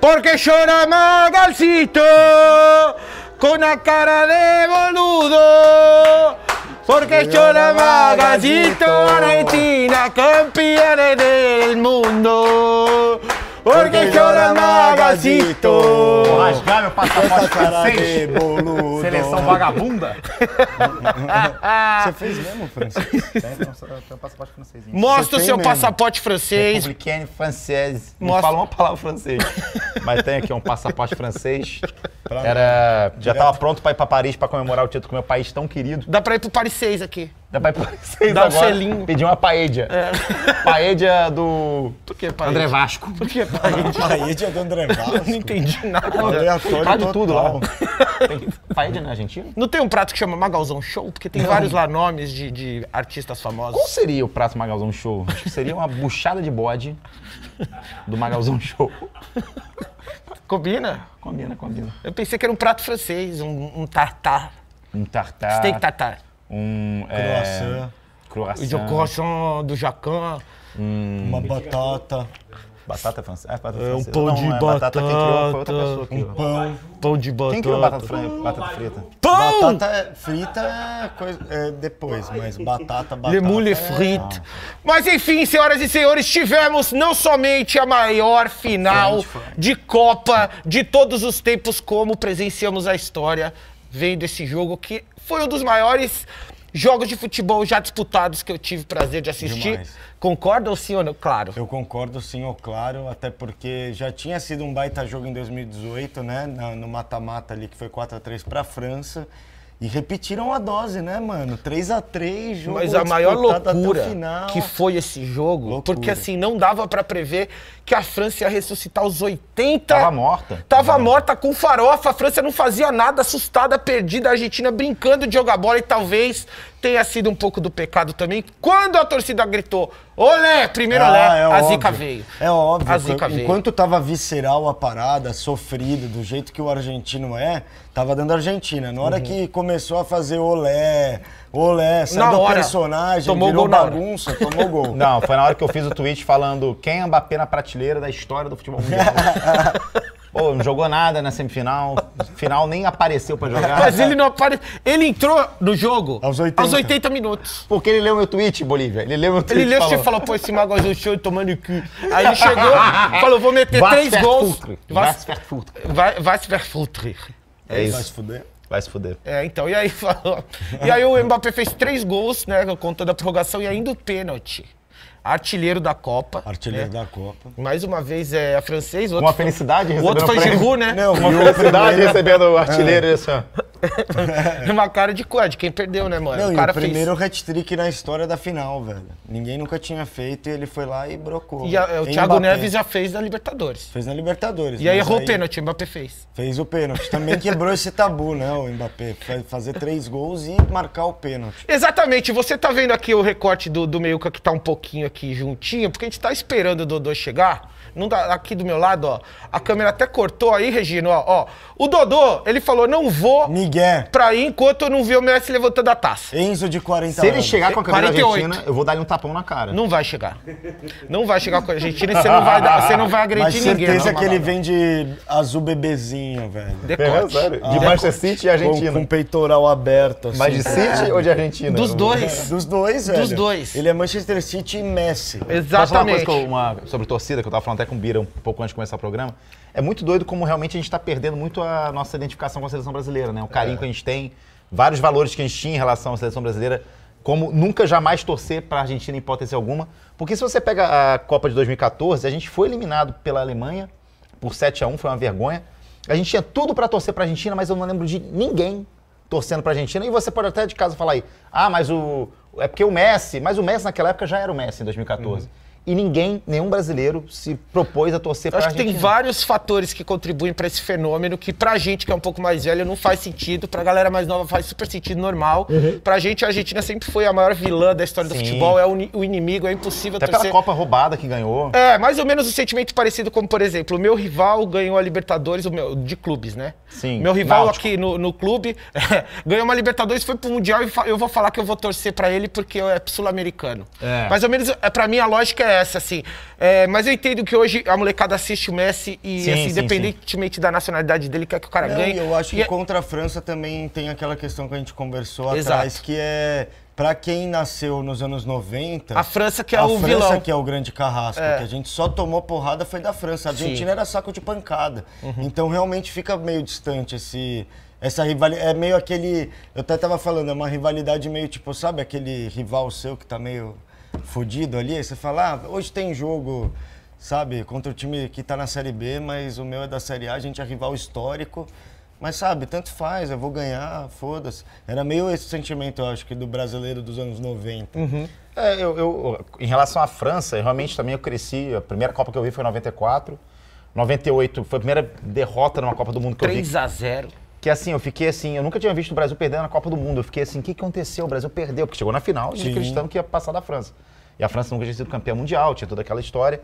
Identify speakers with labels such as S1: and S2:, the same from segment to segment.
S1: Porque llora Magalcito con la cara de boludo. Porque llora Magalcito, Argentina, campeones del mundo. Porque llora Magalcito.
S2: Vou rasgar meu passaporte
S3: Essa cara
S2: francês.
S3: de boludo.
S2: Seleção vagabunda.
S3: Você fez mesmo, Francisco?
S2: Tem tem um tem um passaporte francês.
S1: Mostra o
S3: Você
S1: seu
S3: tem mesmo.
S1: passaporte francês.
S2: Republicaine francês. Não
S1: é Mostra.
S2: falo uma palavra francês. Mas tem aqui um passaporte francês. Era, já estava pronto para ir para Paris para comemorar o título com meu país tão querido.
S1: Dá pra ir pro Paris 6 aqui.
S2: Dá para ir para Paris
S1: Dá um
S2: agora,
S1: selinho. É.
S2: Pedir uma paella. Paella do
S1: Por que, Paris?
S2: André Vasco.
S1: Por que, Paris?
S3: Paíde é do André Vasco.
S1: Não entendi nada.
S3: Aleatório
S2: Tá de tudo lá.
S3: total.
S2: Tem paella na Argentina?
S1: Não tem um prato que chama Magalzão Show? Porque tem vários lá nomes de, de artistas famosos.
S2: Qual seria o prato Magalzão Show? Acho que seria uma buchada de bode do Magalzão Show.
S1: Combina?
S2: Combina, combina.
S1: Eu pensei que era um prato francês, um, um tartar.
S2: Um tartar.
S1: Steak tartar.
S2: Um.
S3: Croissant,
S2: É, croissant.
S1: O croissant do Jacan.
S3: é. uma batata,
S2: Batata francesa. É, batata
S1: É, um
S2: francesa.
S1: pão
S2: Não,
S1: de
S2: é batata. Quem criou foi outra
S1: batata,
S2: pessoa que
S1: um
S2: criou.
S3: pão.
S1: Pão de batata.
S2: Quem criou batata, fran... batata frita?
S1: Pão!
S3: Batata é- frita é, coisa, é depois, mas batata, batata...
S1: Le moule
S3: é-
S1: frite. Mas enfim, senhoras e senhores, tivemos não somente a maior final de Copa de todos os tempos, como presenciamos a história vendo esse jogo, que foi um dos maiores jogos de futebol já disputados que eu tive prazer de assistir.
S3: Demais.
S1: Concordam, sim ou não? Claro.
S3: Eu concordo sim, ou claro, até porque já tinha sido um baita jogo em 2018, né? na- No mata-mata ali, que foi 4x3 pra França. E repetiram a dose, né, mano? 3x3, jogo
S1: Mas a maior
S3: disputado até o
S1: loucura
S3: final.
S1: que foi esse jogo,
S3: Loucura.
S1: porque assim, não dava pra prever que a França ia ressuscitar os 80.
S2: Tava morta.
S1: Tava morta com farofa, a França não fazia nada, assustada, perdida, a Argentina brincando de jogar bola e talvez tenha sido um pouco do pecado também. Quando a torcida gritou, olé, primeiro olé, a zica
S3: Ah, é óbvio.
S1: veio.
S3: É óbvio.
S1: A zica
S3: que
S1: veio.
S3: Enquanto tava visceral a parada, sofrido, do jeito que o argentino é, tava dando Argentina. Na
S1: Uhum.
S3: hora que começou a fazer olé, olé,
S1: Na
S3: saiu do
S1: hora.
S3: personagem,
S1: Tomou
S3: virou
S1: gol na hora.
S3: bagunça, tomou gol.
S2: Não, foi na hora que eu fiz o tweet falando quem é Mbappé na prateleira da história do futebol mundial. Pô, não jogou nada na semifinal. Final nem apareceu pra jogar.
S1: Mas ele não apare... Ele entrou no jogo
S3: Aos 80.
S1: minutos.
S2: Porque ele leu meu tweet, Bolívia. Ele leu meu tweet.
S1: Ele leu e falou, pô, esse Magalhães show e tomando o cu. Aí ele chegou, falou, vou meter
S2: Vai
S1: três
S2: se
S1: gols.
S2: futre. Vai
S1: Vai-
S2: se futre.
S1: Vai vai se verfutrir.
S2: É
S3: Vai se
S2: isso.
S3: fuder.
S2: Vai se fuder.
S1: É, então, e aí falou. E aí o Mbappé fez três gols, né? Contando a prorrogação e ainda o pênalti. Artilheiro da Copa.
S3: Artilheiro
S1: né?
S3: da Copa.
S1: Mais uma vez é a francês, outro.
S2: Uma felicidade
S1: O
S2: recebendo
S1: outro foi
S2: o prêmio. É,
S1: Giroud, né?
S3: Não,
S2: Uma
S3: e o
S2: felicidade
S1: é
S3: primeiro-
S2: recebendo o artilheiro. Isso.
S1: Uma cara de quê? De quem perdeu, né, mano?
S3: Não,
S1: o
S3: e
S1: cara
S3: o primeiro hat-trick na história da final, velho. Ninguém nunca tinha feito e ele foi lá e brocou.
S1: fez. E a- é, o
S3: Em
S1: Thiago
S3: Mbappé.
S1: Neves já fez da Libertadores.
S3: Fez na Libertadores.
S1: E aí
S3: mas
S1: errou o pênalti, o Mbappé fez.
S3: Fez o pênalti. Também quebrou esse tabu, né, o Mbappé? Fa- Fazer três gols e marcar o pênalti.
S1: Exatamente, você tá vendo aqui o recorte do, do Meiuca que tá um pouquinho aqui juntinho, porque a gente tá esperando o Dodô chegar. não tá aqui do meu lado, ó. A câmera até cortou aí, Regina, ó. ó. O Dodô, ele falou, não vou
S3: Miguel.
S1: pra ir enquanto eu não ver o Messi levantando a taça.
S3: Enzo de 40
S2: Se ele
S3: anos.
S2: chegar com a câmera
S1: 48.
S2: argentina, eu vou dar-lhe um tapão na cara.
S1: Não vai chegar. Não vai chegar com a Argentina e você não vai, dar- você não vai agredir
S3: Mas
S1: ninguém.
S3: certeza
S1: não,
S3: que ele
S1: Manolo.
S3: vem de azul bebezinho, velho.
S2: É,
S1: Decote.
S2: sério. De Manchester City e
S3: Com,
S2: Argentina.
S3: com peitoral aberto, assim. É,
S2: Mas de City ou de Argentina?
S1: Dos
S2: Eu não-
S1: dois.
S3: Dos dois, velho.
S1: dois.
S3: Ele é Manchester City e Messi.
S2: Posso falar uma coisa
S1: Exatamente.
S2: que eu- uma- sobre torcida, que eu tava falando até com o Bira um pouco antes de começar o programa? É muito doido como realmente a gente tá perdendo muito a nossa identificação com a seleção brasileira, né? O carinho que a gente tem, vários valores que a gente tinha em relação à seleção brasileira, como nunca jamais torcer pra Argentina em hipótese alguma. Porque se você pega a Copa de 2014, a gente foi eliminado pela Alemanha por 7 a 1 foi uma vergonha. A gente tinha tudo pra torcer pra Argentina, mas eu não lembro de ninguém torcendo pra Argentina. E você pode até de casa falar aí, ah, mas o. É porque o Messi. Mas o Messi naquela época já era o Messi em
S1: Uhum.
S2: 2014. E ninguém, nenhum brasileiro, se propôs a torcer
S1: Eu
S2: pra
S1: acho que
S2: Argentina.
S1: tem vários fatores que contribuem pra esse fenômeno que pra gente que é um pouco mais velho não faz sentido, pra galera mais nova faz super sentido normal. Pra gente a Argentina sempre foi a maior vilã da história do
S2: Uhum. Sim.
S1: futebol, é o, ni- o inimigo, é impossível
S2: Até pela
S1: torcer.
S2: Copa roubada que ganhou.
S1: É, mais ou menos um sentimento parecido como, por exemplo, o meu rival ganhou a Libertadores o meu, de clubes, né?
S2: Sim,
S1: Meu rival
S2: Náutico.
S1: aqui no, no clube ganhou uma Libertadores, foi pro Mundial e fa- eu vou falar que eu vou torcer pra ele porque eu é sul-americano.
S2: É.
S1: Mais ou menos, é, pra mim, a lógica é essa, assim. É, mas eu entendo que hoje a molecada assiste o Messi e,
S2: Sim,
S1: assim,
S2: sim,
S1: independentemente da nacionalidade dele, quer que o cara
S3: Não,
S1: ganhe.
S3: e eu acho
S1: E
S3: que
S1: é-
S3: contra a França também tem aquela questão que a gente conversou
S1: Exato.
S3: atrás, que é pra quem nasceu nos anos 90.
S1: A França que é
S3: a
S1: o
S3: França
S1: vilão.
S3: que é o grande carrasco, que a gente só tomou porrada foi da França. A Argentina era saco de pancada. Então realmente fica meio distante esse essa rivalidade, é meio aquele, eu até tava falando, é uma rivalidade meio tipo, sabe aquele rival seu que tá meio fudido ali, aí você fala, ah, hoje tem jogo Sabe, contra o time que tá na Série B, mas o meu é da Série A, a gente é rival histórico. Mas sabe, tanto faz, eu vou ganhar, foda-se. Era meio esse sentimento, eu acho, que do brasileiro dos anos 90.
S2: É, eu, eu- em relação à França, eu realmente também eu cresci. A primeira Copa que eu vi foi em 94. 98 foi a primeira derrota numa Copa do Mundo que eu vi.
S1: 3 a 0
S2: Que assim, eu fiquei assim, eu nunca tinha visto o Brasil perdendo na Copa do Mundo. Eu fiquei assim, o que que aconteceu? O Brasil perdeu, porque chegou na final e acreditando que ia passar da França. E a França nunca tinha sido campeã mundial, tinha toda aquela história.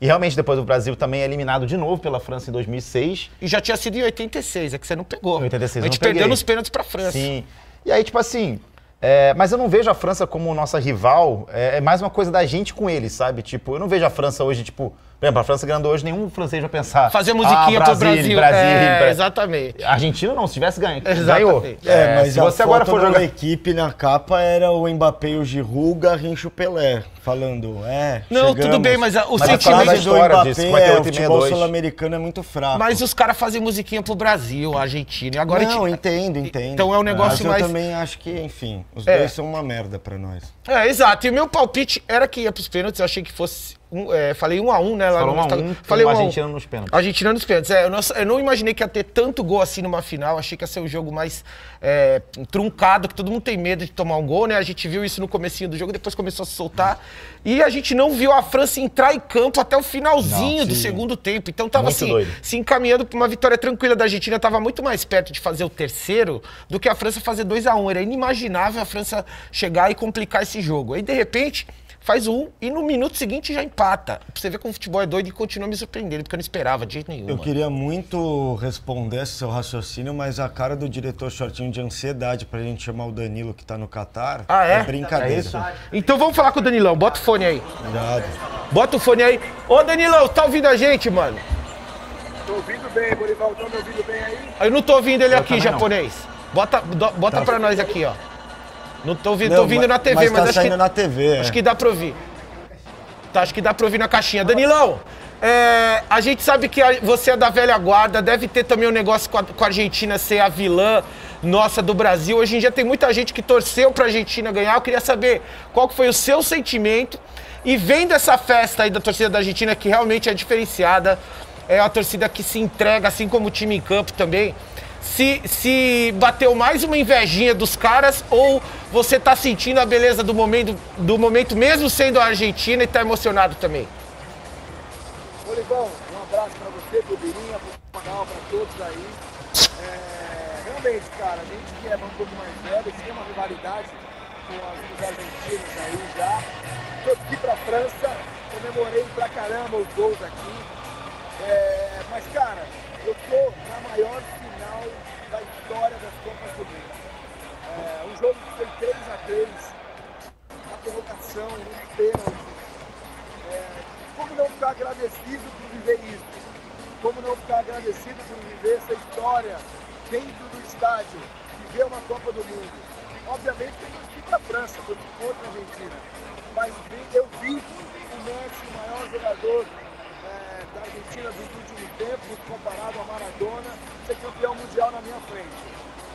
S2: E realmente depois o Brasil também é eliminado de novo pela França em 2006.
S1: E já tinha sido em 86, é que você não pegou.
S2: Em 86
S1: a
S2: eu
S1: gente
S2: não peguei.
S1: perdeu nos pênaltis pra França.
S2: Sim. E aí, tipo assim, é, mas eu não vejo a França como nossa rival. É, é mais uma coisa da gente com eles, sabe? Tipo, eu não vejo a França hoje, tipo, por exemplo, a França ganhando hoje, nenhum francês vai pensar.
S1: Fazer musiquinha
S2: ah,
S1: pro
S2: Brasil.
S1: Brasil.
S2: Brasil,
S1: É,
S2: Bra-
S1: exatamente.
S2: A Argentina não, se tivesse ganho, ganhou.
S1: Exatamente.
S3: É, mas
S2: se
S3: a
S2: você agora for jogar.
S3: equipe na capa era o Mbappé, o Giroud, o Garrincha, o Pelé, falando, é,
S1: Não,
S3: chegamos.
S1: tudo bem, mas a- o
S3: a
S1: sentimento-
S3: frase do
S2: Mas a história
S3: Mbappé
S2: disso,
S3: é,
S2: 58
S3: o
S2: e
S3: futebol
S2: 62.
S3: sul-americano é muito
S2: Ah,
S3: fraco.
S1: Mas os caras fazem musiquinha pro Brasil, a Argentina. E agora
S3: Não,
S1: a gente-
S3: entendo, entendo.
S1: Então é um negócio
S3: mas
S1: mais-
S3: eu também acho que, enfim, os
S1: É.
S3: dois são uma merda pra nós.
S1: É, exato. E o meu palpite era que ia pros pênaltis. Eu achei que fosse. um- é, falei um a um, né? Lá
S2: Falou
S1: no
S2: um a
S1: Instagram.
S2: um,
S1: falei
S2: com
S1: um
S2: a
S1: a um.
S2: Argentina nos pênaltis.
S1: Argentina nos pênaltis. É, eu, não, eu não imaginei que ia ter tanto gol assim numa final. Achei que ia ser um jogo mais é, truncado, que todo mundo tem medo de tomar um gol, né? A gente viu isso no comecinho do jogo, depois começou a se soltar. E a gente não viu a França entrar em campo até o finalzinho do segundo tempo. Então tava
S2: Muito
S1: assim,
S2: doido.
S1: se encaminhando pra uma vitória tranquila da Argentina. Tava muito mais perto de fazer o terceiro do que a França fazer 2 a 1 Era inimaginável a França chegar e complicar esse jogo. Aí, de repente, faz um e no minuto seguinte já empata. Pra você ver como o futebol é doido e continua me surpreendendo, porque eu não esperava de jeito nenhum.
S3: Eu
S1: mano.
S3: queria muito responder esse seu raciocínio, mas a cara do diretor shortinho de ansiedade pra gente chamar o Danilo que tá no Catar
S1: Ah, é?
S3: brincadeira.
S1: Então vamos falar com o Danilão. Bota o fone aí.
S3: Cuidado.
S1: Bota o fone aí. Ô, Danilão, tá ouvindo a gente, mano? Tô ouvindo bem, Bolivaldo, tá me ouvindo bem aí? Eu não tô ouvindo ele aqui,
S2: também não.
S1: japonês. Bota, do- bota pra nós aqui, ó. Não tô ouvindo, tô
S3: Não,
S1: ouvindo
S3: mas-
S1: na TV, mas,
S3: mas tá
S1: acho que...
S3: saindo na TV, é.
S1: Acho que dá pra ouvir. Tá, acho que dá pra ouvir na caixinha. Danilão, é, a gente sabe que a- você é da velha guarda, deve ter também um negócio com a, com a Argentina ser a vilã nossa do Brasil. Hoje em dia tem muita gente que torceu pra Argentina ganhar. Eu queria saber qual que foi o seu sentimento. E vendo essa festa aí da torcida da Argentina, que realmente é diferenciada, é uma torcida que se entrega, assim como o time em campo também. Se, se bateu mais uma invejinha dos caras ou você tá sentindo a beleza do momento, do momento mesmo sendo a Argentina e tá emocionado também?
S4: Olivão, um abraço pra você, pro Birinha, pro canal, pra todos aí. É, realmente, cara, a gente que é um pouco mais velho, tinha uma rivalidade com as- com os argentinos aí já. Torci pra França, comemorei pra caramba os gols aqui. É, mas, cara, eu tô na maior final da história das Copas do Mundo. É, um jogo que foi 3x3, na prorrogação, nos pênaltis. É, como não ficar agradecido por viver isso? Como não ficar agradecido por viver essa história dentro do estádio, viver uma Copa do Mundo? Obviamente que eu torci para a França, torci contra a Argentina. Mas vi- eu vi o Messi, o maior jogador é, da Argentina dos últimos tempos, comparado a Maradona, ser campeão mundial na minha frente.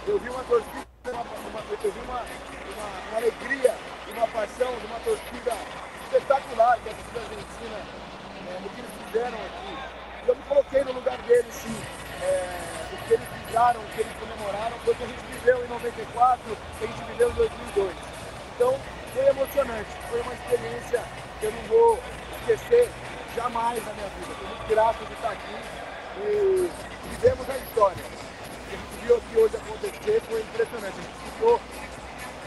S4: Eu vi uma torcida, uma, uma- eu vi uma, uma, uma alegria, uma paixão de uma torcida espetacular que é a torcida argentina, é, no que eles fizeram aqui. E Eu me coloquei no lugar deles, sim. É, o que eles fizeram, o que eles comemoraram, foi o que a gente viveu em 94, o que a gente viveu em 2002. Então, foi emocionante. Foi uma experiência que eu não vou esquecer jamais na minha vida. Estou muito grato de estar aqui e vivemos a história. O que a gente viu aqui hoje acontecer foi impressionante. A gente ficou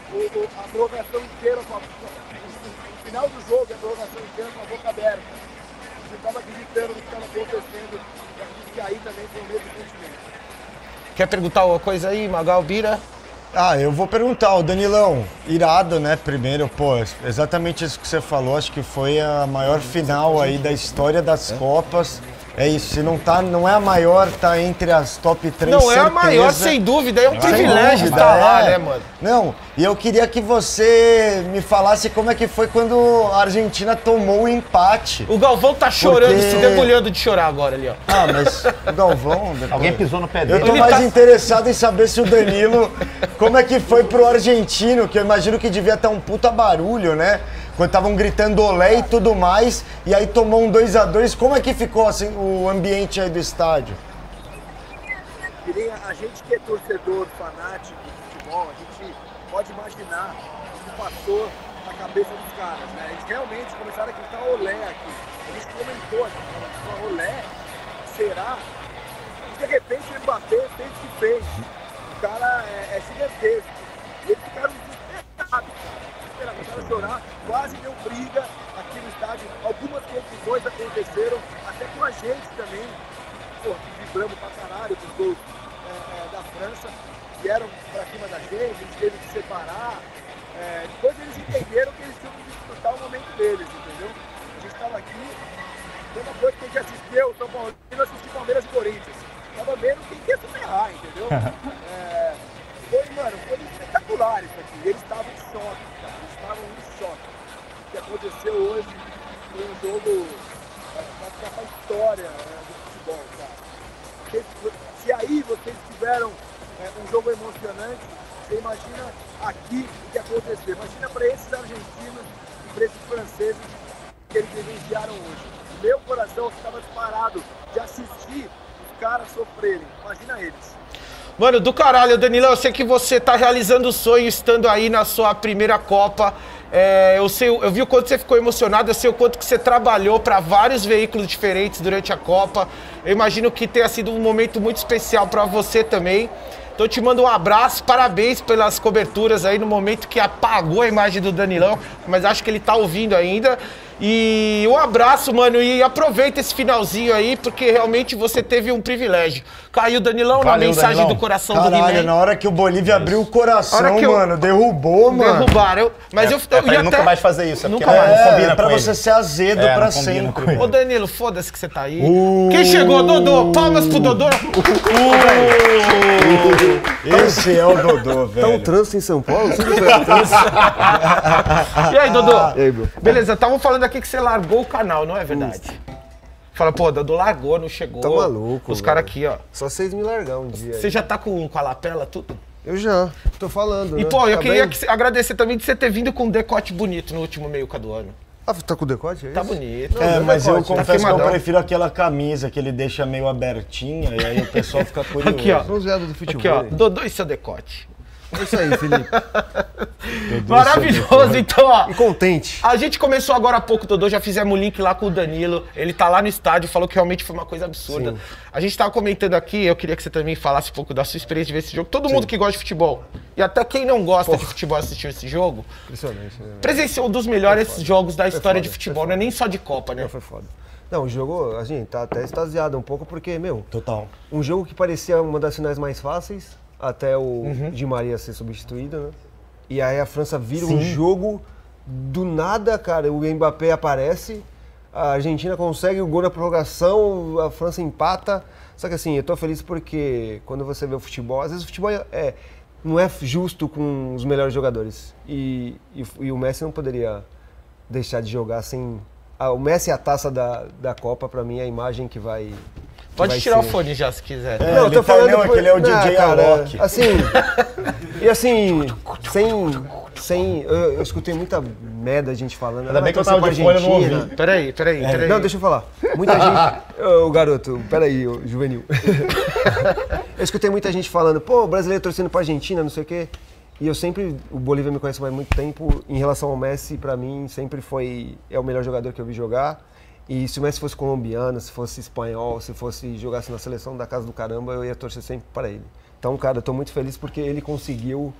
S4: o- o- a prorrogação inteira, com a, o final do jogo, a prorrogação inteira com a boca aberta. A gente estava gritando o que estava acontecendo e acredito que aí também foi o mesmo sentimento.
S1: Quer perguntar alguma coisa aí, Magal Bira?
S3: Ah, eu vou perguntar, o Danilão, irado, né? Primeiro, pô, exatamente isso que você falou, acho que foi a maior final aí da história das Copas. É isso, se não tá, não é a maior, tá entre as top 3
S1: Não, é a maior, sem dúvida, é um privilégio estar lá, né, mano?
S3: é. Não, e eu queria que você me falasse como é que foi quando a Argentina tomou o empate.
S1: O Galvão tá chorando,
S3: Porque-
S1: se debulhando de chorar agora ali, ó.
S3: Ah, mas o Galvão. depois-
S2: Alguém pisou no pé
S3: Eu
S2: dele.
S3: tô
S1: Ele
S3: mais
S1: tá-
S3: interessado em saber se o Danilo. Como é que foi pro argentino, que eu imagino que devia estar um puta barulho, né? Quando estavam gritando olé e tudo mais, e aí tomou um 2 a 2 Como é que ficou assim, o ambiente aí do estádio?
S4: Mirinha, a gente que é torcedor, fanático de futebol, a gente pode imaginar o que passou na cabeça dos caras, né? Eles realmente começaram a gritar olé aqui. A gente comentou, a gente falou, olé, será? E de repente ele bateu, fez o que fez. O cara é, é gigantesco. E eles ficaram desesperados, cara. desesperados, começaram a chorar, tá? quase deu briga aqui no estádio. Algumas confusões aconteceram, até com a gente também pô, vibramos pra caralho com os gols é, é, da França, vieram pra cima da gente, a gente teve que separar. É, depois eles entenderam que eles tinham que disputar o momento deles, entendeu? A gente estava aqui, foi uma coisa que a gente assistiu, o São Paulo, assistiu Palmeiras e Corinthians. Tava vendo quem quer se ferrar, entendeu? É, foi, mano, foi espetacular isso aqui. tá Eles estavam em choque, cara. Eles estavam em um choque. O que aconteceu hoje foi um jogo é, vai ficar pra história né, do futebol, cara. Se, se aí vocês tiveram é, um jogo emocionante, você imagina aqui o que aconteceu. Imagina para esses argentinos e para esses franceses que eles vivenciaram hoje. Meu coração ficava disparado de assistir os caras sofrerem. Imagina eles.
S1: Mano, do caralho, Danilão, eu sei que você tá realizando o sonho estando aí na sua primeira Copa. É, eu sei, eu vi o quanto você ficou emocionado, eu sei o quanto que você trabalhou para vários veículos diferentes durante a Copa. Eu imagino que tenha sido um momento muito especial para você também. Então eu te mando um abraço, parabéns pelas coberturas aí no momento que apagou a imagem do Danilão, mas acho que ele tá ouvindo ainda. E um abraço, mano, e aproveita esse finalzinho aí, porque realmente você teve um privilégio. Caiu Danilão na
S2: Valeu,
S1: mensagem
S2: Danilão.
S1: do coração do
S3: Caralho,
S1: He-Man.
S3: na hora que o Bolívia abriu o
S1: Na
S3: coração,
S1: hora que eu-
S3: mano, derrubou, mano.
S1: Derrubaram. Eu- Mas
S2: É,
S1: eu,
S2: é pra
S1: eu
S2: ele
S1: ia
S2: nunca
S1: até...
S2: mais fazer isso. é
S1: Nunca
S2: porque
S1: mais.
S2: Não
S3: É,
S2: combina
S3: pra
S2: com ele.
S3: você ser azedo
S2: É,
S3: pra
S2: não combina
S3: sempre.
S2: com ele.
S1: Ô, Danilo, foda-se que você tá aí. Quem chegou, Dodô? Palmas pro Dodô.
S3: Esse é o Dodô, velho.
S5: tá trânsito em São Paulo?
S1: Tá E aí, Dodô?
S5: E aí, meu?
S1: Beleza, estavam falando aqui que você largou o canal, não é verdade? Fala, pô, Dodô largou, não chegou.
S5: Tá maluco,
S1: Os caras
S5: velho.
S1: aqui, ó.
S5: Só vocês me largar um dia. aí.
S1: Você já tá com, com a lapela, tudo?
S5: Eu já, tô falando.
S1: E,
S5: né?
S1: pô, eu
S5: Tá
S1: queria
S5: bem?
S1: que você- agradecer também de você ter vindo com um decote bonito no último meio do ano.
S5: Ah, tá com o decote? É
S1: Tá
S5: isso?
S1: bonito. Tá
S5: Não,
S3: É,
S5: não
S3: mas eu
S5: decote, né?
S3: confesso que eu
S1: queimadão.
S3: prefiro aquela camisa que ele deixa meio abertinha e aí o pessoal fica curioso.
S1: Aqui, ó.
S5: São Zé do futebol.
S1: Aqui, ó.
S5: hein?
S1: Dodô e seu decote.
S5: É isso aí, Felipe.
S1: Maravilhoso, então, ó.
S5: E contente.
S1: A gente começou agora há pouco, Dodô, já fizemos o link lá com o Danilo. Ele tá lá no estádio, falou que realmente foi uma coisa absurda. A gente tava comentando aqui, eu queria que você também falasse um pouco da sua experiência de ver esse jogo. Todo mundo que gosta de futebol E até quem não gosta de futebol assistiu esse jogo.
S5: Impressionante, né?
S1: Presenciou um dos melhores jogos da
S5: Foi
S1: história
S5: foda,
S1: de futebol, não é nem só de Copa, né?
S5: foi foda. Não, o jogo, a gente tá até extasiado um pouco, porque, meu.
S3: Total.
S5: Um jogo que parecia uma das finais mais fáceis, até o
S3: Uhum.
S5: Di Maria ser substituído, né? E aí a França vira um
S3: Sim.
S5: jogo do nada, cara. O Mbappé aparece, a Argentina consegue o gol na prorrogação, a França empata. Só que assim, eu tô feliz porque quando você vê o futebol, às vezes o futebol é- é, não é justo com os melhores jogadores. E, e, e o Messi não poderia deixar de jogar sem. Ah, o Messi é a taça da, da Copa, pra mim, é a imagem que vai. que
S1: Pode
S5: vai
S1: tirar o
S5: ser.
S1: fone já se quiser.
S5: não, eu tô falando.
S1: É, tá não,
S5: por- Não, cara, Assim. e assim. Sem. sem eu, eu escutei muita merda a gente falando.
S1: Ainda
S5: "Ah,
S1: bem que eu
S5: torcer
S1: tava
S5: pra
S1: de fone, eu não
S5: Argentina."
S1: ouvi. Peraí, peraí,
S5: É.
S1: peraí.
S5: Não, deixa eu falar. Muita gente. Ô, garoto, peraí, ô, juvenil. eu escutei muita gente falando, pô, o brasileiro torcendo pra Argentina, não sei o quê. E eu sempre. O Bolívia me conhece há muito tempo. Em relação ao Messi, pra mim, sempre foi. É o melhor jogador que eu vi jogar. E se o Messi fosse colombiano, se fosse espanhol, se fosse jogasse na seleção da casa do caramba, eu ia torcer sempre para ele. Então, cara, eu tô muito feliz porque ele conseguiu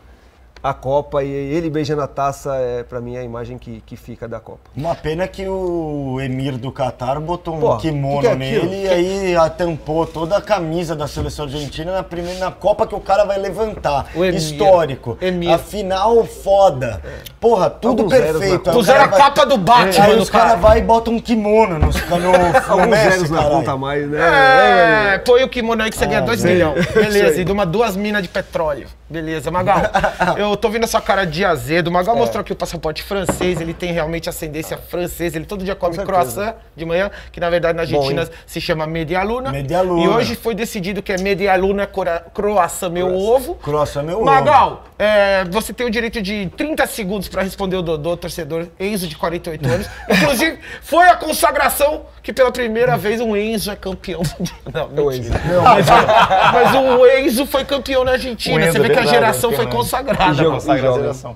S5: a Copa e ele beijando a taça, é, para mim, é a imagem que, que fica da Copa.
S3: Uma pena que o emir do Catar botou um
S5: Pô,
S3: kimono
S5: que que é
S3: nele
S5: aquilo?
S3: e aí a tampou toda a camisa da seleção argentina na primeira na Copa que o cara vai levantar.
S1: emir.
S3: Histórico.
S1: Emir.
S3: A final foda. Porra, tudo
S1: Alguns zeros na
S3: perfeito.
S1: Copa. Puseram a capa do Batman
S3: é, Aí
S1: no
S3: os caras
S1: cara.
S3: vai e botam um kimono nos no, no
S1: Alguns
S3: Messi,
S1: zeros na
S3: caralho.
S1: ponta a
S5: mais,
S1: É, põe o kimono aí que você ganha 2
S3: velho.
S1: milhões.
S3: Ah, Isso
S1: Beleza,
S3: aí.
S1: e de uma duas minas de petróleo. Beleza, Magal. eu tô vendo a sua cara de azedo. O Magal
S3: É.
S1: mostrou aqui o passaporte francês, ele tem realmente ascendência
S3: Ah.
S1: francesa. Ele todo dia come croissant de manhã, que na verdade na
S3: Bom,
S1: Argentina
S3: hein?
S1: se chama medialuna.
S3: Medialuna.
S1: E hoje foi decidido que é medialuna cora- croissant meu ovo.
S3: Croissant meu ovo.
S1: Magal, é, você tem o direito de 30 segundos pra responder o Dodô, torcedor Enzo de 48 anos. Inclusive, foi a consagração que pela primeira vez um Enzo é campeão. Não, mentira.
S5: Não,
S1: mas, mas o Enzo foi campeão na Argentina.
S2: O Enzo,
S1: você vê
S2: é
S1: que a
S2: verdade,
S1: geração
S2: é
S1: foi
S2: campeão, né?
S1: consagrada.
S2: Que jogo, consagra a
S1: Consagrada.
S2: geração.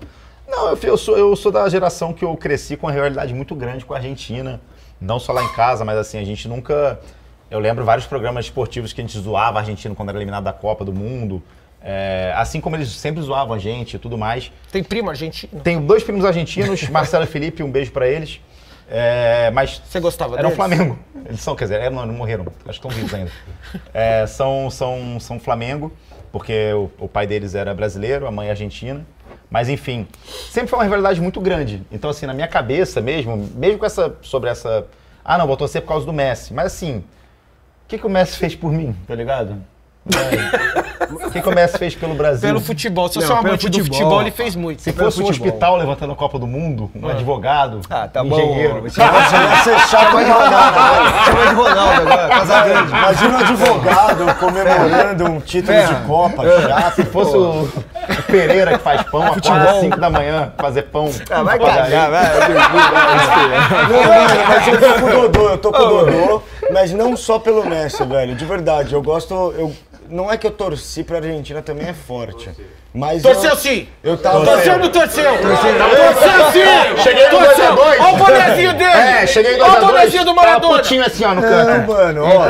S2: Não, eu, fui- eu sou, eu sou da geração que eu cresci com uma realidade muito grande com a Argentina. Não só lá em casa, mas assim, a gente nunca. Eu lembro vários programas esportivos que a gente zoava a Argentina quando era eliminado da Copa do Mundo. É, assim como eles sempre zoavam a gente e tudo mais.
S1: Tem primo argentino?
S2: Tenho dois primos argentinos, Marcelo e Felipe, um beijo pra eles. É, mas.
S1: Você gostava
S2: Era o
S1: deles?
S2: Flamengo. Eles são, quer dizer, é, não, não morreram, acho que estão vivos ainda. É, são, são, são Flamengo, porque o, o pai deles era brasileiro, a mãe é argentina. Mas enfim, sempre foi uma rivalidade muito grande. Então, assim, na minha cabeça mesmo, mesmo com essa. sobre essa. Ah, não, vou torcer por causa do Messi. Mas assim, o que, que o Messi fez por mim, tá ligado? É. O que, que o Messi fez pelo Brasil?
S1: Pelo futebol. Se você é um amante do futebol, ele fez muito.
S2: Se fosse um hospital levantando a Copa do Mundo, um
S1: Ah.
S2: advogado,
S5: ah, tá
S2: um
S5: bom.
S2: engenheiro.
S5: Esse negócio aí vai
S1: é
S5: ser chato aí,
S3: um
S5: Ronaldo, agora. Chama de Ronaldo agora, Casagrande.
S3: Imagina o advogado comemorando um título
S2: Ferra.
S3: de Copa,
S2: É.
S3: chato.
S2: Se fosse o Pereira que faz pão, acorda às
S3: Futebol.
S2: 5 da manhã, fazer pão.
S3: Ah, vai
S2: Olha aí.
S3: cagar, vai, vai, Não, não, mas eu tô com o Dodô, eu tô com o Dodô, mas não só pelo Messi, velho. De verdade, eu gosto. Eu, não é que eu torci pra Argentina também é forte. Mas
S1: Torceu
S3: eu-
S1: sim!
S3: Eu tava.
S1: Torceu ou não torceu?
S3: Torceu.
S1: Torceu sim!
S3: É, Cheguei no
S1: Torceu.
S3: 2 a 2.
S1: Olha o bonezinho dele!
S3: É, cheguei no
S1: Olha o
S3: 2 a 2.
S1: bonezinho do Maradona!
S2: Tava putinho assim, ó, no
S3: Não,
S2: canto.
S3: mano, ó.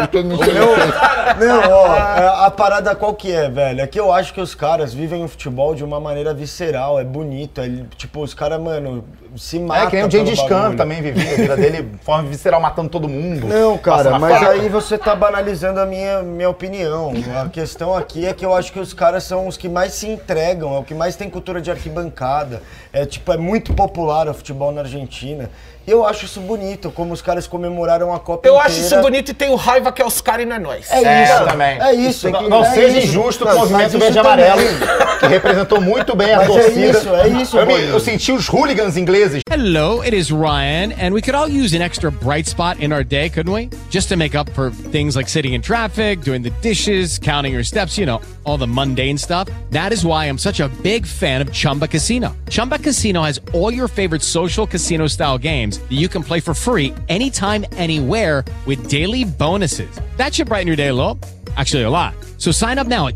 S3: Eu- não, ó, a- a parada qual que é, velho? É que eu acho que os caras vivem o futebol de uma maneira visceral, é bonito. É, tipo, os caras, mano, se matam.
S2: É que nem o
S3: pelo
S2: James Khan
S3: bagulho.
S2: também vivia a vida dele de forma visceral, matando todo mundo.
S3: Não, cara,
S2: passando a
S3: mas
S2: faca.
S3: aí você tá banalizando a minha, minha opinião. A questão aqui é que eu acho que os caras são os que mais se entregam, é o que mais tem cultura de arquibancada. É tipo, é muito popular o futebol na Argentina. E eu acho isso bonito, como os caras comemoraram a Copa
S1: Eu acho
S3: inteira.
S1: isso bonito e tenho raiva que é os caras e não é nós.
S3: É
S2: É,
S3: isso.
S2: também.
S3: É isso.
S2: Não,
S3: é que-
S2: não
S3: é
S2: seja
S3: isso.
S2: injusto
S3: Não,
S2: o movimento
S3: mas
S2: verde e
S3: isso é também.
S2: amarelo, que representou muito bem a
S3: Mas é
S2: torcida.
S3: isso, é isso,
S2: eu, me-
S3: Bolinha.
S2: eu senti os hooligans ingleses.
S6: Hello, it is Ryan, and we could all use an extra bright spot in our day, couldn't we? Just to make up for things like sitting in traffic, doing the dishes, counting your steps, you know, all the mundane stuff. That is why I'm such a big fan of Chumba Casino. Chumba Casino has all your favorite social casino style games that you can play for free anytime, anywhere with daily bonuses. That should brighten your day a little. Actually, a lot. So sign up now at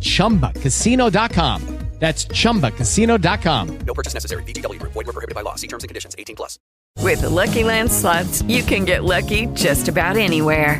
S6: chumbacasino.com. That's chumbacasino.com.
S7: No purchase necessary. VGW Group. Void were prohibited by law. See terms and conditions. 18 plus.
S8: With the Lucky Land slots, you can get lucky just about anywhere.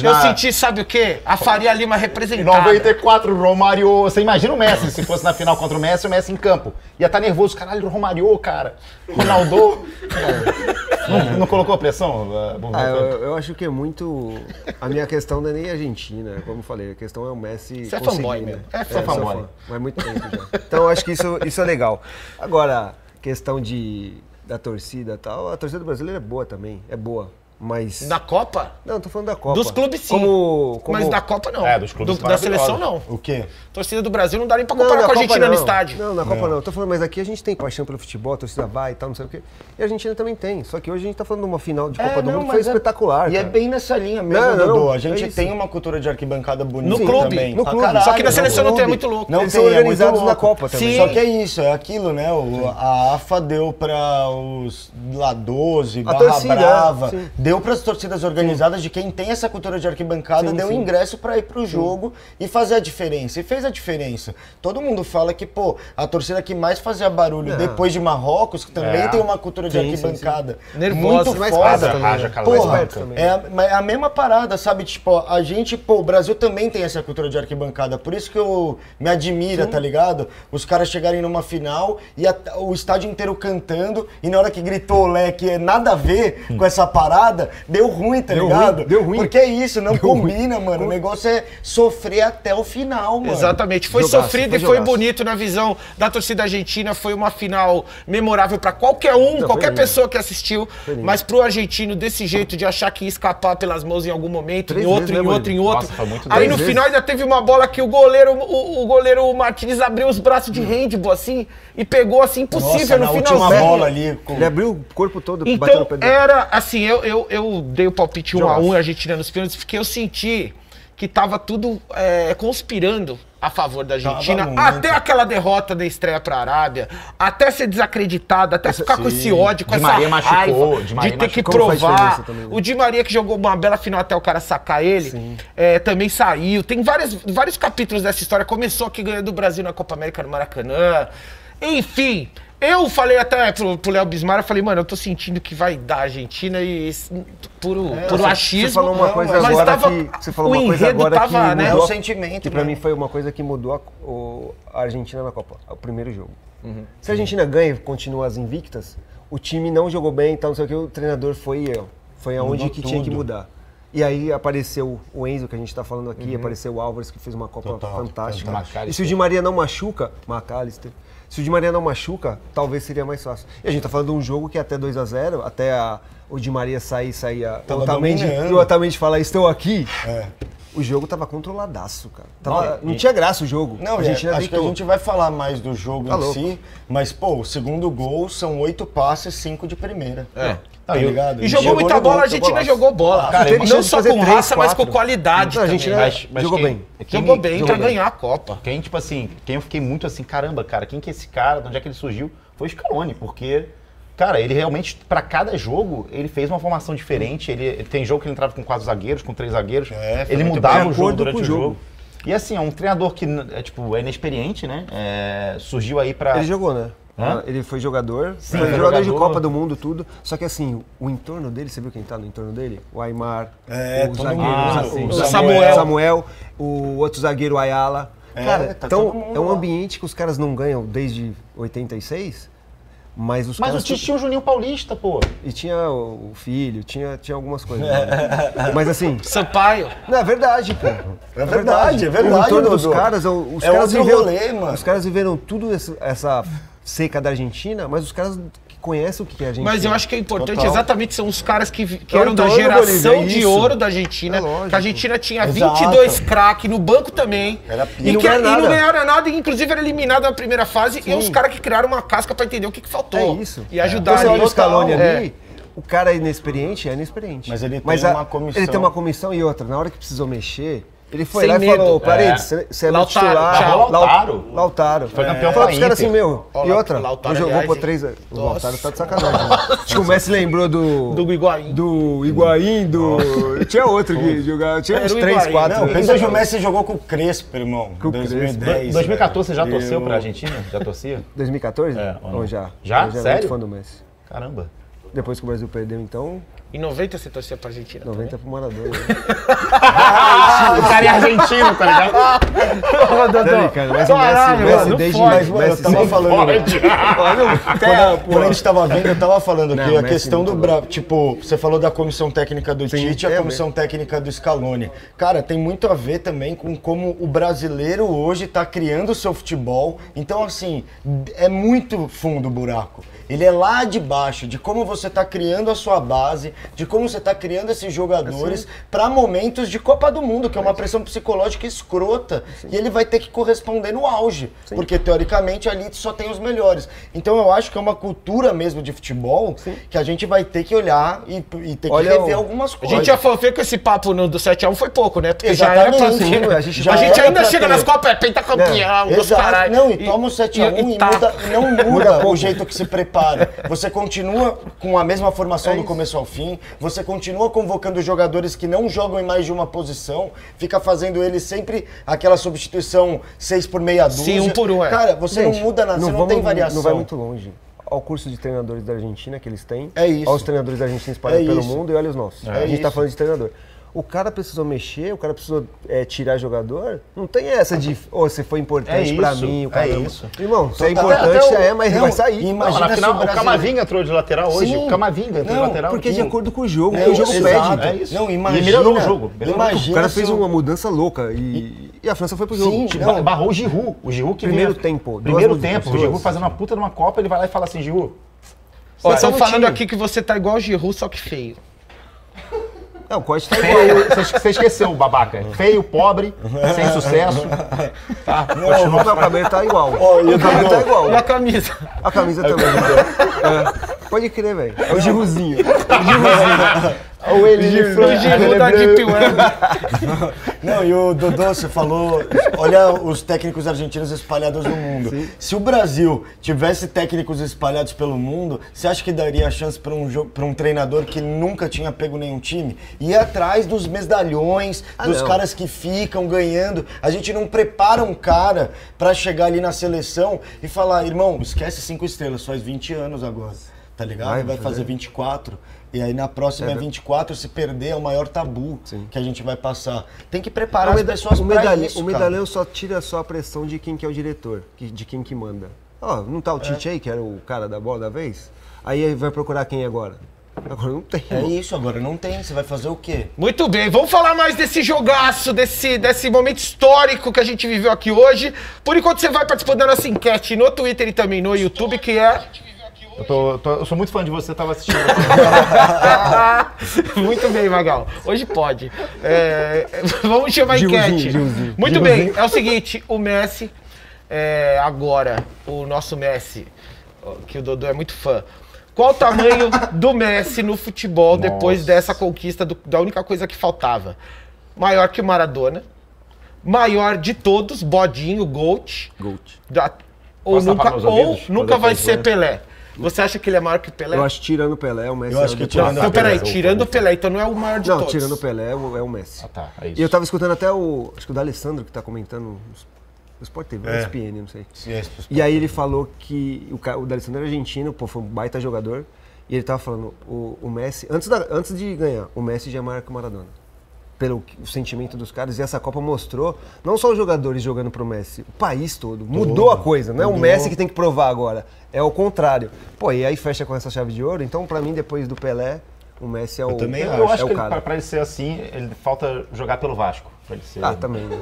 S1: Eu senti, sabe o quê? A Faria Lima
S2: Em
S1: representada.
S2: 94, Romário. Você imagina o Messi, se fosse na final contra o Messi, o Messi em campo. Ia estar nervoso, caralho, Romário, cara. Ronaldo. não, não colocou pressão? uh, bom,
S5: Ah, eu, eu acho que é muito. A minha questão não é nem a Argentina, como eu falei, a questão é o Messi.
S1: Você é
S5: conseguir,
S1: fanboy
S5: né?
S1: mesmo. É
S5: sou
S1: fanboy.
S5: fã, Mas muito tempo já. Então eu acho que isso, isso é legal. Agora, questão de, da torcida e tal, a torcida brasileira é boa também, é boa. Mas.
S1: Da Copa?
S5: Não, tô falando da Copa.
S1: Dos clubes sim.
S5: Como- como-
S1: Mas da Copa não.
S5: É, dos clubes
S1: da seleção não.
S5: maravilhosos. O quê?
S1: Torcida do Brasil não dá nem pra
S5: Não,
S1: comparar
S5: na
S1: com a
S5: Copa
S1: Argentina
S5: não.
S1: no estádio.
S5: Não, na Copa não. Eu tô falando, mas aqui a gente tem paixão pelo futebol, a torcida vai e tal, não sei o quê. E a Argentina também tem. Só que hoje a gente tá falando de uma final de
S3: É,
S5: Copa do
S3: não,
S5: Mundo que foi
S3: mas é-
S5: espetacular.
S3: E é
S5: cara.
S3: bem nessa linha mesmo,
S5: Não, não,
S3: Dodô.
S5: não,
S3: a gente
S5: é isso.
S3: tem uma cultura de arquibancada bonita
S5: No clube,
S3: também.
S5: no
S3: pra
S5: clube. Só que na
S3: no
S5: seleção não
S3: clube.
S5: tem, é muito louco.
S3: Não
S5: Eles
S3: tem,
S5: são
S3: é
S5: organizados
S3: muito
S5: na
S3: louco.
S5: Copa também.
S3: Sim.
S5: Sim.
S3: Só que é isso, é aquilo, né? O- a AFA deu pra os lá 12,
S5: A
S3: Barra
S5: torcida,
S3: Brava,
S5: sim.
S3: deu pras torcidas organizadas de quem tem essa cultura de arquibancada,
S5: Sim,
S3: deu
S5: sim.
S3: ingresso pra ir pro
S5: Sim.
S3: jogo e fazer a diferença. E fez a diferença. Todo mundo fala que, pô, a torcida que mais fazia barulho
S5: É.
S3: depois de Marrocos, que também
S5: É.
S3: tem uma cultura de
S5: Sim, sim, sim.
S3: arquibancada.
S5: Nervosa,
S3: muito
S5: mais
S3: foda.
S5: perto também, Haja, né? Carla, mais
S3: Porra,
S5: perto também.
S3: é a, mas é a mesma parada, sabe? Tipo, a gente, pô, o Brasil também tem essa cultura de arquibancada. Por isso que eu me admira, tá ligado? Os caras chegarem numa final e a- o estádio inteiro cantando, e na hora que gritou o leque, é nada a ver com essa parada, deu ruim, tá
S5: Deu
S3: ligado?
S5: ruim, deu ruim.
S3: Porque é isso, não combina, mano. O negócio é sofrer até o final, mano.
S1: Exatamente. Foi
S3: Jogaço,
S1: sofrido e foi
S3: jogaço.
S1: bonito na visão da torcida argentina. Foi uma final memorável pra qualquer um,
S3: Não, foi
S1: qualquer
S3: lindo.
S1: pessoa que assistiu.
S3: Foi lindo.
S1: Mas pro argentino, desse jeito de achar que ia escapar pelas mãos em algum momento,
S2: Três
S1: em outro,
S2: vezes,
S1: em
S2: né,
S1: outro, em
S2: Murilo?
S1: outro.
S2: Nossa, foi muito
S1: Aí
S2: três
S1: no
S2: vezes.
S1: final ainda teve uma bola que o goleiro, o, o goleiro Martinez abriu os braços de handball assim e pegou assim, impossível
S3: Hum. Nossa,
S1: no
S3: na
S1: final.
S3: última bola ali. com-
S5: Ele abriu o corpo todo, bateu no
S1: Então,
S5: pé dele.
S1: era assim, eu, eu, eu dei o palpite 1 a
S5: Jogaço.
S1: 1 a Argentina nos pênaltis, porque eu senti que tava tudo é, conspirando a favor da Argentina,
S3: muito.
S1: até aquela derrota da estreia pra Arábia, até ser desacreditada, até ficar com esse
S2: Sim.
S1: ódio, com
S2: Di
S1: essa
S2: Maria machucou,
S1: raiva
S2: Di Maria
S1: de ter que
S2: machucou. Como faz
S1: provar.
S2: diferença também, né?
S1: O Di Maria que jogou uma bela final até o cara sacar ele, é, também saiu. Tem várias, vários capítulos dessa história. Começou aqui ganhando o Brasil na Copa América no Maracanã. Enfim, eu falei até pro, pro Léo Bismar, eu falei, mano, eu tô sentindo que vai dar a Argentina e esse- puro,
S5: É,
S1: puro
S5: você-
S1: achismo.
S5: Você falou uma coisa
S1: mas
S5: agora
S1: tava,
S5: que você falou
S1: o
S5: uma coisa
S1: enredo
S5: agora
S1: tava,
S5: que
S1: né?
S5: mudou,
S1: o sentimento,
S5: que
S1: né?
S5: pra mim foi uma coisa que mudou a, o- a Argentina na Copa, o primeiro jogo.
S1: Uhum.
S5: Se a Argentina ganha, continua as invictas, o time não jogou bem, então não sei o que o treinador foi eh, foi aonde
S3: Mudou
S5: que tinha que
S3: tudo.
S5: mudar. E aí apareceu o Enzo que a gente tá falando aqui,
S3: Uhum.
S5: apareceu o Álvares que fez uma Copa
S3: Total,
S5: fantástica.
S3: fantástico.
S5: E se o Di Maria não machuca, McAllister. Se o Di Maria não machuca, talvez seria mais fácil. E a gente tá falando de um jogo que até 2 a 0, até a- o Di Maria sair, sair a,
S3: Tava
S5: o Otamendi,
S3: dominando. É.
S5: e o Otamendi falar estou aqui. O jogo tava controladaço, cara. Tava- não
S3: e-
S5: tinha graça o jogo.
S3: Não,
S5: a
S3: e
S5: gente
S3: acho que a gente vai falar mais do jogo
S5: Tá
S3: em
S5: louco.
S3: si, mas, pô, o segundo gol são oito passes, cinco de primeira.
S1: É.
S3: Tá ligado?
S1: E jogou muita bola, a Argentina jogou bola.
S3: Ah, Cara,
S2: Teve
S1: não
S2: chance de
S1: só
S2: fazer
S1: com
S2: três,
S1: raça, mas com
S2: quatro.
S1: qualidade.
S2: Não, a
S1: também.
S2: gente não- Mas- mas
S1: jogou
S2: quem-
S1: bem.
S2: quem-
S1: jogou bem
S2: jogou
S1: pra
S2: bem.
S1: ganhar a Copa.
S2: Quem, tipo assim, quem eu fiquei muito assim, caramba, cara, quem que é esse cara, de onde é que ele surgiu? Foi o Scaloni, porque, cara, ele realmente, pra cada jogo, ele fez uma formação diferente. Ele tem jogo que ele entrava com quatro zagueiros, com três zagueiros.
S3: É, foi
S2: ele
S3: muito
S2: mudava
S3: bem.
S2: o
S3: De acordo
S2: jogo
S3: com
S2: durante
S3: o
S2: o
S3: jogo.
S2: jogo. E assim, é um treinador que é, tipo, é inexperiente, né? É, surgiu aí pra.
S5: Ele jogou, né?
S2: Hã?
S5: Ele foi jogador,
S2: Sim,
S5: foi
S2: foi
S5: jogador, de
S2: jogador.
S5: Copa do Mundo, tudo. Só que assim, o entorno dele, você viu quem tá no entorno dele? O Aymar,
S3: É,
S5: o
S3: todo
S5: zagueiro,
S3: mundo.
S5: o
S3: Ah, sim.
S5: o
S3: O
S5: Samuel.
S3: Samuel.
S5: Samuel, o outro zagueiro, o Ayala.
S3: É,
S5: Cara,
S3: tá
S5: então
S3: todo mundo
S5: é um
S3: lá.
S5: ambiente que os caras não ganham desde 86, mas os
S2: Mas o
S5: caras...
S2: Tite tinha o Juninho Paulista, pô.
S5: E tinha o o filho, tinha, tinha algumas coisas. né? Mas assim,
S1: Sampaio.
S5: Não, é verdade, pô.
S3: É verdade, é verdade,
S5: O entorno dos
S3: Dodô.
S5: caras, o- os
S3: É
S5: caras
S3: outro
S5: viveram,
S3: rolê, mano.
S5: Os caras viveram tudo esse- essa seca da Argentina, mas os caras que conhecem o que é a Argentina.
S1: Mas eu acho que é importante
S5: Total.
S1: exatamente são os caras que, vi- que
S5: É o
S1: eram da
S5: entorno, Bolívia,
S1: geração
S5: é
S1: de
S5: isso. É
S1: ouro da Argentina. que a Argentina tinha
S5: Exato.
S1: 22 craques no banco também.
S5: E
S1: e,
S5: não
S1: que,
S5: ganha
S1: e não
S5: nada.
S1: ganharam nada, e inclusive era eliminado na primeira fase. E
S5: Sim.
S1: os caras que criaram uma casca pra entender o que, que
S5: é
S1: faltou.
S5: isso.
S1: E ajudaram.
S5: Você olha o
S1: Total,
S5: Scaloni
S1: é.
S5: ali, o cara é inexperiente é inexperiente.
S3: Mas ele tem uma comissão.
S5: Ele tem uma comissão e outra. Na hora que precisou mexer, Ele foi
S1: Sem
S5: lá
S1: medo.
S5: e falou, Paredes,
S1: É.
S5: você- você é
S1: Lautaro,
S5: titular.
S1: tchau.
S5: Lau-
S1: Lautaro.
S5: Lautaro.
S1: Foi campeão
S5: Fala
S1: pela
S5: pros caras
S1: Inter.
S5: assim, meu,
S1: Ó,
S5: e outra,
S1: Lautaro,
S5: não jogou
S1: aliás,
S5: por
S1: hein?
S5: três... O
S1: Nossa.
S5: Lautaro tá de sacanagem. né? Acho que o Messi lembrou do... Do
S1: Higuaín.
S5: Do Higuaín, do... Tinha outro que jogava, tinha uns três, quatro.
S3: Não, pensa que o Messi jogou com o Crespo, irmão. Com 2010.
S2: 2014 você já
S3: velho.
S2: torceu
S3: é. Eu-
S2: pra Argentina? Já torcia?
S5: 2014?
S2: É, ou não?
S5: Ou já?
S2: Já?
S5: Eu já era
S2: Sério?
S5: muito fã do Messi.
S2: Caramba.
S5: Depois que o Brasil perdeu, então,
S1: Em 90 você torcia pra Argentina.
S5: 90 Tá pro Maradona.
S2: Ah,
S1: o cara é argentino, tá ligado? Ô, Dodô.
S5: Tá ligado, mas o
S1: Caralho,
S5: Messi-
S1: mano, não
S5: Messi
S1: pode.
S3: Mas, mano, eu tava falando. Quando, quando a gente tava vendo, eu tava falando
S1: Não,
S3: que a
S1: Messi
S3: questão
S1: muito
S3: do Bra... Tipo, você falou da comissão técnica do Tite e
S1: é
S3: a comissão técnica do Scaloni. Cara, tem muito a ver também com como o brasileiro hoje tá criando o seu futebol. Então, assim, é muito fundo o buraco. Ele é lá de baixo, de como você tá criando a sua base, de como você tá criando esses jogadores pra momentos de Copa do Mundo, que é uma pressão psicológica escrota. E ele vai ter que corresponder no auge, porque teoricamente ali só tem os melhores. Então eu acho que é uma cultura mesmo de futebol que a gente vai ter que olhar e, e ter
S1: Olha
S3: que rever
S1: o-
S3: algumas
S1: A
S3: coisas.
S1: gente já foi ver que esse papo no, do 7x1 foi pouco, né? Porque já era pra
S3: Exatamente.
S1: ter.
S3: Sim,
S1: A
S3: a
S1: gente,
S3: gente já era
S1: ainda
S3: pra
S1: chega
S3: ter.
S1: nas Copas, é pentacampeão,
S3: Não,
S1: dos
S3: exato.
S1: caralho.
S3: Não, e toma um o 7x1 e,
S1: tá.
S3: muda, não
S1: Muda
S3: muda
S1: pouco.
S3: o jeito que se prepara. Você continua com a mesma formação do começo ao fim, você continua convocando jogadores que não jogam em mais de uma posição, fica fazendo eles sempre aquela substituição 6 por meia dúzia.
S1: Sim, um por um, é.
S3: Cara, você não muda nada, você não
S5: vamos-
S3: tem variação.
S5: Não vai muito longe. Ao curso de treinadores da Argentina que eles têm,
S3: É isso.
S5: aos treinadores da Argentina espalhados
S3: É
S5: pelo
S3: isso.
S5: mundo e olha os nossos.
S3: É
S5: a gente está
S3: isso.
S5: falando de treinador. O cara precisou mexer, o cara precisou é, tirar jogador. Não tem essa de, ô, você foi importante
S2: É
S5: Então, pra
S2: isso,
S5: mim, o
S2: é
S5: cara.
S2: isso.
S5: Irmão, você é
S2: Até-
S5: importante,
S2: até o-
S5: é, mas
S2: então, não,
S5: vai sair.
S2: e imagina se o Brasil- Sim. Não, porque de acordo com o jogo,
S5: é,
S2: porque
S5: o jogo
S2: exato,
S5: pede.
S2: é isso. E ele melhorou o jogo, melhorou o jogo.
S5: o cara fez
S2: se o-
S5: uma mudança louca e, e a França foi pro jogo.
S2: Sim,
S5: Tipo,
S2: não, barrou o Giroud. O Giroud que
S5: Primeiro
S2: vinha-
S5: tempo, duas
S2: Primeiro
S5: mudanças,
S2: tempo. O
S5: duas.
S2: Giroud fazendo uma puta numa Copa, ele vai lá e fala assim, Giroud...
S1: Ó,
S2: sai
S1: estão
S3: um.
S2: do
S1: falando
S2: time.
S1: aqui que você tá igual o Giroud, só que feio.
S5: Não, o Costa
S2: tá igual. Você esque- você esqueceu, babaca. Feio, pobre, sem sucesso. Tá,
S5: Continua o cabelo tá igual.
S2: e
S5: o cabelo tá igual.
S1: E a camisa?
S3: Tá
S5: A camisa também. É. Pode crer, velho. É o Giruzinho. O Giruzinho.
S3: O Eli de Fran-
S5: Giru tá da
S3: Lembrei-
S5: Deep
S3: Não, e o Dodô, você falou, olha os técnicos argentinos espalhados no mundo. Se o Brasil tivesse técnicos espalhados pelo mundo, você acha que daria a chance para um, jo- pra um treinador que nunca tinha pego nenhum time? Ir atrás dos medalhões,
S5: Ah,
S3: dos
S5: não.
S3: caras que ficam ganhando. A gente não prepara um cara para chegar ali na seleção e falar, irmão, esquece cinco estrelas, faz 20 anos agora, tá ligado?
S5: Vai
S3: Vai, fazer
S5: fazer.
S3: 24. E aí na próxima
S5: É
S3: é
S5: ver-
S3: 24, se perder é o maior tabu que a gente vai passar. Tem que preparar
S5: O,
S3: as
S5: meda-
S3: pessoas
S5: o
S3: pra
S5: medalhão,
S3: isso,
S5: o
S3: cara.
S5: medalhão só tira só a pressão de quem que é o diretor, que- de quem que manda. Ó, não
S3: É.
S5: tá o Tite aí, que era o cara da bola da vez? Aí ele vai procurar quem agora? Agora não tem.
S3: É isso, agora não tem. Você vai fazer o quê?
S1: Muito bem, vamos falar mais desse jogaço, desse, desse momento histórico que a gente viveu aqui hoje. Por enquanto, você vai participando da nossa enquete no Twitter e também no YouTube, que é.
S2: Eu, tô- eu tô- eu sou muito fã de você, tava assistindo.
S1: Muito bem, Magal. Hoje pode. É, vamos chamar a
S2: Gilzinho,
S1: enquete.
S2: Gilzinho.
S1: Muito
S2: Gilzinho.
S1: bem, é o seguinte: o Messi, é, agora, o nosso Messi, ó, que o Dodô é muito fã. Qual o tamanho do Messi no futebol depois dessa conquista do- da única coisa que faltava? Maior que o Maradona. Maior de todos, Bodinho, Gold.
S5: Gold.
S1: Da- ou
S5: Posso tapar
S1: nunca,
S5: meus
S1: ou
S5: ouvidos?
S1: nunca
S5: Fazer
S1: vai
S5: essas
S1: ser
S5: vozes?
S1: Pelé. Você acha que ele é maior que o Pelé?
S5: Eu acho que tirando o Pelé, o Messi
S1: Eu acho
S5: é o
S1: que
S5: depois.
S3: Tá
S1: tirando Não, o peraí, Pelé, o- tirando o Pelé, então não é o maior de
S5: não,
S1: todos.
S5: tirando o Pelé é o, é o Messi.
S2: Ah, tá,
S5: E eu tava escutando até o, acho que o D'Alessandro que tá comentando no Sport TV,
S2: É.
S5: SPN, não sei.
S2: Sim, é, Sport
S5: E aí ele falou que o, ca- o D'Alessandro era argentino, pô, foi um baita jogador. E ele tava falando, o, o Messi, antes, da- antes de ganhar, o Messi já é maior que o Maradona. Pelo que- o sentimento dos caras, e essa Copa mostrou não só os jogadores jogando pro Messi, o país todo. Mudou a coisa, não é o
S3: Mudou.
S5: Messi que tem que provar agora. É o contrário. Pô, e aí fecha com essa chave de ouro. Então, pra mim, depois do Pelé, o Messi é o,
S2: Eu também
S5: é
S2: acho. Eu acho
S5: o
S2: que ele,
S5: cara.
S2: pra, pra ele ser assim, ele falta jogar pelo Vasco. Pra ele ser...
S5: Ah, também. né?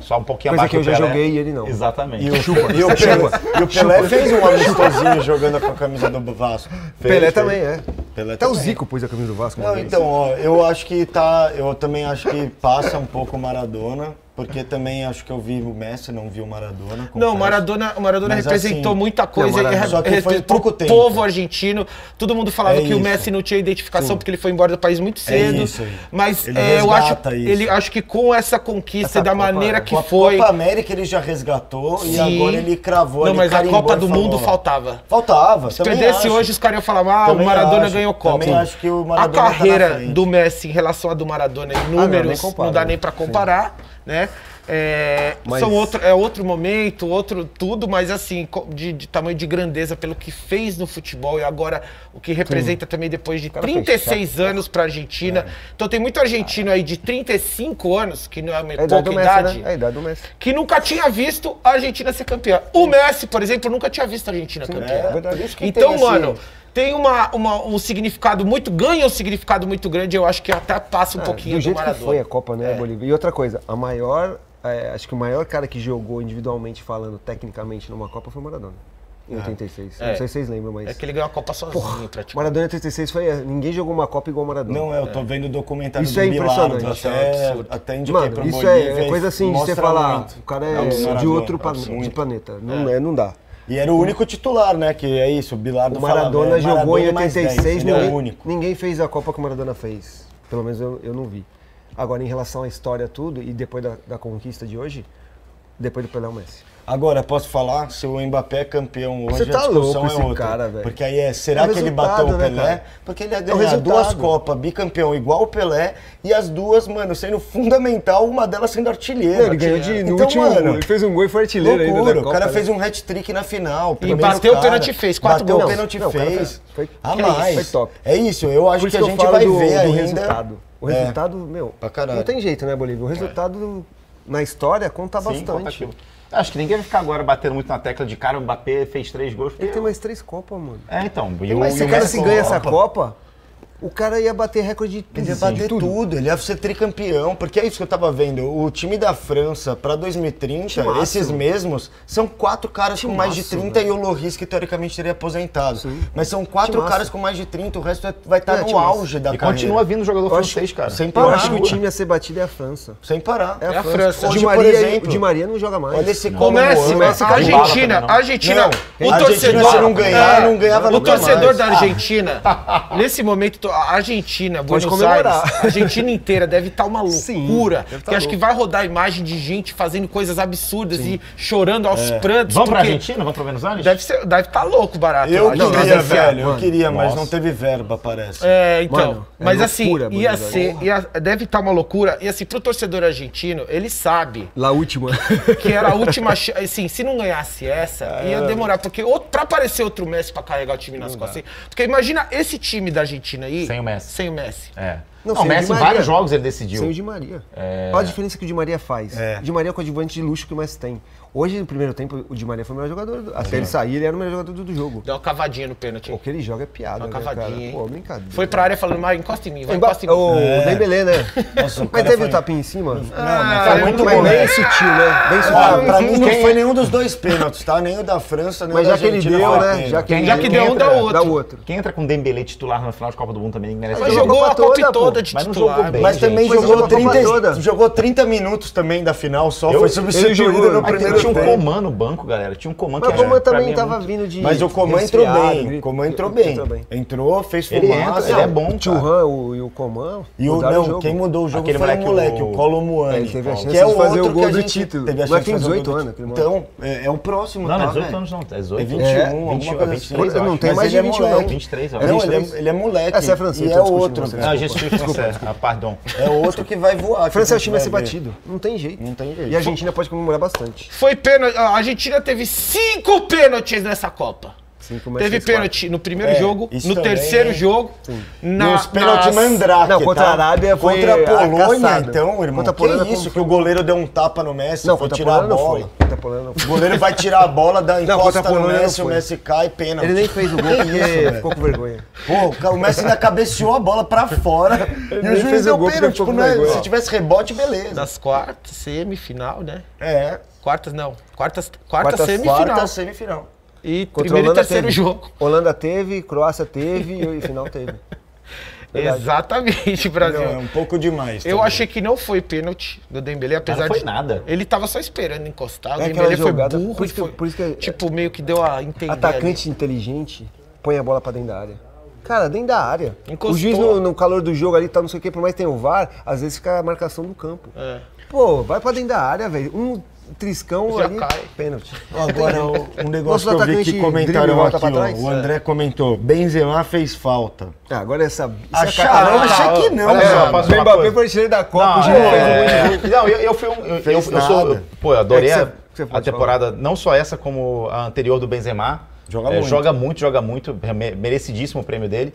S2: Só um pouquinho
S5: Coisa
S2: abaixo
S5: que eu
S2: do
S5: já
S2: Pelé.
S5: joguei e ele não.
S2: Exatamente.
S3: E o, e o Pelé, e o Pelé fez um amistosinho jogando com a camisa do Vasco.
S5: Pelé
S3: Fez,
S5: também
S3: fez.
S5: é.
S3: Pelé
S5: Até o
S3: também.
S5: Zico pôs a camisa do Vasco. uma
S3: Não,
S5: vez.
S3: então, ó, eu acho que tá. Eu também acho que passa um pouco o Maradona. Porque também acho que eu vi o Messi, não vi o Maradona.
S1: Não, o Maradona, o Maradona
S3: Mas,
S1: representou
S3: assim,
S1: muita coisa.
S3: não, Maradona-
S1: ele
S3: só que
S1: re-
S3: foi
S1: representou
S3: pouco
S1: o
S3: tempo.
S1: povo argentino. Todo mundo falava
S3: É
S1: que o
S3: isso.
S1: Messi não tinha identificação
S3: Sim.
S1: porque ele foi embora do país muito
S3: É
S1: cedo.
S3: isso aí.
S1: Mas
S3: Ele
S1: é, eu acho,
S3: resgata isso.
S1: ele, acho que com essa conquista
S3: Essa
S1: e da
S3: Copa-
S1: maneira que
S3: com a
S1: foi.
S3: Copa América ele já resgatou e
S1: Sim.
S3: agora ele cravou.
S1: Não,
S3: ele
S1: mas a
S3: carimbou
S1: Copa
S3: e
S1: do
S3: falou,
S1: Mundo
S3: ó,
S1: faltava.
S3: Faltava.
S1: Se
S3: também
S1: perdesse
S3: acho.
S1: hoje,
S5: É
S1: os caras iam falar, ah,
S3: Também
S1: o Maradona
S3: acho,
S1: ganhou Copa.
S3: também acho que o Maradona
S1: a
S3: tá na
S1: carreira
S3: frente. Ah,
S1: do Messi em relação à do Maradona em
S3: não, nem
S1: números não,
S3: compara,
S1: dá
S3: né?
S1: nem pra comparar, né? É,
S3: Mas-
S1: são outro, é outro momento, outro tudo, mas assim, co- de, de tamanho de grandeza pelo que fez no futebol e agora o que representa também depois de
S3: cara foi
S1: 36
S3: chato. É.
S1: anos pra Argentina. Então tem muito argentino aí de 35 anos, que não é uma
S5: É a idade
S1: pouca
S5: do Messi,
S1: idade
S5: né? É a idade do Messi.
S1: que nunca tinha visto a Argentina ser campeã. O Messi, por exemplo, nunca tinha visto a Argentina campeã.
S3: é verdade. Isso que
S1: então,
S3: tem esse-
S1: mano, tem uma, uma- um significado muito, ganha um significado muito grande, eu acho que até passa um
S5: É,
S1: pouquinho
S5: do
S1: do,
S5: jeito
S1: Maradona. É.
S5: que foi a Copa, né, Bolívia? E outra coisa, a maior, é, acho que o maior cara que jogou individualmente falando tecnicamente numa Copa foi o Maradona. Em
S1: É.
S5: 86.
S1: É.
S5: Não sei se vocês lembram, mas.
S1: É que tipo ele ganhou a Copa sozinho, praticamente.
S5: Maradona em 86 foi. Ninguém jogou uma Copa igual o Maradona.
S3: Não, é, eu tô vendo o documentário
S5: Isso
S3: do
S5: é
S3: Bilardo,
S5: impressionante.
S1: é um
S3: até- até indiquei
S5: Mano,
S3: pra
S5: isso
S3: Bolívia,
S5: é, é coisa assim de você
S3: mostra
S5: falar.
S3: muito.
S5: O cara
S3: É
S5: é,
S3: absurdo,
S5: de outro
S3: absurdo.
S5: plane- de planeta. Não, é, não dá.
S3: E era o único titular, né? Que é isso, o Bilardo
S5: O Maradona
S3: falava, é,
S5: jogou em
S3: Maradona mais
S5: 86,
S3: 10, ele é o
S5: ninguém,
S3: único.
S5: ninguém fez a Copa que o Maradona fez. Pelo menos eu, eu não vi. Agora, em relação à história tudo, e depois da, da conquista de hoje, depois do Pelé o Messi.
S3: Agora, posso falar? Se o Mbappé é campeão hoje,
S5: Você tá
S3: a discussão
S5: louco
S3: é
S5: esse
S3: outra.
S5: cara, velho.
S3: Porque aí é,
S5: É
S3: será
S5: o
S3: que ele
S5: resultado,
S3: bateu o
S5: né,
S3: Pelé?
S5: cara?
S3: Porque ele ia
S5: É o
S3: ganhar
S5: resultado.
S3: duas Copas, bicampeão igual o Pelé, e as duas, mano, sendo fundamental, uma delas sendo artilheiro.
S5: Não, ele ganhou de, no último gol. Ele fez um gol e foi artilheiro ainda
S3: Então, Loucura,
S5: da
S3: o
S5: Copa,
S3: cara
S5: né?
S3: fez um hat-trick na final.
S5: E bateu o pênalti
S1: fez, quatro
S3: bateu
S1: gols.
S3: o
S1: Não, o
S3: pênalti
S1: cara
S3: fez.
S5: foi-
S3: a
S5: que é isso,
S3: mais.
S5: foi top.
S3: É isso, eu acho
S5: Por isso
S3: que a
S5: que eu
S3: gente
S5: falo
S3: vai
S5: do-
S3: ver
S5: do
S3: ainda.
S5: resultado. O
S3: É.
S5: resultado, meu,
S3: Pra caralho. É.
S5: não tem jeito, né, Bolívia? O resultado na história conta bastante.
S2: Acho que ninguém vai ficar agora batendo muito na tecla de cara, o Mbappé fez três gols.
S5: Ele tem mais três Copas, mano.
S2: É, então. e
S5: Tem
S2: o-
S5: mais-
S2: e
S5: se
S2: o
S5: o cara
S2: Messi
S5: se ganha
S2: Copa.
S5: essa Copa, o cara ia bater recorde de tudo.
S3: Ele ia bater tudo. ele ia ser tricampeão, porque é isso que eu tava vendo. O time da França pra 2030,
S2: Timaço.
S3: esses mesmos, são quatro caras com mais de
S2: Timaço,
S3: 30 e o Loris, que teoricamente teria aposentado. Mas são quatro
S2: Timaço.
S3: caras com mais de 30, o resto é- vai estar
S2: É,
S3: no
S2: timaço.
S3: auge da
S2: E
S3: carreira.
S2: continua vindo jogador
S3: Eu acho-
S2: francês, cara.
S3: Sem
S5: Eu
S3: parar.
S5: acho que o time a ser batido é a França.
S3: Sem parar.
S5: É a França. Di Maria- Di Maria não joga mais.
S3: Olha esse
S5: Não.
S3: Coman,
S1: é
S5: Messi,
S3: mano.
S5: Messi, cara, não
S3: Argentina,
S5: bala também, não.
S1: assim? Argentina,
S3: Não,
S1: o
S3: a Argentina,
S1: torcedor
S3: se não ganhar,
S1: É,
S3: não ganhava
S1: O
S3: nunca
S1: torcedor
S3: mais.
S1: da
S3: Ah.
S1: Argentina, nesse momento, a Argentina,
S5: Pode
S1: Buenos Aires,
S5: comemorar.
S1: a Argentina inteira deve estar uma loucura.
S5: deve tá
S1: que acho que
S5: louco.
S1: vai rodar a imagem de gente fazendo coisas absurdas e chorando aos
S2: É.
S1: prantos.
S2: Vamos pra
S1: porque
S2: Argentina? Vamos pra Buenos Aires?
S1: Deve estar deve tá louco o barato.
S3: Eu
S1: lá, é de
S3: queria,
S1: presenciar.
S3: velho, eu
S1: Mano.
S3: queria, mas não
S1: Nossa.
S3: teve verba, parece.
S1: É, então. mas assim, ia
S3: Buenos
S1: ser.
S3: Aires.
S1: ia- deve estar uma loucura. E assim, pro torcedor argentino, ele sabe
S5: La última.
S1: que era a última chance. Assim, se não ganhasse essa,
S5: É.
S1: ia demorar. Porque outro, pra aparecer outro Messi pra carregar o time nas costas. assim, porque imagina esse time da Argentina aí. Sem o Messi. Sem o Messi.
S2: É.
S5: Não,
S2: Não,
S5: sem o
S2: o
S5: Di
S2: Messi em
S5: Maria.
S2: vários jogos ele decidiu.
S5: Sem o Di Maria.
S2: É.
S5: Olha a diferença que o Di Maria faz.
S2: É.
S5: Di Maria é o coadjuvante de luxo que o Messi tem. Hoje, no primeiro tempo, o Di Maria foi o melhor jogador. do- Até
S1: É.
S5: ele sair, ele era o melhor jogador do, do jogo.
S1: Deu uma cavadinha no pênalti.
S5: O que ele joga é piada,
S1: Uma
S5: né, cara?
S1: cavadinha, hein?
S5: Pô, brincadeira.
S1: Foi pra área falando, Mário, encosta em mim, vai,
S5: Emba-
S1: encosta em mim.
S5: O
S2: É.
S5: Dembélé, né?
S3: o
S5: mas
S3: cara
S5: teve
S3: foi-
S5: o tapinha em cima? Não,
S3: mas
S1: É
S3: foi muito
S5: mas
S3: bom, né?
S5: bem sutil, né? Bem sutil.
S3: Ó, Ah, pra mim não
S5: Quem-
S3: foi nenhum dos dois pênaltis, tá? Nem o da França, nem
S5: Mas
S3: o da
S5: já que ele
S3: Argentina.
S5: deu,
S3: foi
S5: né?
S3: pênalti.
S5: Já que-
S2: é. Quem-
S5: já que deu um,
S2: entra-
S5: dá outro. Dá outro.
S2: Quem entra com Dembélé titular na final de Copa do Mundo também merece.
S3: Mas jogou a Copa toda
S2: de Mas não titular, jogou bem,
S3: Mas
S2: gente.
S3: também jogou,
S2: Mas ele jogou a
S3: 30,
S2: Copa
S3: jogou 30 minutos também da final só,
S2: Eu-
S3: foi
S2: ele
S3: substituído
S2: jogou,
S3: no
S2: mas
S3: primeiro
S2: Tinha um
S3: tempo.
S2: Coman no banco, galera. Tinha um Coman
S5: Mas o
S2: que
S5: Coman
S2: era, pra
S5: também
S2: mim, é
S5: tava
S2: muito-
S5: vindo de.
S3: Mas o Coman entrou
S5: resfriado,
S3: bem,
S5: ele-
S3: o Coman entrou
S5: ele
S3: bem. Entrou, fez
S5: Ele
S3: fumaça.
S5: entra, ele é bom,
S3: Não,
S5: O Churran o- e o Coman.
S3: E o,
S5: mudaram
S3: não, quem mudou o jogo foi o moleque, o, Colo Muani.
S5: Ele teve a chance
S3: que é
S5: de fazer
S3: outro
S5: o gol
S3: que a
S5: do
S3: gente-
S5: título.
S3: Teve a
S5: Mas
S3: chance
S5: tem
S3: de fazer o
S5: 18
S3: gol do
S5: anos. aquele
S3: título.
S5: moleque.
S3: Então, é, é o próximo,
S2: Não,
S3: tá,
S2: não é 18
S3: velho?
S2: anos não, é 18.
S3: É 21,
S2: É,
S3: alguma
S2: 21,
S3: coisa
S2: é 23,
S3: assim.
S2: eu
S5: Não
S2: acho.
S5: tem
S2: Mas
S5: mais de
S2: ele é
S5: 21, não.
S2: moleque. 23, eu
S3: acho. Não, ele é- ele é moleque.
S5: Essa é a francesa.
S3: E é
S5: discutindo
S3: outro,
S5: vocês,
S3: velho.
S2: Ah,
S5: desculpa.
S2: gente, francês. Ah, pardon.
S3: É outro que vai voar. que
S5: França é o
S3: gente
S5: time a ser
S3: vai ver.
S5: batido. Não tem jeito.
S3: Não tem jeito.
S5: E a Argentina pode comemorar bastante.
S1: Foi pênalti. A Argentina teve cinco pênaltis nessa Copa. Teve pênalti no primeiro
S5: É,
S1: jogo,
S5: isso
S1: no
S5: também,
S1: terceiro
S5: né?
S1: jogo.
S3: E os pênalti mandrake,
S5: Não, contra
S3: tá?
S5: a Arábia foi
S3: Contra a Polônia,
S5: caçada.
S3: então, irmão.
S5: Contra a Polônia
S3: que
S5: foi-
S3: isso, que o goleiro deu um tapa no Messi,
S5: Não,
S3: foi
S5: contra a
S3: tirar a
S5: Polônia não
S3: bola.
S5: foi. Contra a Polônia não
S3: O
S5: foi.
S3: goleiro vai tirar a bola, dá
S5: Não,
S3: encosta
S5: contra a
S3: no
S5: Polônia não
S3: Messi, o
S5: foi.
S3: Messi cai, pênalti.
S5: Ele nem fez o gol
S3: Que
S5: porque
S3: isso, velho?
S5: ficou com vergonha.
S3: Pô, o cara- o Messi ainda cabeceou a bola pra fora e
S5: nem
S3: o
S5: fez
S3: juiz
S5: o
S3: deu
S5: gol porque ficou
S3: pênalti. Tipo,
S5: com
S3: não é-
S5: vergonha.
S3: se tivesse rebote, beleza.
S1: Das quartas, semifinal, né?
S3: É.
S1: Quartas não. Quartas, quarta,
S5: Quartas,
S1: semifinal.
S5: quarta,
S3: semifinal.
S1: E
S5: Contra a
S1: primeiro e
S5: Holanda
S1: terceiro
S5: teve.
S1: jogo.
S5: Holanda teve, Croácia teve e o final teve. Verdade.
S1: Exatamente, Brasil.
S3: Não, é um pouco demais.
S1: Eu achei que não foi pênalti do Dembele, apesar
S3: Cara, foi
S1: de.
S3: nada.
S1: Ele tava só esperando
S5: É
S1: encostar. o
S5: aquela
S1: Dembele foi
S5: jogada-
S1: burro.
S5: por isso que-
S1: e foi-
S5: por isso que-
S1: tipo, meio que deu a entender.
S5: Atacante inteligente põe a bola pra dentro da área. Cara, dentro da área.
S1: Encostou.
S5: O juiz no, no calor do jogo ali, tá não sei o quê, por mais que tenha o VAR, às vezes fica a marcação do campo.
S1: É.
S5: Pô, vai pra dentro da área, velho. Um triscão
S1: Já
S5: ali,
S1: cai.
S5: pênalti.
S3: Agora, o- um negócio
S5: Nosso
S3: que eu vi
S5: atacante
S3: que
S5: drible e
S3: comentaram
S5: volta
S3: aqui,
S5: pra
S3: ó,
S5: trás. É.
S3: o André comentou, Benzema fez falta.
S5: Ah, agora essa... isso é
S3: Acharam?
S5: catarata.
S3: Achei que não,
S5: Olha só,
S3: mano.
S5: posso falar
S3: O
S5: uma
S3: Mbappé
S5: coisa?
S3: foi artilheiro da Copa,
S5: Não,
S3: o um Gil
S5: é...
S3: fez um gol de
S2: Não, eu, eu fui um. Eu, eu,
S3: Fez
S2: eu sou.
S3: nada.
S2: Pô, eu adorei
S3: É que
S2: a,
S3: você- você pode
S2: a temporada, não só essa, como a anterior do Benzema. É,
S3: Joga muito.
S2: Joga muito, joga muito. é me- Merecidíssimo o prêmio dele.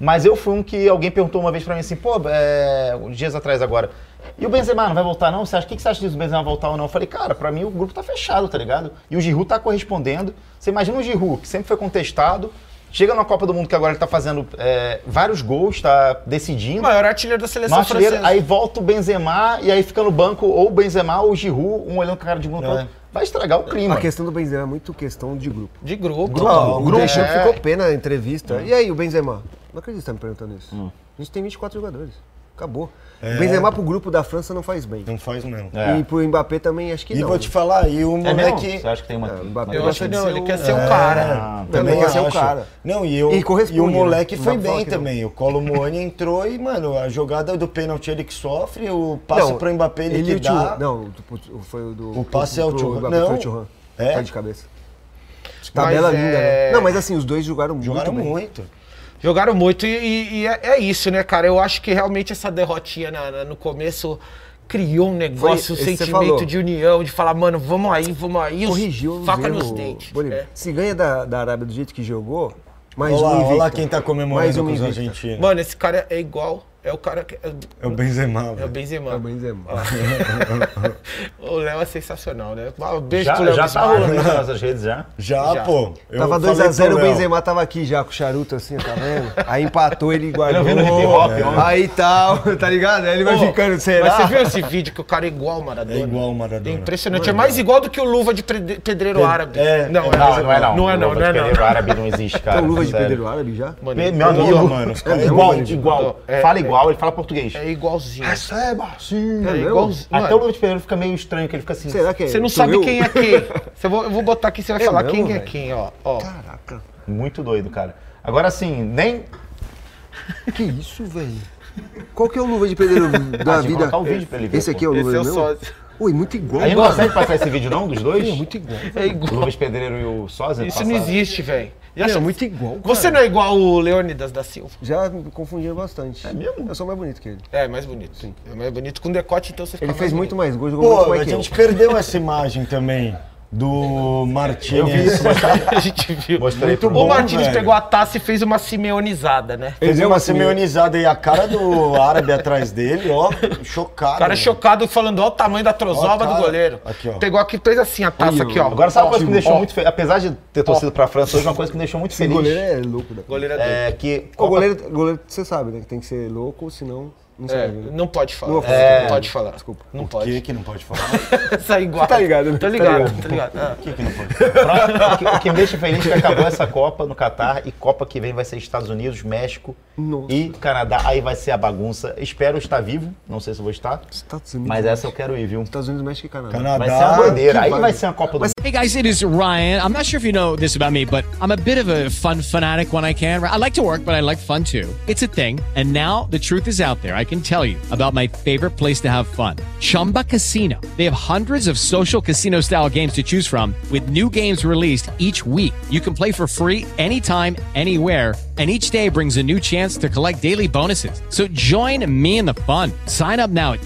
S2: Mas eu fui um que alguém perguntou uma vez pra mim assim, pô, é, uns dias atrás agora. E o Benzema não vai voltar, não? Você acha, o que que você acha disso, o Benzema voltar ou não? Eu falei, cara, pra mim o grupo tá fechado, tá ligado? E o Giroud tá correspondendo. Você imagina o Giroud, que sempre foi contestado, chega na Copa do Mundo que agora ele tá fazendo é, vários gols, tá decidindo.
S1: Maior artilheiro da seleção
S2: Maior artilheiro,
S1: francesa.
S2: Aí volta o Benzema e aí fica no banco ou o Benzema ou o Giroud, um olhando com a cara de mundo.
S5: É.
S2: Vai estragar o clima.
S5: A questão do Benzema é muito questão de grupo.
S1: De grupo.
S5: grupo. o
S2: grupo.
S5: Deschamps
S2: É.
S5: ficou pena na entrevista.
S2: É.
S5: E aí, o Benzema? Não acredito que você tá me perguntando isso. A gente tem 24 jogadores. Acabou.
S3: É.
S5: O Benzema pro grupo da França não faz bem.
S3: Não faz não.
S5: E pro Mbappé também acho que
S3: E
S5: não.
S3: vou te falar, e o
S5: É
S3: moleque.
S5: mesmo? Você acha que tem uma-
S3: É, o
S5: Eu
S3: gosta
S5: acho que
S3: de
S5: não,
S3: ser
S5: ele
S3: o-
S5: quer ser o cara. Ele
S3: também
S5: quer ser é o
S3: acho.
S5: cara.
S3: Não, e, eu,
S5: E corresponde,
S3: e o
S5: né?
S3: moleque
S5: Não
S3: foi
S5: dá pra falar
S3: bem
S5: que não.
S3: também. O Colo Muani entrou e, mano, a jogada do pênalti ele que sofre, o passe pro Mbappé ele,
S5: e
S3: que
S5: o Thuram.
S3: dá.
S5: Não, o tu- o- foi o do.
S3: O passe é o
S5: pro
S3: Thuram.
S5: Mbappé, foi
S3: Não.
S5: o Thuram.
S3: É?
S5: Tá de cabeça.
S1: Mas
S5: Tabela linda,
S1: é-
S5: né? Não, mas assim, os dois jogaram,
S1: Jogaram
S5: muito. bem.
S1: muito. Jogaram muito e, e- e é, é isso, né, cara? Eu acho que realmente essa derrotinha na- na- no começo criou um negócio,
S5: Foi-
S1: um
S5: esse você
S1: sentimento
S5: falou.
S1: de união, de falar, mano, vamos aí, vamos aí. os-
S5: Corrigiu os
S1: faca
S5: erros,
S1: nos dentes.
S5: Bolívia.
S1: É.
S5: Se ganha da, da Arábia do jeito que jogou, mais
S3: Olha lá,
S5: um
S3: olha lá
S5: invicto.
S3: quem tá comemorando
S5: Mais um
S3: com os
S5: invicto.
S3: argentinos.
S1: Mano, esse cara é igual. É o cara que.
S3: É o Benzema,
S1: É o
S3: velho.
S1: Benzema.
S5: É o Benzema.
S1: o Léo é sensacional, né? Um beijo
S2: Já,
S1: pro Léo
S2: já tá
S1: Bismarck.
S2: rolando nas nossas redes já.
S3: Já,
S1: Já.
S3: pô. Eu
S5: Tava
S3: falei
S5: 2x0, o
S3: pro Léo.
S5: Benzema tava aqui já com o charuto assim, tá vendo? Aí empatou, ele guardou.
S2: Ele ouvindo hip hop, ó.
S5: Aí tal, tá ligado? Aí ele vai
S1: Pô,
S5: ficando,
S1: Mas
S5: será?
S1: você viu esse vídeo que o cara é igual o Maradona?
S3: É igual o Maradona.
S1: É impressionante. É mais igual do que o Luva de Pedre- Pedreiro Árabe.
S3: é,
S1: não,
S3: é,
S1: é,
S2: Não, não é não.
S1: Não é não,
S2: Luva
S1: não é
S2: de pedreiro
S1: não.
S2: árabe não existe, cara.
S5: Tem Então, luva de
S2: sério.
S5: pedreiro árabe já?
S1: Mano,
S2: Pe-
S1: é
S2: Meu
S3: Porra,
S2: amigo,
S3: mano, os
S2: É
S3: caras-
S2: igual,
S3: É,
S2: igual.
S1: é,
S2: fala
S1: é.
S2: igual, ele fala português.
S1: é
S5: Ah,
S1: igualzinho.
S2: Receba, sim.
S1: É
S5: mesmo?
S1: igualzinho.
S2: Até o
S1: Mano,
S2: Luiz de Pereira fica meio estranho, que ele fica assim.
S5: Será que é?
S1: Você não
S5: sou
S1: sabe
S5: eu?
S1: quem é quem. Você vou- eu vou botar aqui, você vai
S5: É
S1: falar
S5: mesmo,
S1: quem é
S5: velho?
S1: quem, ó. ó.
S5: Caraca,
S2: Muito doido, cara. Agora assim, nem.
S5: que isso, velho? Qual que é o luva de pedreiro da
S2: Ah, tinha que
S5: vida?
S2: colocar o vídeo pra ele ver,
S5: Esse aqui é o
S1: Esse
S5: luva
S1: é o
S5: de meu?
S1: sócio.
S5: Ui, muito igual.
S2: A gente não
S5: mano.
S2: consegue passar esse vídeo não, dos dois?
S5: É muito igual. velho.
S1: É
S2: O
S1: igual.
S2: Luiz Pedreiro e o Sósia?
S1: Isso
S2: passaram.
S1: não existe, velho. E acha-
S5: É muito igual, cara.
S1: Você não é igual o Leônidas da Silva.
S5: Já me confundiram bastante. É mesmo? Eu sou mais bonito que ele.
S1: É, mais bonito. É mais bonito. Com decote, então você fica
S5: Ele fez muito
S1: bonito.
S5: mais gols, jogou muito
S3: Pô,
S5: mais
S3: a
S5: é que
S3: gente
S5: eu.
S3: perdeu essa imagem também do Martinez.
S2: Eu vi isso, mostrei,
S1: A gente viu.
S2: mostrei
S3: Muito
S2: pro
S3: bom.
S1: O Martins
S3: velho.
S1: pegou a taça e fez uma simeonizada, né?
S3: Ele deu uma
S5: Assim,
S3: simeonizada e a cara do árabe atrás dele, ó, chocado.
S1: O cara
S3: né?
S1: chocado falando, ó o tamanho da trozoba
S3: Ó,
S1: do
S3: cara.
S1: goleiro.
S3: Aqui, ó.
S1: Pegou aqui, fez assim a taça aqui, ó.
S2: Agora sabe uma coisa que me deixou
S1: Ó,
S2: muito feliz? Apesar de ter torcido pra França hoje, uma coisa que me deixou muito
S5: O
S2: feliz.
S5: goleiro é louco. Da...
S1: Goleiro é doido.
S2: É que.
S5: O goleiro, goleiro, você sabe, né? Que tem que ser louco, senão não
S1: É,
S5: serve. né?
S1: não pode falar.
S5: Não vou falar.
S1: É,
S5: Desculpa.
S1: Não pode falar.
S5: Desculpa.
S1: Não
S3: Por que
S1: pode.
S3: que não pode falar?
S1: Essa é igual.
S5: Tá ligado, né?
S1: Tô
S5: Tá
S1: ligado,
S5: ligado.
S1: tá ligado. Ah.
S2: O que- O que me deixa feliz é que acabou essa Copa no Catar e Copa que vem vai ser Estados Unidos, México
S5: Nossa.
S2: e Canadá. Aí vai ser a bagunça. Espero estar vivo, não sei se vou estar,
S5: Estados Unidos.
S2: mas essa eu quero ir, viu?
S5: Estados Unidos, México e Canadá.
S3: Canadá.
S2: Vai ser uma doideira.
S5: Que
S2: Aí vai
S5: vibe.
S2: ser a Copa do Mundo.
S6: Hey guys, it is Ryan. I'm not sure if you know this about me, but I'm a bit of a fun fanatic when I can. I like to work, but I like fun too. It's a thing. And now the truth is out there. I can tell you about my favorite place to have fun Chumba Casino. They have hundreds of social casino style games to choose from, with new games released each week. You can play for free anytime, anywhere. And each day brings a new chance to collect daily bonuses. So join me in the fun. Sign up now at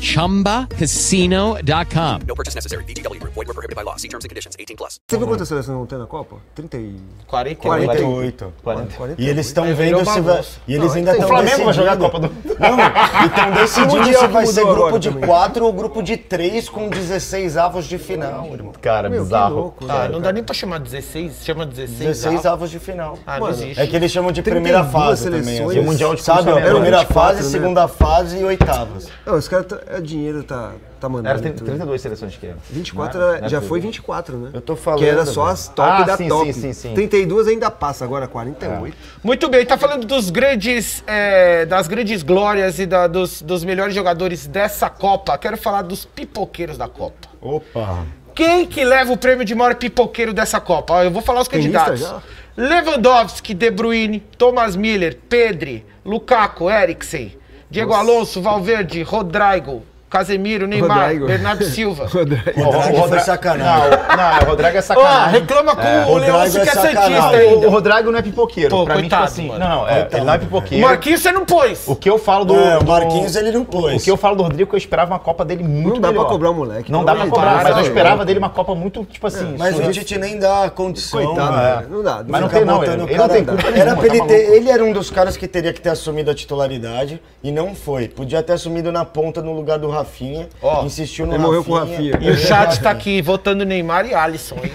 S6: chumbacasino.com.
S7: No purchase necessary. VGW Group. Void were prohibited by law. See terms and conditions. 18 plus.
S5: Você viu quantas seleções vão ter na Copa? 30 e...
S1: 48.
S3: 48.
S5: 48.
S3: E eles estão
S2: É,
S1: Aí
S3: vendo
S1: É, virou
S3: se vai.
S1: bagunça. é
S3: E eles
S5: Não,
S3: ainda Tá
S5: então
S3: estão
S2: O Flamengo vai jogar a Copa do Mundo. Um
S3: Não, e estão decidindo
S5: mundial
S3: se
S5: que
S3: vai ser
S5: mudou
S3: grupo
S5: agora
S3: de
S5: também.
S3: 4 ou grupo de 3 com 16 avos de final, irmão.
S2: Cara,
S5: Meu, que
S2: bizarro.
S5: louco,
S1: Ah,
S5: né?
S1: não dá nem pra chamar 16, chama 16.
S3: 16
S1: ah.
S3: avos de final.
S1: Ah, não
S5: Mano,
S1: existe.
S3: É que eles chamam de
S5: 30
S3: primeira fase também.
S5: seleções.
S3: assim, sabe? A primeira fase, segunda fase e oitavas.
S5: Não, os caras. Tá, é dinheiro tá, tá mandando.
S2: Era
S5: tudo.
S2: 32 seleções que era.
S5: 24 era-
S2: Não era- não era
S5: é, já
S2: tudo.
S5: foi 24, né? Eu
S3: tô falando,
S5: Que era só
S3: velho.
S5: as top
S3: Ah,
S5: da
S3: sim,
S5: top.
S3: sim, sim, sim.
S5: 32 ainda passa, agora 48.
S1: Muito bem, tá falando dos grandes, é, das grandes glórias e da- dos, dos melhores jogadores dessa Copa. Quero falar dos pipoqueiros da Copa.
S3: Opa!
S1: Quem que leva o prêmio de maior pipoqueiro dessa Copa? Ó, Eu vou falar os
S5: Tem
S1: candidatos.
S5: lista
S1: Lewandowski, De Bruyne, Thomas Miller, Pedri, Lukaku, Eriksen, Diego Alonso, Valverde, Rodrigo, Casemiro, Neymar,
S2: Rodrigo.
S1: Bernardo Silva.
S2: O é Rodrigo
S1: foi
S2: sacanagem. Não, não, o Rodrigo é sacanagem.
S1: Ó, reclama com o Leôncio que é santista
S2: O,
S1: ainda.
S2: o Rodrigo não é pipoqueiro.
S1: Pô,
S2: pra
S1: coitado,
S2: mim, tipo assim,
S1: mano.
S2: não, não, é,
S1: Coitado,
S2: ele não é
S1: velho.
S2: pipoqueiro.
S1: O Marquinhos você não pôs.
S2: O que eu falo do...
S3: É, o
S2: do-
S3: Marquinhos ele não pôs.
S2: O que eu falo do Rodrigo, eu esperava uma Copa dele muito
S5: dá pra
S2: melhor.
S5: cobrar o moleque,
S2: Não
S5: pelo
S2: dá pra
S5: amor de
S2: cobrar,
S5: Deus,
S2: mas eu
S5: né?
S2: esperava dele uma Copa muito, tipo assim...
S3: É, Mas
S2: surreal.
S3: o Tite nem dá condição.
S2: Coitado,
S3: né?
S2: né? Não dá, não
S3: Mas não
S2: fica
S3: tem, não.
S2: botando
S3: Ele,
S2: o
S3: ele
S2: cara
S3: não tem
S2: andar.
S3: culpa
S2: Era
S3: nenhuma,
S2: pra ele
S3: tá
S2: ter-
S3: maluco? ele era um dos caras que teria que ter assumido a titularidade e não foi. Podia ter assumido na ponta no lugar do Rafinha. insistiu no
S1: Ele
S3: Rafinha.
S1: morreu com o Rafinha.
S5: É
S1: E o chat tá
S5: né?
S1: aqui votando Neymar e Alisson, hein?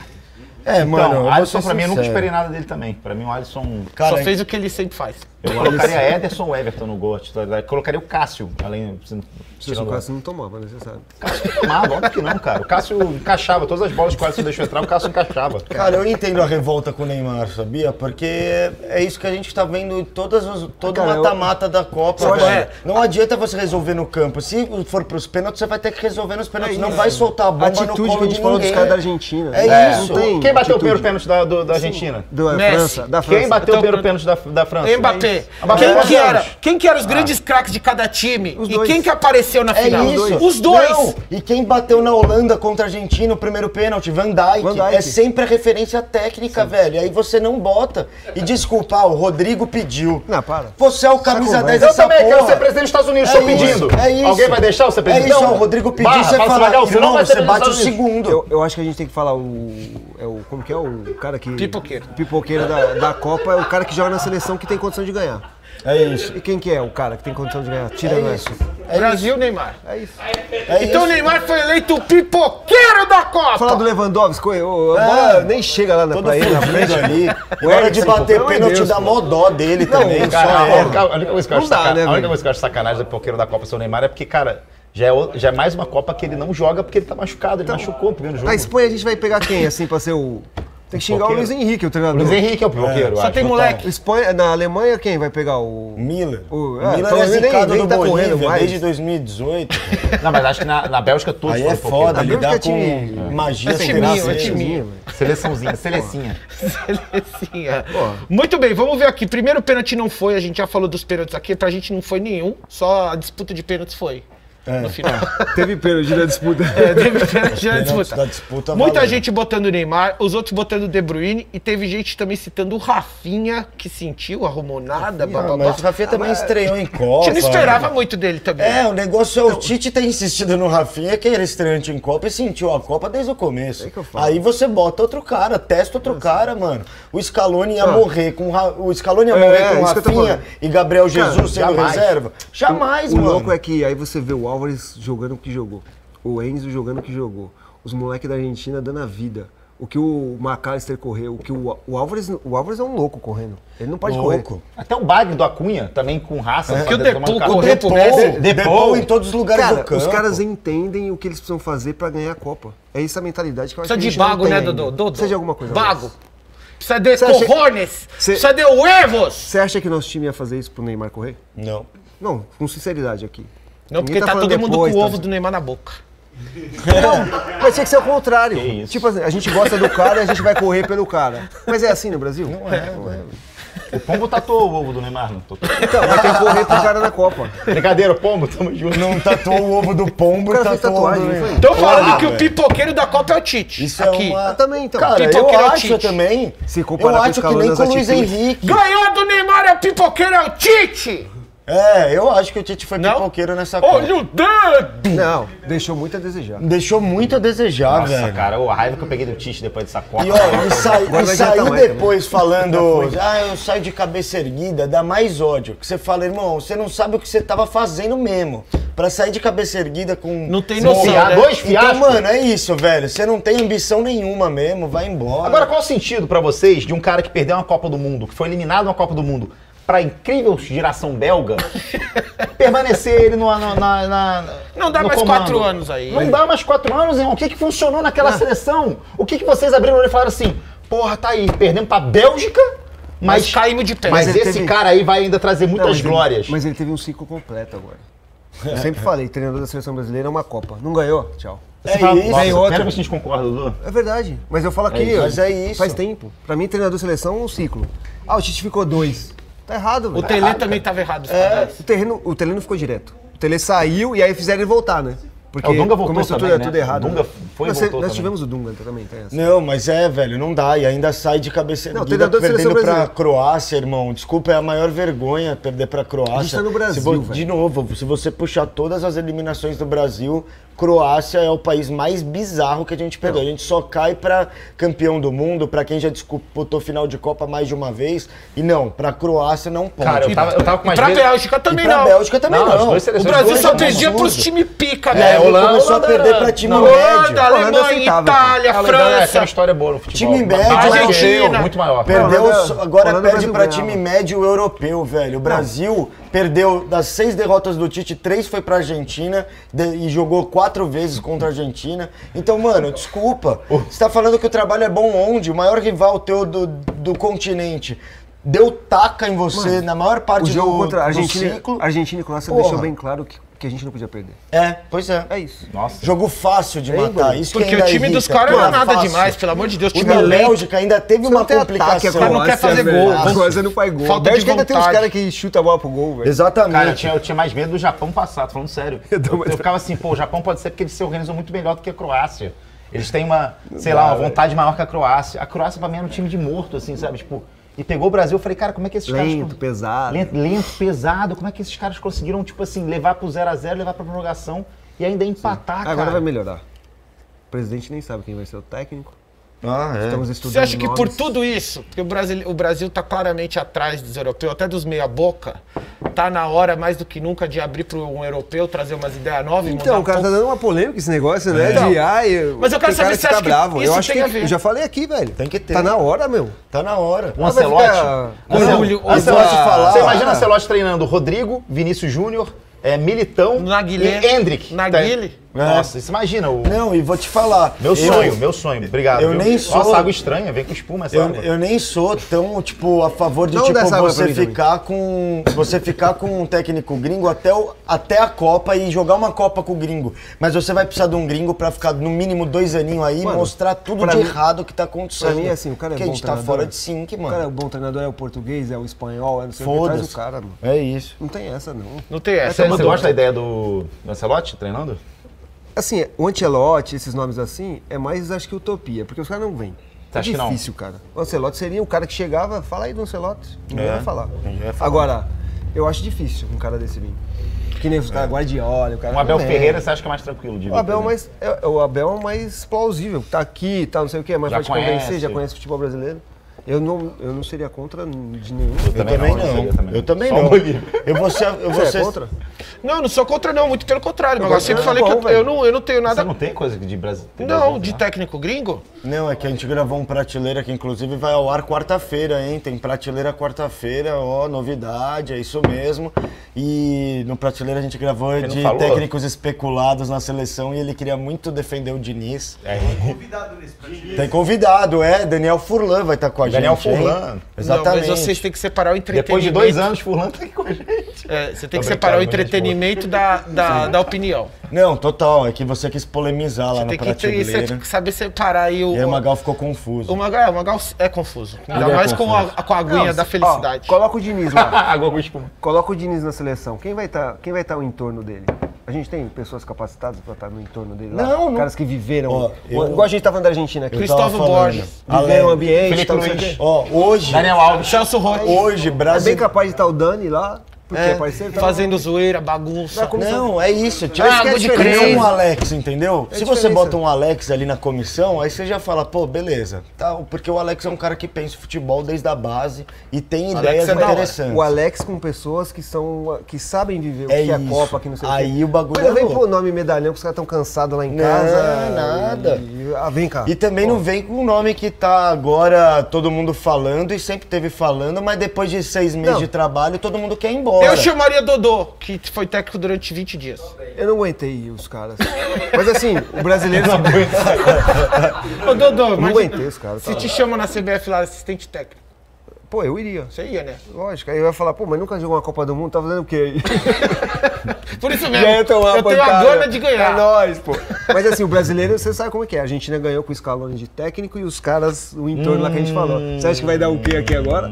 S3: É,
S2: então,
S3: mano, eu vou
S2: Alisson
S3: ser
S2: pra mim, eu nunca
S3: sincero.
S2: esperei nada dele também. Pra mim, o Alisson...
S1: Só fez o que ele sempre faz.
S2: Eu colocaria Ederson ou Everton no gol, a titularidade. Colocaria o Cássio, além...
S5: Se fosse o Cássio não tomava, né? Você sabe.
S2: tomava, óbvio que não, cara. O Cássio encaixava, todas as bolas que o Alisson deixou entrar, o Cássio encaixava.
S3: Cara, eu entendo a revolta com o Neymar, sabia? Porque é- é isso que a gente tá vendo em todas os, todo
S2: Ah, cara, eu-
S3: mata-mata da Copa.
S2: Eu acho-
S5: é-
S3: velho. Não adianta você resolver no campo. Se for pros pênaltis, você vai ter que resolver nos pênaltis.
S5: É
S3: não
S5: isso.
S3: vai soltar a bomba
S5: Atitude
S3: no
S5: que
S3: colo
S5: a gente
S3: de
S5: falou
S3: ninguém.
S5: dos caras da Argentina,
S3: É,
S5: né?
S3: isso.
S5: Não tem
S2: Quem bateu o
S5: atitude.
S2: primeiro pênalti da, do- da Argentina?
S5: Da Messi. França, da
S2: Quem
S5: França.
S2: bateu o
S5: Então,
S2: primeiro pênalti da, da
S1: Mbappé.
S2: França? Mbappé.
S5: é
S1: Quem
S2: Mbappé.
S1: que, era, quem que eram
S5: Ah.
S1: os grandes craques de cada time? E quem que apareceu na
S3: É
S1: final?
S3: isso.
S1: Os dois.
S3: Não, E quem bateu na Holanda contra a Argentina o primeiro pênalti? Van Dijk.
S5: Van Dijk.
S3: É sempre a referência técnica, velho. Aí você não bota. E desculpa, ah, o Rodrigo pediu. Não, para. Você é o camisa
S2: conversa.
S3: 10
S2: Eu
S3: dessa
S2: também quero
S3: porra.
S2: ser presidente dos Estados Unidos, estou
S3: isso,
S2: pedindo.
S3: É isso.
S2: Alguém vai deixar você presidente?
S3: É isso,
S2: Não.
S3: ó, o Rodrigo pediu,
S2: Barra,
S3: você
S2: fala,
S3: fala,
S2: Magal, senão
S3: irmão,
S2: vai
S3: você
S2: ser
S3: bate o
S2: presidente dos
S3: segundo.
S5: Eu, eu acho que a gente tem que falar o, é o. Como que é? O cara que.
S1: Pipoqueiro.
S5: Pipoqueiro da, da Copa é o cara que joga na seleção que tem condição de ganhar.
S3: É isso.
S5: E quem que é o cara que tem condição de ganhar? Tira
S1: É
S5: não é
S1: isso.
S5: isso.
S1: Brasil, Neymar.
S5: É isso.
S1: então o Neymar foi eleito o pipoqueiro da Copa.
S5: Falar do Lewandowski, o, a
S1: É.
S5: bola nem chega lá na,
S3: Ah, Todo
S5: pra ele na
S3: fudido
S5: frente.
S3: ali.
S5: O
S3: Na hora
S5: Eriksen,
S3: de
S5: pô,
S3: bater
S5: pelo amor de
S3: pênalti
S5: Deus,
S3: dá
S5: pô.
S3: mó dó dele
S5: Não,
S3: também.
S2: um Cara,
S3: só
S2: a-
S3: erra.
S2: a única coisa que eu acho
S5: Não dá,
S2: sacanagem-
S5: né,
S2: a única
S5: velho?
S2: coisa que eu acho sacanagem do pipoqueiro da Copa São Neymar é porque, cara, já é, outro- já é mais uma Copa que ele não joga porque ele tá machucado, ele machucou no primeiro jogo.
S5: Então, Na Espanha a gente vai pegar quem, assim, pra ser o. Tem que xingar o Luiz
S2: Pipoqueiro.
S5: Henrique, o treinador.
S2: Luiz Henrique é o pipoqueiro, É. Só acho, tem total. moleque.
S5: Espanha, na Alemanha, quem vai pegar o.
S3: Miller.
S5: O,
S3: O
S5: é, pelo
S3: Milan é
S5: menos nem,
S3: zicado
S5: nem
S3: do
S5: tá correndo
S3: Bolívia
S5: mais.
S3: desde 2018.
S2: Não, mas acho que na, na Bélgica todos
S3: Aí
S2: foram
S3: é foda,
S2: pipoqueiros.
S3: lidar com magia
S1: É
S3: sem
S1: timinho,
S3: graça,
S1: é
S3: né?
S1: timinho.
S2: Seleçãozinha, selecinha.
S1: Selecinha. é. Muito bem, vamos ver aqui. Primeiro pênalti não foi, a gente já falou dos pênaltis aqui, pra gente não foi nenhum, só a disputa de pênaltis foi. No final.
S5: É. Teve pênalti na disputa.
S1: É, teve pênalti na disputa.
S3: Da disputa
S1: Muita
S3: valeu.
S1: gente botando o Neymar, os outros botando o De Bruyne, e teve gente também citando o Rafinha, que sentiu, arrumou nada, blá, blá, blá.
S3: mas o Rafinha também estreou em
S1: A
S3: Copa.
S1: gente não esperava muito dele também.
S3: É, o negócio é o Tite ter insistido no Rafinha, que era estreante em Copa e sentiu a Copa desde o
S5: É
S3: começo. Aí você bota outro cara, testa outro cara, mano. O Scaloni ia
S5: Ah.
S3: morrer com o Ra- o Scaloni ia
S5: É,
S3: morrer
S5: é
S3: com o
S5: isso que eu tô
S3: Rafinha
S5: falando.
S3: e Gabriel
S5: Cara,
S3: Jesus sendo reserva. Jamais,
S5: o,
S3: mano.
S5: O louco é que aí você vê o Álvares jogando o que jogou, o Enzo jogando o que jogou, os moleques da Argentina dando a vida. O que o McAllister correu, o que o, o Álvares, o Álvares é um louco correndo. Ele não pode
S2: Louco.
S5: correr.
S2: Até o Bagno do Acunha, também com raça.
S5: É. Que o
S2: Depois
S5: Depou correu pro Messi.
S2: Depou
S5: Cara, Os caras entendem o que eles precisam fazer pra ganhar a Copa. É essa mentalidade que eu acho
S1: Precisa
S5: que a
S1: de
S5: gente não
S1: bago,
S5: tem
S1: né,
S5: ainda.
S1: Dodô? Dodô?
S5: Precisa de alguma coisa.
S1: Bago. Precisa de
S5: Você acha-
S1: corrones.
S5: Cê-
S1: Precisa de huevos.
S5: Você acha que nosso time ia fazer isso pro Neymar correr?
S3: Não.
S5: Não, com sinceridade aqui.
S1: Não,
S5: Ninguém
S1: porque tá,
S5: falando
S1: todo mundo
S5: depois,
S1: com o
S5: tá-
S1: ovo do Neymar na boca.
S5: Não, mas tinha que ser o contrário. Tipo assim, a gente gosta do cara e a gente vai correr pelo cara. Mas é assim no Brasil? Não é, não é.
S2: O Pombo tatuou o ovo do Neymar, não tatuou.
S5: Então, vai ter que correr pro cara na Copa.
S2: Brincadeira, Pombo, tamo junto.
S3: Não tatuou o ovo do pombo,
S5: O cara fez
S3: tatuou
S5: tatuagem,
S3: do-
S5: não foi?
S1: Estão falando
S3: Ah,
S1: que o
S3: velho.
S1: pipoqueiro da Copa é o Tite.
S3: Isso é
S1: aqui.
S3: uma-
S5: Também, então.
S3: Cara,
S1: Pipoqueiro é
S3: eu
S1: o
S3: acho
S1: Tite.
S3: também.
S5: Se
S3: eu
S5: comparar com
S3: acho que
S5: Scaloni
S3: nem
S5: nas
S3: com o Luiz
S5: atitudes.
S3: Henrique.
S1: Ganhou do Neymar é o pipoqueiro, é o Tite!
S3: É, eu acho que o Tite foi pipoqueiro nessa Copa.
S1: Olha o dedo!
S5: Não, deixou muito a desejar.
S3: Deixou muito a desejar,
S2: Nossa,
S3: velho.
S2: cara, a raiva que eu peguei do Tite depois dessa Copa.
S3: E ó, e sai-
S2: Agora
S3: e
S2: vai
S3: sair
S2: adiantar mais
S3: depois falando,
S2: Já foi.
S3: ah, eu saio de cabeça erguida, dá mais ódio. Que você fala, irmão, você não sabe o que você tava fazendo mesmo. Pra sair de cabeça erguida com. Não
S1: tem noção, né?
S2: Dois
S3: Então,
S2: fiascos.
S3: mano, é isso, velho. Você não tem ambição nenhuma mesmo, vai embora.
S2: Agora, qual o sentido pra vocês de um cara que perdeu uma Copa do Mundo, que foi eliminado na Copa do Mundo, para incrível geração belga permanecer ele no, na, na- na-
S1: Não dá
S2: no
S1: mais
S2: comando.
S1: quatro anos aí.
S2: Não dá mais quatro anos, irmão. O que, que funcionou naquela seleção? O que, que vocês abriram o olho e falaram assim? Porra, tá aí, perdemos pra Bélgica, mas,
S1: Mas caímos de pé.
S2: Mas,
S1: Mas ele
S2: esse
S1: teve-
S2: cara aí vai ainda trazer
S5: Não,
S2: muitas
S5: mas ele-
S2: glórias.
S5: mas ele teve um ciclo completo agora. Eu sempre falei, treinador da seleção brasileira é uma Copa. Não ganhou? Tchau.
S2: É
S5: Você fala,
S2: isso.
S5: ganhou
S2: Nossa,
S5: outra.
S2: pera que a gente concorda, Dudu.
S5: É verdade. Mas eu falo aqui,
S2: É isso.
S5: ó,
S2: Mas é isso.
S5: faz tempo. Pra mim, treinador da seleção é um ciclo. Ah, o Tite ficou dois. Tá errado, velho.
S1: O Tele também tava errado. É.
S5: O, terreno, o Tele não ficou direto. O Tele saiu e aí fizeram ele voltar, né? Porque
S1: É, o Dunga voltou
S5: começou
S1: também,
S5: tudo,
S1: né?
S5: tudo errado.
S1: O Dunga
S5: né?
S1: foi e
S5: nós,
S1: voltou
S5: Nós
S1: também.
S5: tivemos o Dunga também, tá? essa.
S3: Não, mas é, velho, não dá. E ainda sai de cabeça
S5: Não,
S3: erguida
S5: treinador da seleção
S3: perdendo pra
S5: brasileira.
S3: Croácia, irmão. Desculpa, é a maior vergonha perder pra Croácia.
S5: A gente tá no Brasil,
S3: Se vo-
S5: velho.
S3: De novo, se você puxar todas as eliminações do Brasil, Croácia é o país mais bizarro que a gente perdeu. A gente só cai pra campeão do mundo, pra quem já disputou final de Copa mais de uma vez. E não, pra Croácia não pode.
S2: Cara, eu tava- eu tava com umas
S3: E pra
S2: vezes-
S3: Bélgica também
S2: E pra
S3: não.
S2: Bélgica também não.
S3: as duas
S1: O
S3: seleções
S1: Brasil
S3: dois
S1: só
S3: absurdo.
S1: perdia pros times pica, né?
S3: É,
S1: velho.
S3: Holanda começou a
S1: Holanda-
S3: perder pra time
S1: não,
S3: médio.
S1: Holanda,
S3: Holanda
S1: Alemanha,
S3: aceitável,
S1: Itália,
S3: pô. A Holanda
S1: França.
S3: tem uma
S2: história é boa no futebol. né?
S3: Time médio,
S1: Argentina.
S3: Perdeu,
S1: Holanda-
S3: só- agora
S1: Holanda
S3: perde
S1: Brasil
S3: pra
S1: ganhava.
S3: time médio europeu, velho. O Brasil perdeu das seis derrotas do Tite, três foi pra Argentina de- e jogou quatro vezes contra a Argentina. Então, mano, desculpa.
S5: Uh.
S3: Você tá falando que o trabalho é bom onde? O maior rival teu do, do continente. Deu taca em você
S5: Mano,
S3: na maior parte
S5: o jogo
S3: do,
S5: contra a
S3: do
S5: Argentina,
S3: ciclo.
S5: Argentina e Croácia
S3: Porra.
S5: deixou bem claro que, que a gente não podia perder.
S3: É, pois é.
S5: É isso.
S2: Nossa.
S3: Jogo fácil de matar. Isso que
S1: Porque
S3: ainda
S1: o time dos
S3: irrita.
S1: caras não é
S3: Porra,
S1: nada
S3: fácil.
S1: demais, pelo amor de Deus.
S3: O
S1: Time
S3: da
S1: lento.
S3: Bélgica ainda teve
S5: Você
S3: uma
S5: não tem
S3: complicação.
S5: ataque, a
S1: não quer
S5: Croácia,
S3: é
S1: fazer
S5: velho.
S1: gol.
S5: A Croácia não faz gol.
S1: Falta
S5: A Bélgica
S1: de
S5: ainda tem uns
S1: vontade.
S5: caras que chutam a bola pro gol, velho.
S2: Cara, eu tinha, eu tinha mais medo do Japão passado, falando sério. Eu, eu ficava assim, pô, o Japão pode ser porque eles se organizam muito melhor do que a Croácia. Eles têm uma, sei lá, uma
S5: Vai.
S2: vontade maior que a Croácia. A Croácia pra mim era um time de morto, assim, sabe? Tipo, e pegou o Brasil, eu falei, cara, como é que esses caras...
S5: Lento, pesado.
S2: Lento, lento, pesado. Como é que esses caras conseguiram, tipo assim, levar pro 0x0, levar pra prorrogação e ainda empatar, cara?
S5: Agora vai melhorar. O presidente nem sabe quem vai ser o técnico.
S2: Ah, é.
S5: Estamos estudando
S1: Você acha que por
S5: nomes.
S1: tudo isso, porque o Brasil, o Brasil tá claramente atrás dos europeus, até dos meia-boca, tá na hora mais do que nunca de abrir para um europeu, trazer umas ideias novas e mudar
S5: Então, o cara
S1: um
S5: tá dando uma polêmica esse negócio, né?
S1: Então,
S5: de, ai, eu,
S1: mas é. eu quero
S5: tem cara
S1: saber se você
S5: fica
S1: acha que
S5: bravo.
S1: isso
S5: eu acho
S1: tem a
S5: que
S1: ver.
S5: eu já falei aqui, velho. Tem
S3: que ter.
S5: Tá na hora, meu.
S3: Tá na hora.
S2: O Ancelotti.
S5: Orgulho,
S2: Não, Ancelotti
S5: orgulho.
S2: falar. Você
S5: Ah.
S2: imagina o Ancelotti treinando Rodrigo, Vinícius Júnior, é, Militão e Hendrick. Tá-
S1: Naguile.
S2: Nossa, isso imagina o.
S3: Não, e vou te falar.
S2: Meu
S3: eu-
S2: sonho, meu sonho. Obrigado.
S3: Eu
S2: viu?
S3: nem sou.
S2: Nossa, água estranha, vem com espuma essa
S3: Eu,
S2: água.
S3: eu nem sou tão, tipo, a favor de
S2: Não
S3: tipo,
S2: dessa água pra
S3: você
S2: mim também.
S3: ficar com. Você ficar com um técnico gringo até, o- até a Copa e jogar uma Copa com o gringo. Mas você vai precisar de um gringo pra ficar no mínimo dois aninhos aí e
S5: Mano,
S3: mostrar tudo
S5: pra
S3: de
S5: mim-
S3: errado que tá
S5: Pra
S3: acontecendo.
S5: mim, assim, o cara é
S3: Porque
S5: bom
S3: a gente tá
S5: treinador.
S3: fora de sync, mano.
S5: O cara é um bom treinador, é o português, é o espanhol, é não sei o que. Traz
S2: Foda-se. é
S5: o cara, mano.
S3: É isso.
S5: Não tem essa, não.
S1: Não tem
S5: Vai
S2: Você,
S5: tomar
S2: você
S5: dor.
S2: gosta da ideia do do Ancelotti treinando?
S5: Assim, o Ancelotti, esses nomes assim, é mais, acho que, utopia. Porque os caras não vêm.
S2: Você
S5: É
S2: acha que não?
S5: difícil, cara. O Ancelotti seria o cara que chegava, fala aí do Ancelotti. Ninguém
S2: É,
S5: vai falar.
S2: ninguém vai falar.
S5: Agora, eu acho difícil um cara desse vir. Que nem os caras Guardiola, o cara
S2: O É. Um Abel
S5: não é.
S2: Ferreira, você acha que é mais tranquilo? de
S5: O
S2: ver,
S5: Abel, é
S2: por exemplo?
S5: mais, é- é o Abel é o mais plausível. Tá aqui, tá não sei o quê, mas
S2: Já
S5: pode convencer,
S2: conhece.
S5: já conhece o futebol brasileiro. Eu não, eu não seria contra de nenhum.
S3: Eu também não. Eu também
S5: Só
S2: um
S3: não.
S5: o Bolívia.
S3: Eu vou ser. Eu vou
S5: Você é
S3: ser
S5: contra?
S1: Não, não sou contra não, muito pelo contrário.
S3: Eu
S1: Mas eu
S3: gosto
S1: sempre
S3: de
S1: falei
S3: futebol,
S1: que eu, eu não, eu não tenho nada...
S2: Você não tem coisa de né? Brasil?
S1: Não, de técnico gringo?
S3: Não, é que a gente gravou um prateleira que inclusive vai ao ar quarta-feira, hein? Tem prateleira quarta-feira, ó, novidade, é isso mesmo. E no prateleira a gente gravou
S2: não
S3: de
S2: falou?
S3: técnicos especulados na seleção e ele queria muito defender o Diniz.
S2: É,
S3: Tem convidado, é. Daniel Furlan vai estar com a
S2: Daniel
S3: gente. hein?
S2: Furlan.
S3: Exatamente.
S1: Não, mas vocês têm que separar o entretenimento.
S2: Depois de dois anos, Furlan tá aqui com a gente.
S1: É, você
S2: Tô
S1: tem
S2: brincando,
S1: que separar o
S2: mas gente boa.
S1: entretenimento da, da, da opinião.
S3: Não, total, é que você quis polemizar lá na
S1: Tem que ter-
S3: prateleira.
S1: você tem que saber separar aí o...
S3: E aí o Magal ficou confuso.
S1: O Magal, o Magal é confuso. Ainda
S3: Ele é
S1: mais Com, a,
S3: confuso.
S1: com a aguinha
S5: Não,
S1: da
S5: ó,
S1: felicidade.
S5: coloca o Diniz lá.
S2: Água com espuma.
S5: Coloca o Diniz na seleção. Quem vai estar quem vai tá o entorno dele? A gente tem pessoas capacitadas para estar no entorno dele lá?
S3: Não, não.
S5: Caras que viveram.
S3: Ó, eu-
S5: Igual a gente estava na Argentina aqui.
S3: Eu tava falando,
S5: Viveram o ambiente.
S3: Felipe
S5: tal, não sei o
S3: Luiz.
S5: quê.
S3: Ó, hoje.
S1: Daniel Alves. Celso Roth.
S3: Hoje, Brasil.
S5: É bem capaz de estar o Dani lá. Porque é, parceiro. tá-
S1: fazendo zoeira, bagunça.
S3: Não, é isso. Tira
S1: Ah,
S3: isso que é a
S1: água de
S3: diferença
S1: creme.
S3: um Alex, entendeu?
S5: É
S3: Se você
S5: diferença.
S3: bota um Alex ali na comissão, aí você já fala, pô, beleza. Tá, porque o Alex é um cara que pensa futebol desde a base e tem
S5: Alex
S3: ideias
S5: é da hora.
S3: interessantes.
S5: O Alex com pessoas que são que sabem viver o
S3: É
S5: que é a
S3: isso.
S5: Copa, que não sei o quê.
S3: Aí o bagulho
S5: Mas não
S3: é
S5: vem
S3: louco.
S5: pôr o nome medalhão que os caras estão cansados lá em
S3: Não,
S5: casa.
S3: nada.
S5: E,
S3: Ah, vem um cá.
S2: E também não vem com o nome que tá agora todo mundo falando e sempre teve falando, mas depois de seis meses
S1: Não.
S2: de trabalho, todo mundo quer ir embora.
S1: Eu chamaria Dodô, que foi técnico durante 20 dias.
S3: Eu não aguentei os caras. Mas assim, o brasileiro.
S1: Ô, Dodô,
S3: Não
S1: mas
S3: aguentei os caras,
S1: Se
S3: tá.
S1: te chamam na CBF lá, assistente técnico.
S3: Pô, eu iria.
S1: Você ia, né?
S3: Lógico, aí eu ia falar, pô, mas nunca jogou uma Copa do Mundo, tá fazendo o quê aí?
S1: Por isso
S3: E
S1: mesmo,
S3: aí
S1: eu tenho
S3: uma
S1: a
S3: pancada.
S1: gana de ganhar.
S3: É nóis, pô. Mas assim, o brasileiro, você sabe como é que é. A Argentina ganhou com o Scaloni de técnico e os caras, o entorno lá que a gente falou. Você acha que vai dar o quê aqui agora?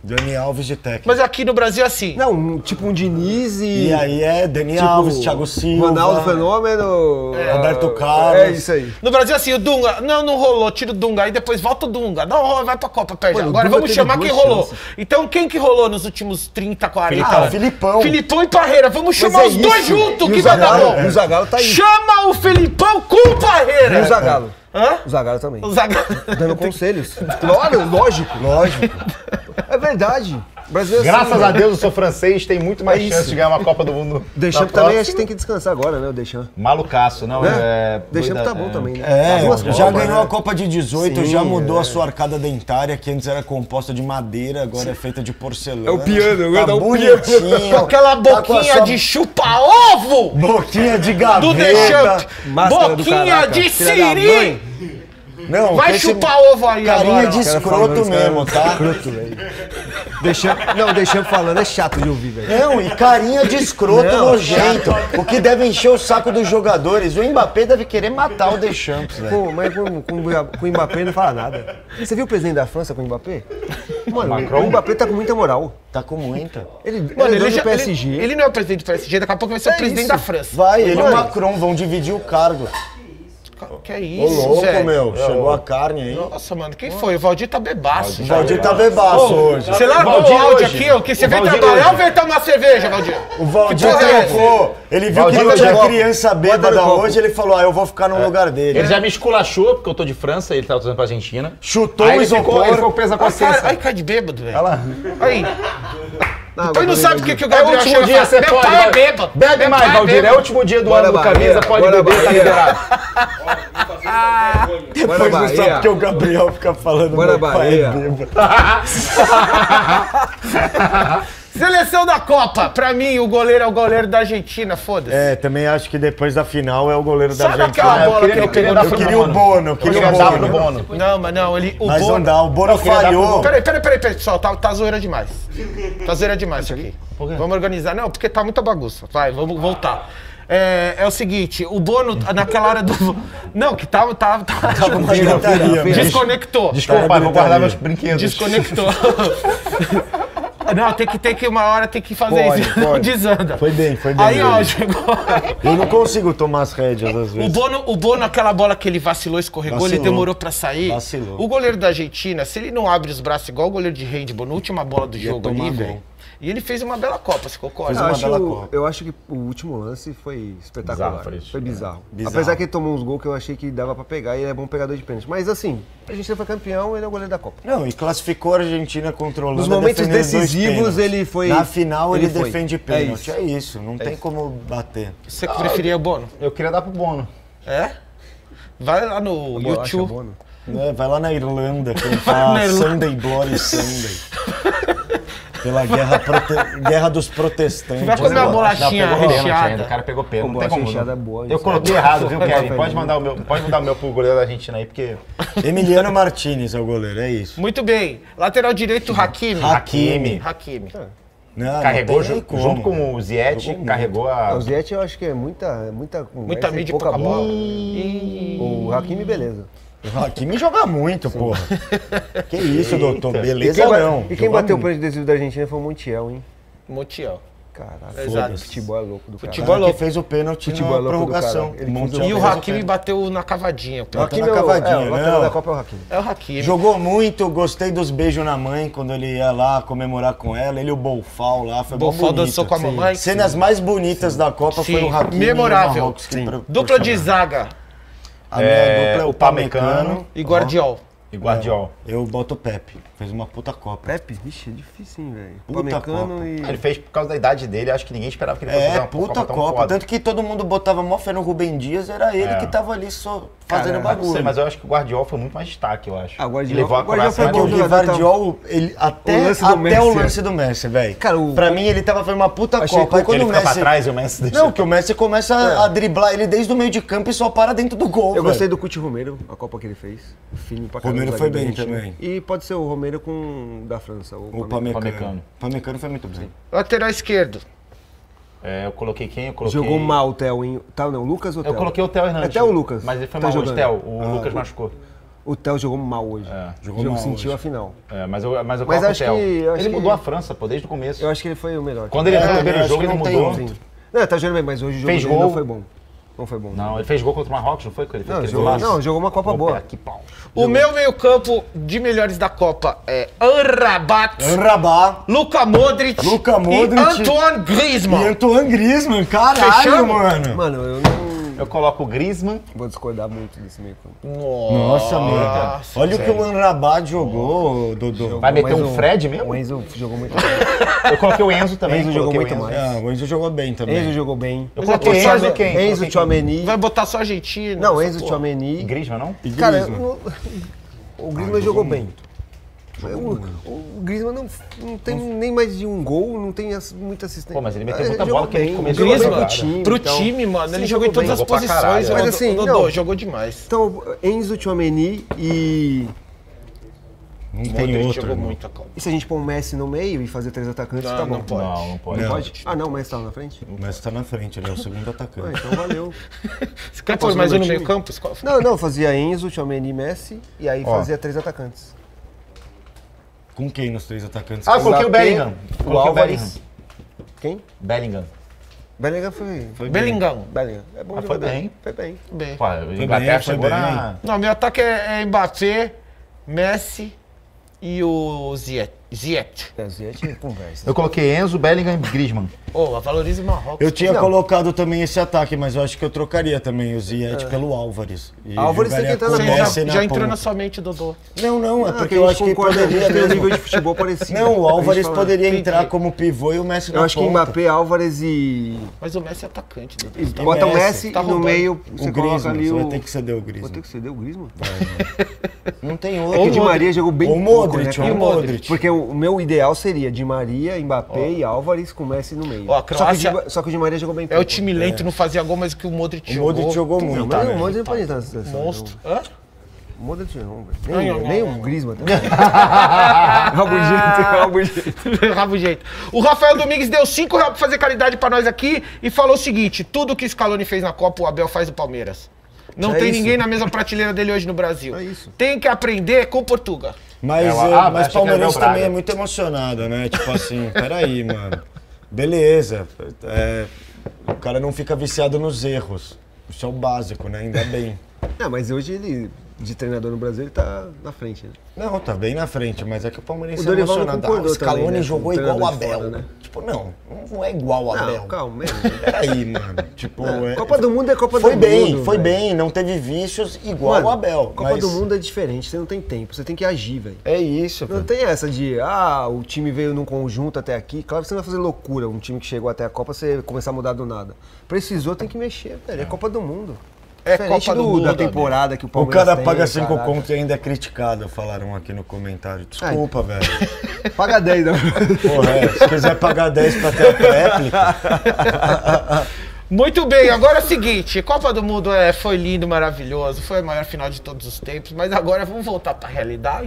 S2: Dani Alves de técnico.
S1: Mas aqui no Brasil é assim.
S3: Não, um- tipo um Diniz e... tipo,
S2: E aí é Dani
S6: tipo,
S2: Alves, Thiago Silva.
S3: Ronaldo Fenômeno...
S2: É. Roberto Carlos.
S3: É isso aí.
S1: No Brasil, é assim, o Dunga, não, não rolou, tira o Dunga, aí depois volta o Dunga, não rola, vai pra Copa, perde.
S3: Mano, o
S1: Agora
S3: Dunga
S1: vamos
S3: teve
S1: chamar quem
S3: duas
S1: rolou.
S3: chances.
S1: Então, quem que rolou nos últimos 30, 40
S3: Ah,
S1: anos?
S3: o Filipão.
S1: Filipão e Parreira, vamos
S3: Mas
S1: chamar
S3: é
S1: os dois
S3: isso.
S1: juntos,
S3: E
S1: que
S3: o
S1: vai dar
S3: Zagallo,
S1: bom.
S3: e o Zagallo tá aí.
S1: Chama o Filipão com o Parreira.
S3: E o Zagallo.
S1: Hã?
S3: O Zagallo também.
S1: O Zagallo.
S3: Dando conselhos. Claro, lógico. Lógico. É verdade. O brasileiro é assim,
S6: Graças
S3: mano.
S6: a Deus eu sou francês, tem muito mais
S3: É isso.
S6: chance de ganhar uma Copa do Mundo.
S3: Deschamps também acho que tem que descansar agora, né, o Deschamps.
S6: Malucaço, não,
S3: Né?
S6: é...
S3: Deschamps
S6: doida-
S3: tá bom também, né?
S2: É,
S3: Duas
S2: já
S3: Copas,
S2: ganhou
S3: né?
S2: a Copa de 18,
S3: Sim,
S2: já mudou
S3: é.
S2: a sua arcada dentária, que antes era composta de madeira, agora é feita de porcelana.
S3: É o piano, agora
S2: tá
S3: dá um piano.
S2: bonitinho.
S1: Com aquela
S2: tá com a
S1: boquinha
S2: sua
S1: de chupa-ovo!
S2: Boquinha de gaveta.
S1: Do Deschamps.
S2: Máscara do
S1: Boquinha
S2: caraca,
S1: de
S2: filha da
S1: siri!
S2: mãe. Não,
S1: Vai
S2: com esse
S1: chupar ovo aí
S2: carinha
S1: agora.
S2: de
S1: Cara
S2: escroto
S1: falando,
S2: mesmo,
S1: cara.
S2: tá?
S3: Escroto, velho. Deschamps, não, Deschamps falando é chato de ouvir, velho.
S2: Não, e carinha de escroto
S3: Não,
S2: nojento. O que deve encher o saco dos jogadores. O Mbappé deve querer matar o Deschamps, velho.
S3: Pô, mas com, com, com o Mbappé não fala nada. Você viu o presidente da França com o Mbappé? Mano,
S2: Macron?
S3: o Mbappé tá com muita moral.
S2: Tá com muita.
S3: Ele,
S1: Mano, ele,
S3: é
S1: já,
S3: do PSG.
S1: Ele, ele não é o presidente do PSG, daqui a pouco
S3: É
S1: vai ser o presidente
S2: É isso.
S1: da França.
S2: Vai, ele e o
S1: Mano,
S2: Macron vão dividir o cargo.
S1: Que é
S2: Ô,
S1: isso,
S2: louco,
S1: Zé?
S2: meu. Chegou a carne aí.
S1: Nossa, mano, quem foi? O Valdir tá bebaço.
S2: O Valdir tá bebaço hoje.
S1: Você largou
S2: Valdir
S1: o áudio
S2: hoje.
S1: aqui, ó, que você
S2: O
S1: veio
S2: Valdir
S1: trabalhar
S2: hoje.
S1: ou veio tomar tá cerveja, Valdir?
S2: O Valdir
S1: porra é essa?
S2: trocou. Ele viu
S6: Valdir
S2: que
S6: hoje
S2: tinha
S6: é
S2: criança
S6: copo.
S2: bêbada
S6: Bota no copo.
S2: hoje, ele falou, ah, eu vou ficar no lugar dele.
S6: Ele já me esculachou, porque eu tô de França e ele tá usando pra Argentina.
S2: Chutou
S6: Aí
S2: o
S6: ele ficou,
S2: isopor.
S6: ele ficou preso na
S1: Ai, cara,
S6: consciência.
S1: ai, cai de bêbado, velho.
S6: Olha lá.
S1: Aí. Então ele não sabe o que, que o
S6: É o
S1: Gabriel
S6: último
S1: chega e
S6: dia,
S1: fala,
S6: você
S1: Meu
S6: pode.
S1: pai é
S6: vai.
S1: bêbado.
S6: Bebe
S1: Meu
S6: mais,
S1: pai
S6: Valdir. É o
S1: bêbado."
S6: último dia do
S3: Bora,
S6: ano do
S3: Bahia,
S6: camisa, pode
S3: bora,
S6: beber, tá
S3: Bahia.
S6: liberado.
S2: Depois não sabe
S3: Bahia.
S2: porque o Gabriel fica falando
S3: Bora,
S2: meu pai é
S3: Bahia.
S2: bêbado.
S1: Seleção da Copa. Pra mim, o goleiro é o goleiro da Argentina, foda-se.
S2: É, também acho que depois da final é o goleiro da
S1: Sabe
S2: Argentina.
S1: aquela bola que ele pegou
S2: Eu queria o Bono, eu queria o Bono.
S1: Não, mas não, ele. O
S2: Mas não dá, o Bono
S1: Eu queria
S2: falhou.
S1: dar pro- Peraí, peraí, peraí, peraí, pessoal, tá, tá zoeira demais. Tá zoeira demais isso aqui. Vamos organizar. Não, porque tá muita bagunça. Vai, vamos voltar. É, é o seguinte, o Bono, naquela hora do. Não, que tava. Tava, tava,
S2: uma gritaria, velho.
S1: Desconectou.
S6: Desculpa,
S2: Tá,
S6: pai, vou
S2: tá
S6: guardar
S2: ali.
S6: meus brinquedos.
S1: Desconectou. Não, tem que, tem que uma hora tem que fazer
S2: Pode,
S1: isso. Não
S2: pode.
S1: desanda.
S2: Foi bem, foi bem.
S1: Aí, ó,
S2: dele.
S1: chegou.
S2: Eu não consigo tomar as rédeas às
S1: O
S2: vezes.
S1: Bono, o Bono, aquela bola que ele vacilou, escorregou,
S2: Vacilou.
S1: ele demorou pra sair.
S2: Vacilou.
S1: O goleiro da Argentina, se ele não abre os braços igual o goleiro de handball na última bola do jogo
S2: tomar
S1: ali,
S2: gol.
S1: velho. E ele fez uma bela Copa, você
S3: Eu
S1: concorda?
S2: uma
S3: acho,
S2: bela Copa.
S3: eu acho que o último lance foi espetacular.
S6: Bizarro, foi isso.
S3: foi bizarro.
S2: Bizarro.
S3: Apesar que ele tomou uns gols que eu achei que dava pra pegar e ele é bom pegador de pênalti. Mas assim, a gente foi campeão, ele é o goleiro da Copa.
S2: Não, e classificou a Argentina controlando.
S3: Nos momentos
S2: defendendo dois
S3: decisivos,
S2: pênaltis.
S3: ele foi-
S2: Na final ele,
S3: ele foi.
S2: defende
S3: É
S2: pênalti.
S3: isso.
S2: É isso, não tem como bater.
S1: Você que preferia o Bono?
S6: Eu queria dar pro Bono.
S1: É? Vai lá no YouTube.
S2: É, vai lá na Irlanda cantar
S1: na Irlanda.
S2: Sunday Bloody Sunday. Pela guerra, prote- guerra dos protestantes.
S1: Vai comer uma bolachinha
S6: Não, pegou pênalti ainda,
S1: recheada.
S6: o cara pegou pênalti. Não
S3: Pô,
S6: tem como.
S3: recheada
S6: não.
S3: é boa,
S6: eu
S3: isso.
S6: coloquei errado, viu, Kevin? Pode
S3: Perfeito.
S6: mandar o meu, pode mandar o meu pro goleiro da Argentina aí, porque
S2: Emiliano Martinez é o goleiro, é isso.
S1: Muito bem. Lateral direito, Hakimi.
S2: Hakimi.
S1: Hakimi.
S2: Não, não
S6: carregou
S2: tem nem
S6: ju- junto com o Ziet,
S2: Jogou
S6: carregou a
S3: O Ziyech eu acho que é muita, muita conversa
S1: Muita
S3: e
S1: mídia e pouca bola.
S3: O Hakimi, beleza.
S2: O Hakimi joga muito, porra. Que isso, doutor. Beleza
S3: e quem, ba-
S2: não.
S3: e quem
S2: Joga
S3: bateu é o
S2: muito.
S3: pênalti decisivo da Argentina foi o Montiel, hein?
S1: Montiel.
S3: Caralho,
S1: Exato.
S3: o futebol é louco do
S1: Futebol
S3: cara.
S2: O cara
S1: Bola-
S2: que fez o pênalti
S3: Futebol é
S2: na
S3: louco do
S2: prorrogação.
S3: caralho. Ele fez
S2: Monte de
S1: E o
S2: vezes
S1: Hakimi
S2: pênalti.
S1: bateu na cavadinha. pô.
S2: Bate na
S3: é o-
S2: cavadinha,
S3: é, o lateral
S2: não.
S3: da Copa é o Hakimi.
S1: É o Hakimi.
S2: Jogou muito, gostei dos beijos na mãe quando ele ia lá comemorar com ela. Ele e o Bolfal lá, foi mó
S1: Bolfal
S2: bonito.
S1: dançou com a
S2: Sim.
S1: mamãe.
S2: Cenas mais bonitas da Copa foi
S1: Sim,
S2: o Hakimi e o
S1: memorável.
S2: Marrocos. Que pro-
S1: Dupla de zaga
S2: A minha
S6: É,
S2: dupla é o
S6: o Pamecano.
S2: Pamecano.
S1: e Guardiol.
S9: E Guardiol.
S2: Eu boto o Pepe. Fez uma puta Copa.
S3: Pepe? Vixe, é difícil, hein, velho.
S2: Puta Copa.
S3: e-
S9: Ele fez por causa da idade dele, acho que ninguém esperava que ele fosse
S2: É,
S9: fazer uma
S2: puta Copa.
S9: tão foda.
S2: Tanto que todo mundo botava mó fé no Rubem Dias, era ele
S9: É.
S2: que tava ali só fazendo
S9: Cara,
S2: bagulho.
S9: Sei, mas eu acho que o Guardiol foi muito mais destaque, eu acho.
S2: Ah, o Guardiol-
S9: Ele levou a
S2: o Guardiol
S9: Croácia
S2: foi
S9: mais
S2: bom
S9: longe.
S2: jogador. Guardiol, ele até- até o lance do Messi, velho. Cara, Pra mim, ele tava fazendo uma puta
S9: Achei
S2: Copa. Aí
S9: que
S2: quando
S9: ele
S2: o
S9: fica
S2: Messi...
S9: pra trás e o Messi deixa-
S2: Não, que o Messi começa a- a driblar ele desde o meio de campo e só para dentro do gol,
S3: Eu gostei
S2: velho.
S3: do Cuti Romero, a Copa que ele fez. Filme pra
S2: Romero
S3: caramba,
S2: foi
S3: zagueiro
S2: bem
S3: argentino. E pode ser o Romero com da França. O,
S2: O
S3: Pamecano.
S2: Pamecano. Pamecano foi muito bem.
S1: Lateral esquerdo.
S9: É, eu coloquei quem? Eu coloquei...
S3: Jogou mal o Theo, hein? Tá, não, Lucas ou
S9: Eu coloquei o Theo Hernandes.
S3: É Theo ou Lucas?
S9: Mas ele foi
S3: Tá
S9: mal hoje,
S3: jogando.
S9: Theo. O
S3: Ah,
S9: Lucas machucou.
S3: O Theo jogou mal hoje.
S9: jogou
S3: Não
S9: mal
S3: sentiu
S9: hoje.
S3: a final.
S9: É, mas eu, mas eu
S3: Mas
S9: coloco
S3: acho
S9: o Theo.
S3: que- eu acho
S9: ele
S3: que-
S9: mudou a França, pô, desde o começo.
S3: Eu acho que ele foi o melhor.
S9: Quando ele
S3: É,
S9: entrou no
S3: eu
S9: primeiro
S3: acho
S9: jogo,
S3: que
S9: ele
S3: não tem
S9: mudou.
S3: outro. Não, tá jogando bem, mas hoje o jogo
S9: Fez
S3: dele não
S9: gol.
S3: foi bom. Não foi bom.
S9: Não, ele fez gol contra o Marrocos, não foi? Que ele fez
S3: Não,
S9: aquele
S3: jogou-
S9: golaço?
S3: não, jogou uma Copa
S9: Pô,
S3: boa.
S9: pera, Que pau.
S1: O meu meio-campo de melhores da Copa é Anrabat,
S2: Rabá.
S1: Luka Modric,
S2: Luka Modric.
S1: e Antoine Griezmann.
S2: E Antoine Griezmann, caralho,
S1: Fechamos?
S2: mano.
S3: Mano, eu não...
S9: Eu coloco o Griezmann.
S3: Vou discordar muito desse meio campo.
S2: Nossa, mano.
S3: Nossa,
S2: Olha o que
S3: sério.
S2: o Anrabá jogou, Dodô.
S9: Vai meter um Fred mesmo?
S3: O Enzo jogou muito
S9: Eu coloquei o Enzo também.
S3: Enzo jogou
S9: coloquei o
S3: muito mais.
S2: Ah, o Enzo jogou bem também.
S3: Enzo jogou bem.
S9: Eu coloquei
S2: é,
S3: Enzo,
S9: Enzo quem? Coloquei
S3: Enzo
S9: quem?
S3: Tchouameni.
S1: Vai botar só Argentina.
S3: Não,
S1: essa
S3: Enzo
S1: porra.
S3: Tchouameni.
S9: Griezmann, não?
S2: E
S3: Cara,
S2: Griezmann?
S3: eu- o Griezmann jogou bem. O, o Griezmann não, não tem nem mais de um gol, não tem as- muita assistência.
S9: Pô, mas ele meteu
S3: Ah,
S9: muita
S3: jogou
S9: bola que ele
S3: bem,
S9: começou
S3: jogou bem
S9: a
S1: Griezmann,
S9: jogada.
S1: pro
S2: então.
S1: time, mano, ele jogou em todas as
S3: Jogou pra
S1: posições,
S3: caralho.
S1: Dodô,
S3: Mas assim,
S1: Dodô,
S3: não.
S1: jogou demais.
S3: Então, Enzo Tchouameni e...
S2: Não
S1: Modric
S2: tem outro.
S1: jogou
S2: irmão.
S1: muito a Copa.
S3: E se a gente pôr o Messi no meio e fazer três atacantes,
S1: Não,
S3: tá bom.
S1: não pode.
S9: Não, não pode.
S3: Não
S2: Não.
S3: pode? Ah, não, o Messi tava na frente?
S2: O Messi tá na frente, ele é o segundo atacante.
S3: Ah, então valeu.
S1: Você quer pôr mais um no meio campo? Escola?
S3: Não, não, fazia Enzo, Tchouameni e Messi, e aí
S2: Ó.
S3: fazia três atacantes.
S2: Com quem nos três atacantes?
S9: Ah, eu coloquei o
S3: Mbappé,
S9: Bellingham.
S3: o
S9: Coloquei o
S3: Álvares.
S9: Bellingham.
S3: Quem?
S9: Bellingham.
S3: Bellingham foi...
S2: Foi bem.
S1: Belingão.
S3: Bellingham. É bom
S9: Ah, foi
S3: jogador.
S9: bem.
S3: Foi bem.
S1: Bem.
S6: Ah,
S9: Pô, a Inglaterra
S2: bem, foi
S9: chegou
S2: bem.
S9: na...
S1: Não, meu ataque é, é Mbappé, Messi e o Ziet. Ziet.
S3: É, Ziyech conversa.
S9: Eu coloquei Enzo, Bellingham e Griezmann.
S1: Ô, oh, valoriza o Marrocos.
S2: Eu tinha
S3: Não.
S2: colocado também esse ataque, mas eu acho que eu trocaria também o Ziyech pelo Álvares. E
S3: Álvares tem que
S2: jogaria
S3: entrar na
S2: com o
S1: Você
S3: bola.
S2: Messi
S1: já, já entrou
S2: ponta.
S1: na sua mente, Dodô.
S2: Não, não, é
S3: Ah,
S2: porque
S3: que
S2: eu
S3: a
S2: acho
S3: gente
S2: que
S3: concorda, a gente
S2: poderia
S3: tem um
S2: mesmo.
S3: nível de futebol parecido.
S2: Não, o
S3: A gente
S2: Álvares
S3: fala-
S2: poderia
S1: Entendi.
S2: entrar como pivô e o Messi na
S3: Eu acho que
S2: ponta.
S3: Mbappé, Álvares e...
S1: Mas o Messi é atacante, Dodô.
S3: e
S1: Tá
S3: bota o
S2: Messi.
S3: Messi
S1: Tá
S3: e no
S1: roubando.
S3: meio
S2: O
S3: você coloca
S2: Griezmann,
S3: ali
S2: você
S3: o...
S2: vai ter que ceder o
S3: Vou ter
S2: Griezmann.
S3: que ceder o Griezmann?
S2: Não tem
S3: É que o Di
S2: outro.
S3: Maria jogou bem
S2: Ou
S3: pouco, né,
S2: Modric,
S3: cara?
S2: ou Modric.
S3: Porque o meu ideal seria Di Maria, Mbappé e Álvares com Messi no meio.
S1: Ó, a
S3: só, que o Di-
S1: Croácia-
S3: só que o Di Maria jogou bem
S1: É
S3: pouco.
S1: o time lento, não fazia gol, mas que o Modric
S2: O
S1: jogou.
S2: Modric jogou
S3: Não,
S2: muito.
S3: mas é um
S2: né?
S3: o Modric não pode entrar na seleção.
S1: Monstro. Hã?
S3: não. O Modric não,
S1: Não,
S3: velho.
S1: não,
S3: Nem,
S1: não,
S3: nem
S1: não.
S3: o Griezmann também. rabugento, rabugento.
S1: Rabugento. O Rafael Domingues deu 5 reais pra fazer caridade pra nós aqui e falou o seguinte: tudo que Scaloni fez na Copa, o Abel faz no Palmeiras. Não
S2: É
S1: tem
S2: isso.
S1: ninguém na mesma prateleira dele hoje no Brasil. É isso. Tem que aprender com Portugal.
S2: Mas,
S9: É,
S2: é,
S9: o- ah,
S2: mas
S9: acho que era o
S2: Palmeiras
S9: Braga.
S2: também é muito emocionado, né? Tipo assim, peraí, mano. Beleza. é, o cara não fica viciado nos erros. Isso é o básico, né? Ainda bem.
S3: Não, mas hoje ele, de treinador no Brasil, ele tá na frente. Né?
S2: Não, tá bem na frente, mas é que o
S3: O
S2: Palmeirense é
S3: Dorival não
S2: emocionado.
S3: concordou
S2: o Scaloni
S3: também, né,
S2: jogou
S3: com o
S2: igual o
S3: treinador de
S2: Abel.
S3: fora, né?
S2: Tipo, não, não é igual o Abel.
S3: Não, calma mesmo.
S2: Peraí, mano. Tipo, é-
S3: Copa do Mundo é Copa
S2: foi
S3: do
S2: bem,
S3: Mundo.
S2: foi
S3: velho.
S2: bem. Não teve vícios igual
S3: Mano,
S2: o Abel.
S3: Copa
S2: mas
S3: do Mundo é diferente, você não tem tempo, você tem que agir, velho.
S2: É isso,
S3: Não
S2: cara.
S3: tem essa de, ah, o time veio num conjunto até aqui. Claro que você não vai fazer loucura, um time que chegou até a Copa, você começar a mudar do nada. Precisou, tem que mexer, velho. É Copa do Mundo.
S1: É
S3: Diferente
S1: Copa do
S3: do-
S1: Mundo,
S3: da
S1: amigo.
S3: temporada que o
S2: O
S3: Palmeiras
S2: cara
S3: tem,
S2: paga 5
S3: caraca.
S2: conto e ainda é criticado, falaram aqui no comentário. Desculpa, velho.
S3: Paga né? 10, não.
S2: Porra, é, se quiser pagar 10 pra ter a réplica,
S1: Muito bem, agora é o seguinte: Copa do Mundo é, foi lindo, maravilhoso, foi a maior final de todos os tempos, mas agora vamos voltar pra realidade.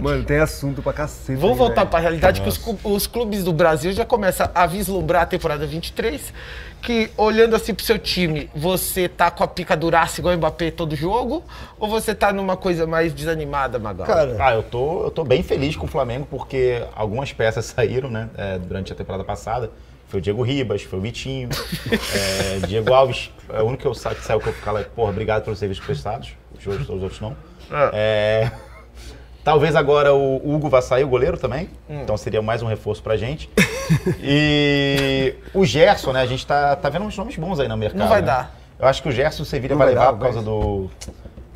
S3: Mano, tem assunto pra cacete.
S1: Vamos
S3: né,
S1: voltar
S3: velho?
S1: pra realidade que os, cu- os clubes do Brasil já começam a vislumbrar a temporada 23, que olhando assim pro seu time, você tá com a pica duraça igual o Mbappé todo jogo, ou você tá numa coisa mais desanimada, Magal?
S2: cara.
S9: Ah, eu tô, eu tô bem feliz com o Flamengo porque algumas peças saíram, né? é, durante a temporada passada. Foi o Diego Ribas, foi o Vitinho, é, Diego Alves. É o único que eu sa que saiu que eu falei, porra, obrigado pelos serviços prestados. Os outros, os outros não. É, talvez agora o Hugo vá sair, o goleiro também. Então seria mais um reforço pra gente. E o Gerson, né? A gente tá, tá vendo uns nomes bons aí no mercado.
S1: Não vai
S9: né?
S1: dar.
S9: Eu acho que o Gerson o Sevilha
S3: Não
S9: vai
S3: vai
S9: levar
S3: dar,
S9: por causa
S3: vai.
S9: do. Como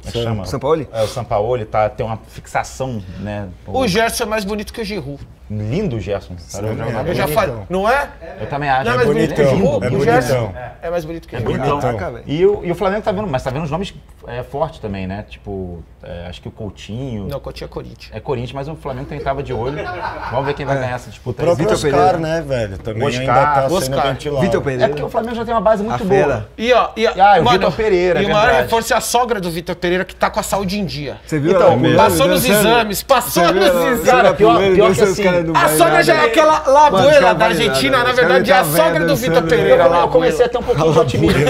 S9: é que chama?
S3: São Paulo?
S9: É, o São Paulo tá, tem uma fixação, né?
S1: O Gerson é mais bonito que o Giroud.
S9: Lindo o Gerson. Cara,
S1: eu
S2: É
S9: jogo nada.
S1: já falei. Não é?
S9: Eu também acho.
S1: Não é mais bonito que o Giroud? O Gerson é mais bonito que o
S9: É
S1: Giroud.
S9: bonitão.
S1: Caraca, velho.
S9: E o, e o Flamengo tá vendo, mas tá vendo os nomes é, fortes também, né? Tipo, é, acho que o Coutinho.
S1: Não, o Coutinho é Corinthians.
S9: É Corinthians, mas o Flamengo também tava de olho. Vamos ver quem vai ganhar essa disputa.
S2: O
S9: aí.
S2: próprio Oscar, né, velho? Também ainda tá sendo ventilado.
S9: É porque o Flamengo já tem uma base muito
S2: A
S9: boa.
S2: fera.
S1: E, ó, e,
S9: Ah, e o Vitor Pereira,
S1: E
S9: é
S1: o maior
S9: verdade.
S1: reforço é a sogra do Vitor Pereira, que tá com a saúde em dia.
S9: Você viu
S1: Então,
S9: ela mesmo?
S1: passou
S9: Você
S1: nos
S9: viu ela?
S1: exames, passou
S9: Você viu
S1: nos
S9: ela-
S1: exames.
S9: Cara, pior- pior que assim,
S1: a sogra já é aquela labuela da Argentina, na verdade, é a sogra do Vitor Pereira.
S9: Eu comecei a ter um pouquinho de otimismo.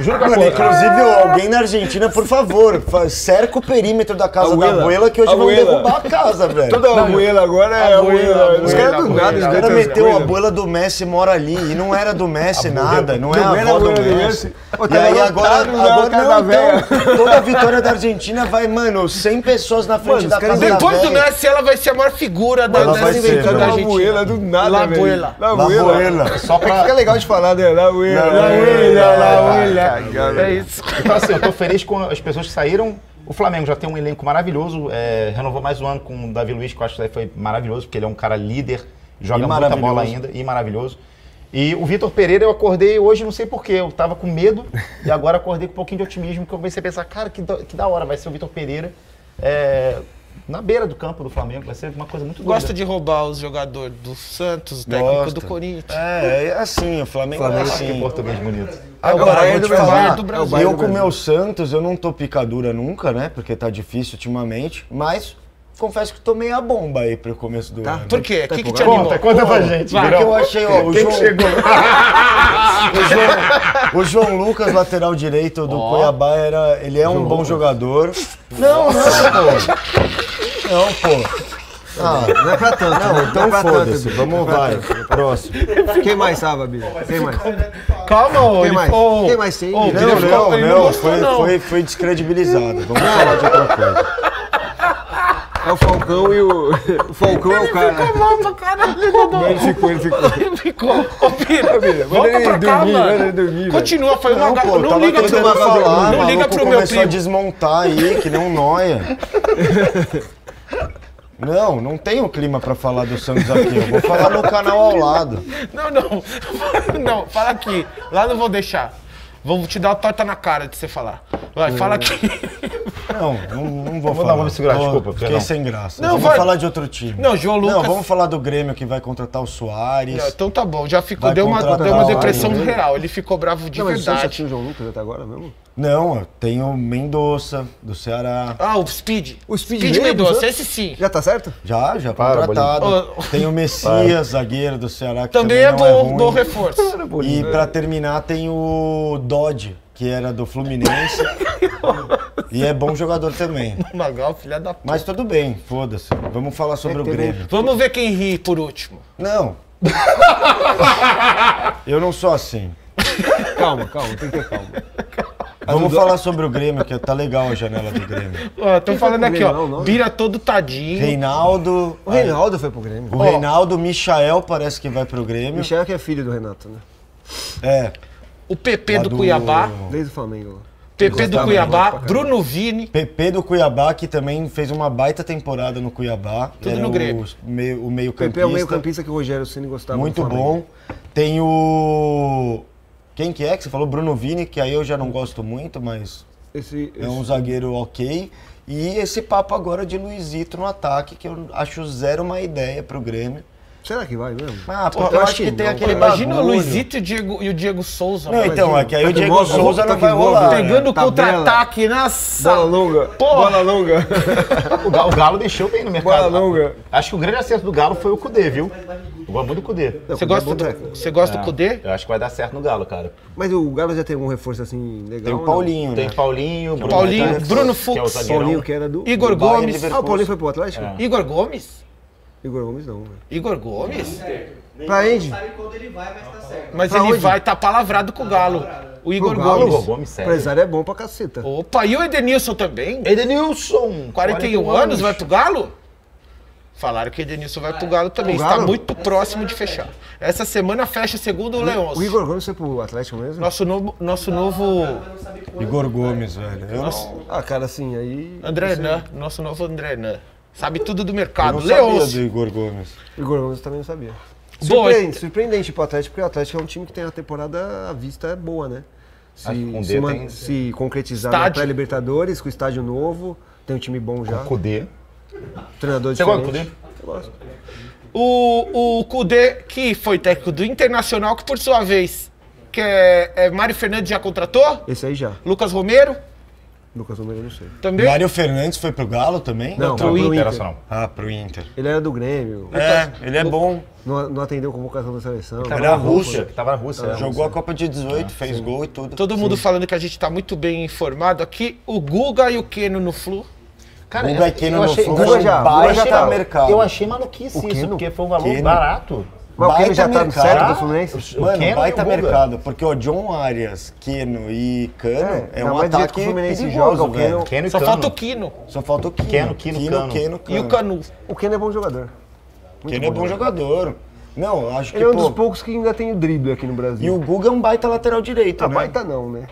S9: Juro
S2: Mano, inclusive,
S3: é.
S2: ó, alguém na Argentina, por favor, fa- cerca o perímetro da casa da
S3: Abuela.
S2: abuela que hoje vão
S3: Abuela.
S2: derrubar a casa, velho.
S3: Toda
S2: Não,
S3: abuela agora é abuela, os caras do nada
S2: Os
S3: inventam
S2: caras
S3: as
S2: meteu a
S3: coisas.
S2: abuela do Messi mora ali e não era do Messi nada, não é
S3: Não
S2: a
S3: era
S2: avó do
S3: abuela do
S2: Messi.
S3: Messi. Ô,
S2: E
S3: tá
S2: aí agora,
S3: lotado na
S2: agora
S3: casa
S2: não,
S3: da
S2: então, toda a vitória da Argentina vai, mano, 100 pessoas na frente da casa da
S1: Depois do
S2: véia.
S1: Messi, ela vai ser a maior figura da
S2: Ela
S1: da
S2: vai ser,
S1: da
S2: né?
S1: Argentina.
S3: Labuela do nada,
S1: Labuela.
S3: velho. Labuela.
S2: Labuela.
S3: Só pra... É que fica legal de falar, né? Labuela, Labuela,
S1: Ah,
S3: Labuela.
S9: É isso. Então, assim, eu tô feliz com as pessoas que saíram. O Flamengo já tem um elenco maravilhoso. é, renovou mais um ano com o Davi Luiz, que eu acho que daí foi maravilhoso, porque ele é um cara líder, joga muita
S2: maravilhoso.
S9: bola ainda e maravilhoso. E o Vitor Pereira, eu acordei hoje, não sei porquê, eu tava com medo e agora acordei com um pouquinho de otimismo, que eu comecei a pensar, cara, que da, que da hora vai ser o Vitor Pereira é, na beira do campo do Flamengo, vai ser uma coisa muito doida.
S1: Gosta de roubar os jogadores do Santos, o técnico
S9: Gosta.
S1: do Corinthians.
S2: É, é assim, o Flamengo, é
S9: Flamengo,
S2: assim.
S9: que português bonito.
S2: Agora,
S1: É o Bayern
S2: eu vou te
S1: do
S2: falar,
S1: Brasil. É o Bayern do
S2: eu com o
S1: Brasil.
S2: meu Santos, eu não tô picadura nunca, né? Porque tá difícil ultimamente, mas confesso que tomei a bomba aí pro começo do ano.
S1: Por quê? O que, que te animou?
S2: Conta, conta pra gente.
S1: Tá. Vai.
S2: Porque eu achei, ó, o
S1: Quem que
S2: João...
S1: chegou?
S2: o, João, o João Lucas, lateral direito do Cuiabá, era, ele é um bom jogador. Não, não, pô. Não, pô. Ah,
S3: Não é pra tanto,
S2: Não,
S3: né?
S2: então
S3: é pra tanto,
S2: foda-se.
S3: Bibi.
S2: Vamos,
S3: Não é pra
S2: vai.
S3: tanto.
S2: Próximo.
S3: Quem mais sabe, Bia? Quem mais?
S1: Calma, ô,
S3: Quem mais?
S1: ô,
S3: Quem mais tem?
S1: ô,
S2: Não,
S1: Ele ficou-
S2: não,
S1: ele
S2: não,
S1: não gostou,
S2: foi,
S1: não.
S2: foi, foi descredibilizado. Vamos falar de outra coisa.
S3: É o Falcão e o... O Falcão é o cara.
S1: Ficou mal pra caralho, Dodô.
S3: Ele ficou, ele ficou.
S1: Ele ficou. Ô, Pira,
S3: manda
S1: volta
S3: ele
S1: pra cá,
S3: dormir, manda ele
S1: mano.
S3: dormir,
S1: Continua, foi uma...
S2: Não,
S1: ga-
S2: pô, eu
S1: Não
S2: tava
S1: liga pro
S2: tentando
S1: meu
S2: falar,
S1: Não liga
S2: maluco
S1: pro meu
S2: começou a
S1: primo.
S2: desmontar aí, que nem um noia. Não, não tenho clima pra falar do Santos aqui. Eu vou falar no canal ao lado.
S1: Não, não. Não, fala aqui. Lá não vou deixar. Vou te dar uma torta na cara de você falar. Vai, fala aqui.
S2: Não, não, não vou
S9: Vou
S2: falar.
S9: dar uma segurada,
S2: Tô-
S9: desculpa,
S2: Fiquei
S9: perdão.
S2: sem graça.
S1: Não,
S2: vamos
S1: vai.
S2: falar de outro time.
S1: Não, João
S2: Não,
S1: Lucas-
S2: vamos falar do Grêmio que vai contratar o Soares.
S1: Não, então tá bom, já ficou.
S2: Vai
S1: Deu uma,
S2: contratar
S1: deu uma
S2: o
S1: depressão
S2: Paulo, né?
S1: real. Ele ficou bravo de
S3: Não, mas é o Santos já
S1: verdade.
S3: tinha o João Lucas até agora mesmo?
S2: Não, eu tenho Mendonça, do Ceará.
S1: Ah, o Speed.
S3: O Speed,
S1: Speed
S3: veio pro
S1: Mendonça,
S3: Santos?
S1: esse sim.
S3: Já tá certo?
S2: Já, já
S9: Para,
S2: contratado.
S1: Bolinha.
S2: Tem o Messias, zagueiro do Ceará, que
S1: Também
S2: também,
S1: é
S2: não
S1: bom,
S2: ruim.
S1: bom reforço.
S2: E pra terminar tem o Dodge, que era do Fluminense. e é bom jogador também.
S1: Magal, filha da puta.
S2: Mas tudo bem, foda-se. Vamos falar sobre o Grêmio.
S1: Vamos ver quem ri por último.
S2: Não. Eu não sou assim.
S3: Calma, calma, tem que ter calma.
S2: Vamos falar sobre o Grêmio, que tá legal a janela do Grêmio.
S1: Ó, tô
S3: Quem
S1: falando
S3: foi pro
S1: aqui, ó.
S3: Grêmio, não, não?
S1: Vira todo tadinho.
S2: Reinaldo.
S3: O Reinaldo foi pro Grêmio.
S2: O Reinaldo, Michael parece que vai pro Grêmio.
S3: Michel que é filho do Renato, né?
S2: É.
S1: O PP
S2: Lá
S1: do
S2: do-
S1: Cuiabá.
S3: Desde o Flamengo.
S1: PP do
S3: Gostava,
S1: Cuiabá.
S3: gostava pra
S1: Bruno Vini.
S2: PP do Cuiabá, que também fez uma baita temporada no Cuiabá.
S1: Tudo
S2: Era
S1: no Grêmio.
S2: O meio, o meio
S3: O PP é o meio-campista que o Rogério Ceni gostava. do
S2: Muito
S3: Flamengo.
S2: bom. Tem o. Quem que é que você falou? Bruno Vini, que aí eu já não gosto muito, mas
S3: Esse,
S2: é um
S3: esse-
S2: zagueiro ok. E esse papo agora de Luizito no ataque, que eu acho zero uma ideia pro Grêmio.
S3: Será que vai mesmo? Porra,
S2: Ah, porque eu acho que, tem
S3: não,
S2: aquele
S3: cara.
S1: Imagina o
S2: bagulho.
S1: Luizito e o Diego, e o Diego Souza.
S2: Não,
S1: mano.
S2: então, é que aí o
S3: Toque
S2: Diego
S3: móvel,
S2: Souza não
S3: toque
S2: vai
S3: móvel,
S1: tá
S2: rolar. né?
S1: Pegando o
S3: Tabela.
S1: contra-ataque na sala.
S3: Bola longa.
S1: Porra.
S3: Bola longa.
S9: O Galo, o Galo deixou bem no
S3: Bola
S9: mercado.
S3: longa.
S9: Acho que o grande acerto do Galo foi o Cudê, viu? Eu gosto muito do Cudê.
S3: é
S1: Você gosta, do, você gosta
S9: É,
S1: do Kudê?
S9: Eu acho que vai dar certo no Galo, cara.
S3: né? Mas o Galo já tem algum reforço assim legal?
S2: Tem
S3: ou
S2: o
S3: não?
S2: Paulinho,
S9: Tem
S2: né?
S9: Paulinho, Bruno
S1: Paulinho,
S9: Fux,
S1: Bruno
S9: Que é o
S1: Fux.
S9: zagueirão.
S3: Paulinho que era do.
S1: Igor
S3: do Bayern
S1: Gomes. É.
S3: de Ah, o Paulinho foi pro Atlético?
S1: Igor Gomes?
S3: Igor Gomes não, né? velho.
S1: Igor Gomes?
S3: Pra Andy?
S1: Mas
S3: Pra
S1: ele
S3: onde?
S1: vai, tá palavrado com o Galo. O Igor
S3: Pro Galo?
S9: Igor
S1: Gomes.
S9: Gomes, sério.
S3: Empresário é bom pra caceta.
S1: Opa, e um o Edenilson também?
S3: um
S9: Edenilson!
S1: 41 anos, vai pro Galo? Falaram que Edenilson vai pro Galo
S3: O
S1: também. Está
S3: Galo?
S1: muito próximo de fechar. Essa semana fecha segundo o Leôncio.
S3: O Igor Gomes foi pro Atlético mesmo?
S1: Nosso novo. Nosso novo...
S2: Igor Gomes, velho. Eu
S1: Nossa.
S2: não-
S3: Ah, cara, assim, aí. não
S1: André
S3: sei.
S1: Nan, nosso novo André Nan. Sabe tudo do
S2: eu
S1: mercado.
S2: não sabia
S1: Leôncio.
S2: do Igor Gomes.
S3: Igor Gomes também não sabia.
S1: Boa.
S3: Surpreendente, surpreendente pro Atlético, porque o Atlético é um time que tem a temporada à vista boa, né? Se,
S6: Ah, com o
S3: se,
S6: D
S3: man-
S6: tem-
S3: se concretizar na
S6: Estádio.
S3: pré-Libertadores, com o estádio novo, tem um time bom já.
S6: Com o Kudê.
S3: Treinador
S6: Você gosta do
S3: diferente.
S6: Kudê?
S3: Eu gosto.
S1: O, o Kudê, que foi técnico do Internacional, que por sua vez, que é, é Mário Fernandes já contratou?
S3: Esse aí já.
S1: Lucas Romero
S3: Lucas Romero, eu não sei.
S1: também?
S2: Mário Fernandes foi pro Galo também?
S3: Não, pro Inter.
S2: Ah, pro Inter.
S3: Ele era do Grêmio.
S1: Então,
S2: É, ele é bom.
S3: Não, não atendeu a convocação da seleção.
S2: Ele era russo.
S6: Tava na Rússia.
S9: né?
S3: Tava na
S2: Jogou a Copa de 18,
S9: Ah,
S2: fez gol e tudo.
S1: Todo mundo falando que a gente tá muito bem informado aqui. O Guga e o Keno no Flu. é-
S6: Cara,
S2: Guga
S6: eu-
S2: Keno
S6: eu
S2: no
S6: achei-
S2: Flu,
S6: Guga
S2: um
S6: já-
S2: baita
S6: Guga já tá-
S2: mercado.
S6: Eu achei maluquice
S2: O
S6: isso,
S2: Keno?
S6: porque foi um valor
S2: Keno.
S6: barato.
S3: Mas o Keno já tá no certo do
S2: mercado.
S3: Fluminense?
S6: O
S2: Mano,
S6: Keno e
S2: baita
S6: o Guga.
S2: mercado. Porque o John Arias, Keno e Cano é,
S3: ainda
S2: um
S3: mais do jeito
S2: ataque
S3: que o Fluminense
S2: perigoso,
S3: joga, o Keno-
S2: velho.
S6: Keno e
S1: Só
S6: Cano.
S1: falta o Kino.
S2: Só falta o Keno.
S6: Keno, Keno, Cano.
S1: E o Canu.
S3: O Keno é bom jogador. Muito
S2: Keno é bom jogador. Não, acho que,
S3: Ele é um
S2: pô,
S3: dos poucos que ainda tem o drible aqui no Brasil.
S2: E o Guga é um baita lateral direito,
S3: Ah,
S2: né?
S3: baita não, né?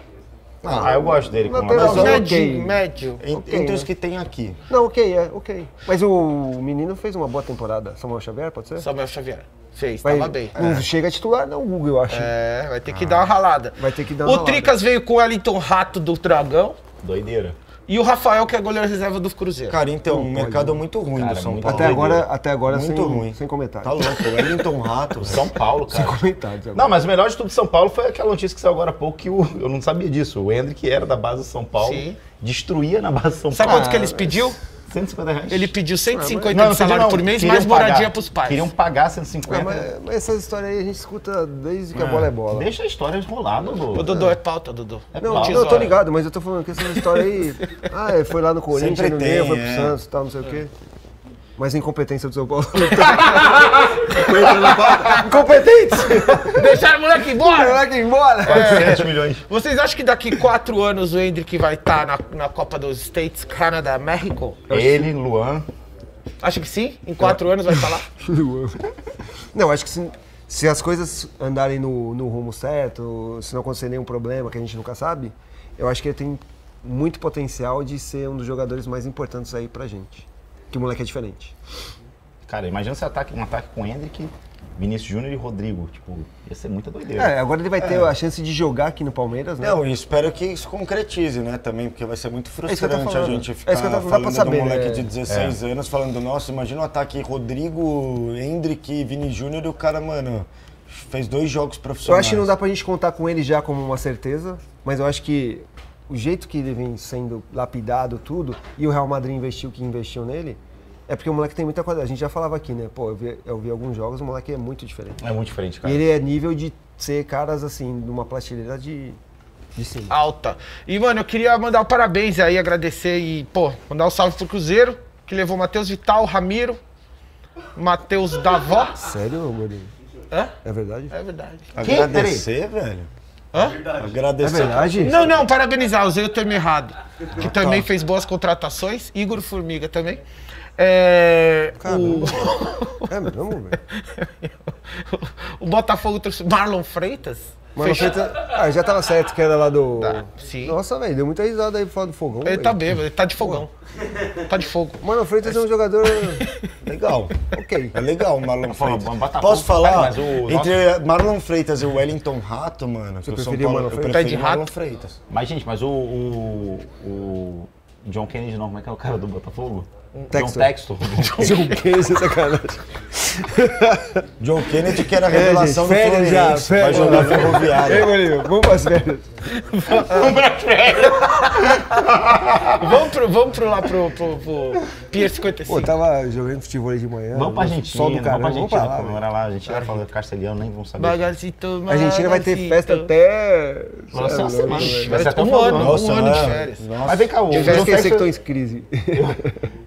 S6: Ah, eu gosto dele. como
S3: Lateral
S6: lateral.
S3: direito. Ok.
S1: Médio,
S2: né?
S1: médio.
S2: En-
S3: Ok,
S2: Entre
S3: né?
S2: os que tem aqui.
S3: Não, ok, é, ok. Mas o menino fez uma boa temporada. Samuel Xavier, pode ser?
S1: Samuel Xavier. Fez,
S3: Vai-
S1: tava bem.
S2: É.
S3: Não chega a titular, não, o Google, eu acho.
S1: É, vai ter que dar uma ralada.
S3: Vai ter que dar uma
S1: O Tricas veio com o Wellington Rato do Dragão.
S6: Doideira.
S1: E o Rafael, que é goleiro reserva do Cruzeiro.
S2: Cara, então,
S1: Não
S2: o
S1: pode,
S2: mercado é muito ruim
S6: Cara,
S2: do São
S6: muito
S2: Paulo.
S3: Até agora,
S6: doideira.
S3: até agora
S2: Muito
S3: sem,
S2: ruim.
S3: sem
S2: Tá
S3: comentários.
S2: louco, o Wellington Rato.
S6: São Paulo,
S3: sem
S6: cara.
S3: comentários agora.
S6: Não, mas o melhor de tudo de São Paulo foi aquela notícia que saiu agora há pouco que o, eu não sabia disso. O Hendrick era da base do São Paulo,
S1: Sim.
S6: destruía na base do São
S1: Sabe
S6: Paulo. Ah,
S1: quanto que eles pediu?
S6: 150 reais.
S1: Ele pediu 150
S6: Não, não
S1: de
S6: pediu,
S1: salário
S6: não.
S1: por mês,
S6: Queriam
S1: mais moradia
S6: pagar.
S1: pros pais.
S6: Queriam pagar
S3: Ah,
S6: 150.
S2: é-
S3: mas, mas essa história aí a gente escuta desde que a bola é bola.
S6: Deixa a história rolar, Dudu.
S1: Ô, Dodô, é pauta, Dodô. É
S3: Não, não, eu tô ligado, mas eu tô falando que essa história aí. ah, é, foi lá no Corinthians,
S2: Sempre
S3: não
S2: tem,
S3: deu, foi pro
S2: é.
S3: Santos e tal, não sei o quê. Mas a incompetência do São Paulo. Incompetente!
S1: Deixaram o moleque embora!
S3: Caraca, embora!
S6: 400 milhões.
S1: Vocês acham que daqui quatro anos o Hendrick vai estar na, na Copa dos States, Canadá, México?
S6: Ele, Luan.
S1: Acho que sim? Em quatro anos vai estar lá?
S3: Não, acho que se, se as coisas andarem no, no rumo certo, se não acontecer nenhum problema que a gente nunca sabe, eu acho que ele tem muito potencial de ser um dos jogadores mais importantes aí pra gente. Que o moleque é diferente.
S6: Cara, imagina esse ataque, um ataque com Hendrick, Vinícius Júnior e Rodrigo. Tipo, ia ser muita doideira.
S3: É, agora ele vai ter a chance de jogar aqui no Palmeiras, né?
S2: Não, e espero que isso concretize, né, também, porque vai ser muito
S3: É isso que eu tô
S2: frustrante a
S3: falando.
S2: gente
S3: É isso
S2: ficar
S3: que eu tô- não dá pra
S2: falando
S3: saber,
S2: do moleque
S3: né?
S2: de 16
S6: É.
S2: anos, falando, nossa, imagina o ataque Rodrigo, Hendrick, Vini Júnior e o cara, mano, fez dois jogos
S3: Eu
S2: profissionais.
S3: acho que não dá pra gente contar com ele já como uma certeza, mas eu acho que o jeito que ele vem sendo lapidado, tudo, e o Real Madrid investiu o que investiu nele, é porque o moleque tem muita qualidade. A gente já falava aqui, né? Pô, eu vi, eu vi alguns jogos, o moleque é muito diferente.
S6: É muito diferente,
S3: E
S6: cara.
S3: ele é nível de ser caras assim, de uma prateleira de, de cima.
S1: Alta. E, mano, eu queria mandar um parabéns aí, agradecer e, pô, mandar um salve pro Cruzeiro, que levou Matheus Vital, Ramiro, Matheus Davó.
S3: Sério, Mourinho?
S1: Hã?
S3: É verdade?
S1: É verdade.
S2: Agradecer, velho?
S1: Hã?
S2: Agradecer.
S3: É verdade?
S1: Não, não, parabenizar, usei o termo errado. Que também fez boas contratações. Igor Formiga também. É, o,
S3: É mesmo, velho?
S1: o Botafogo trouxe Marlon Freitas.
S3: Mano,
S1: Fechou- Tá,
S3: Freitas- ah, já tava certo que era lá do.
S1: sim.
S3: Nossa, velho, deu muita risada aí pra falar do fogão.
S1: Ele tá
S3: velho.
S1: bêbado, ele tá de fogão. Tá de fogo.
S3: Mano, o Freitas é um jogador.
S2: Legal.
S3: ok.
S2: É legal o Marlon
S6: Pô,
S2: Freitas.
S6: Botafogo,
S2: Posso falar?
S6: mas o nosso-
S2: Entre Marlon Freitas e o Wellington Rato, mano, que o São
S3: preferia o
S2: Paulo,
S3: Marlon
S2: eu
S3: Freitas?
S2: prefiro
S1: Tá de
S2: Marlon
S1: rato?
S2: Freitas.
S6: Mas, gente, mas o, o, o John Kennedy não, como é que é o cara do Botafogo?
S3: Textor.
S6: John Textor.
S3: John Case, sacanagem.
S2: John Kennedy, que era a
S3: É,
S2: revelação
S3: gente,
S2: do
S3: férias já,
S2: Fluminense, vai
S3: férias.
S2: jogar ferroviário.
S3: Ei, Murilo, vamos pras férias.
S1: Vamos, pro, vamos pro lá pro, pro, pro Pier
S3: Pô,
S1: 55.
S3: tava jogando futebol aí de manhã.
S6: Vamos pra
S3: no
S6: Argentina,
S3: Sol do
S6: vamos pra
S3: caramba,
S6: Argentina
S3: vamos pra lá.
S6: comemorar lá. A gente já falou castelhano, nem vamos saber.
S1: Bagacito,
S3: velho. A Argentina vai ter
S1: bagacito.
S3: festa até.
S6: Nossa,
S3: Sei lá,
S6: uma semana.
S3: é velho.
S6: Vai ser até o
S1: um
S6: final do
S1: ano,
S6: ano.
S2: Nossa,
S1: um ano de
S2: né?
S1: férias.
S2: Nossa.
S6: Mas vem cá, o
S3: Eu já
S6: John
S3: esqueci que
S6: Textor...
S3: estão em crise.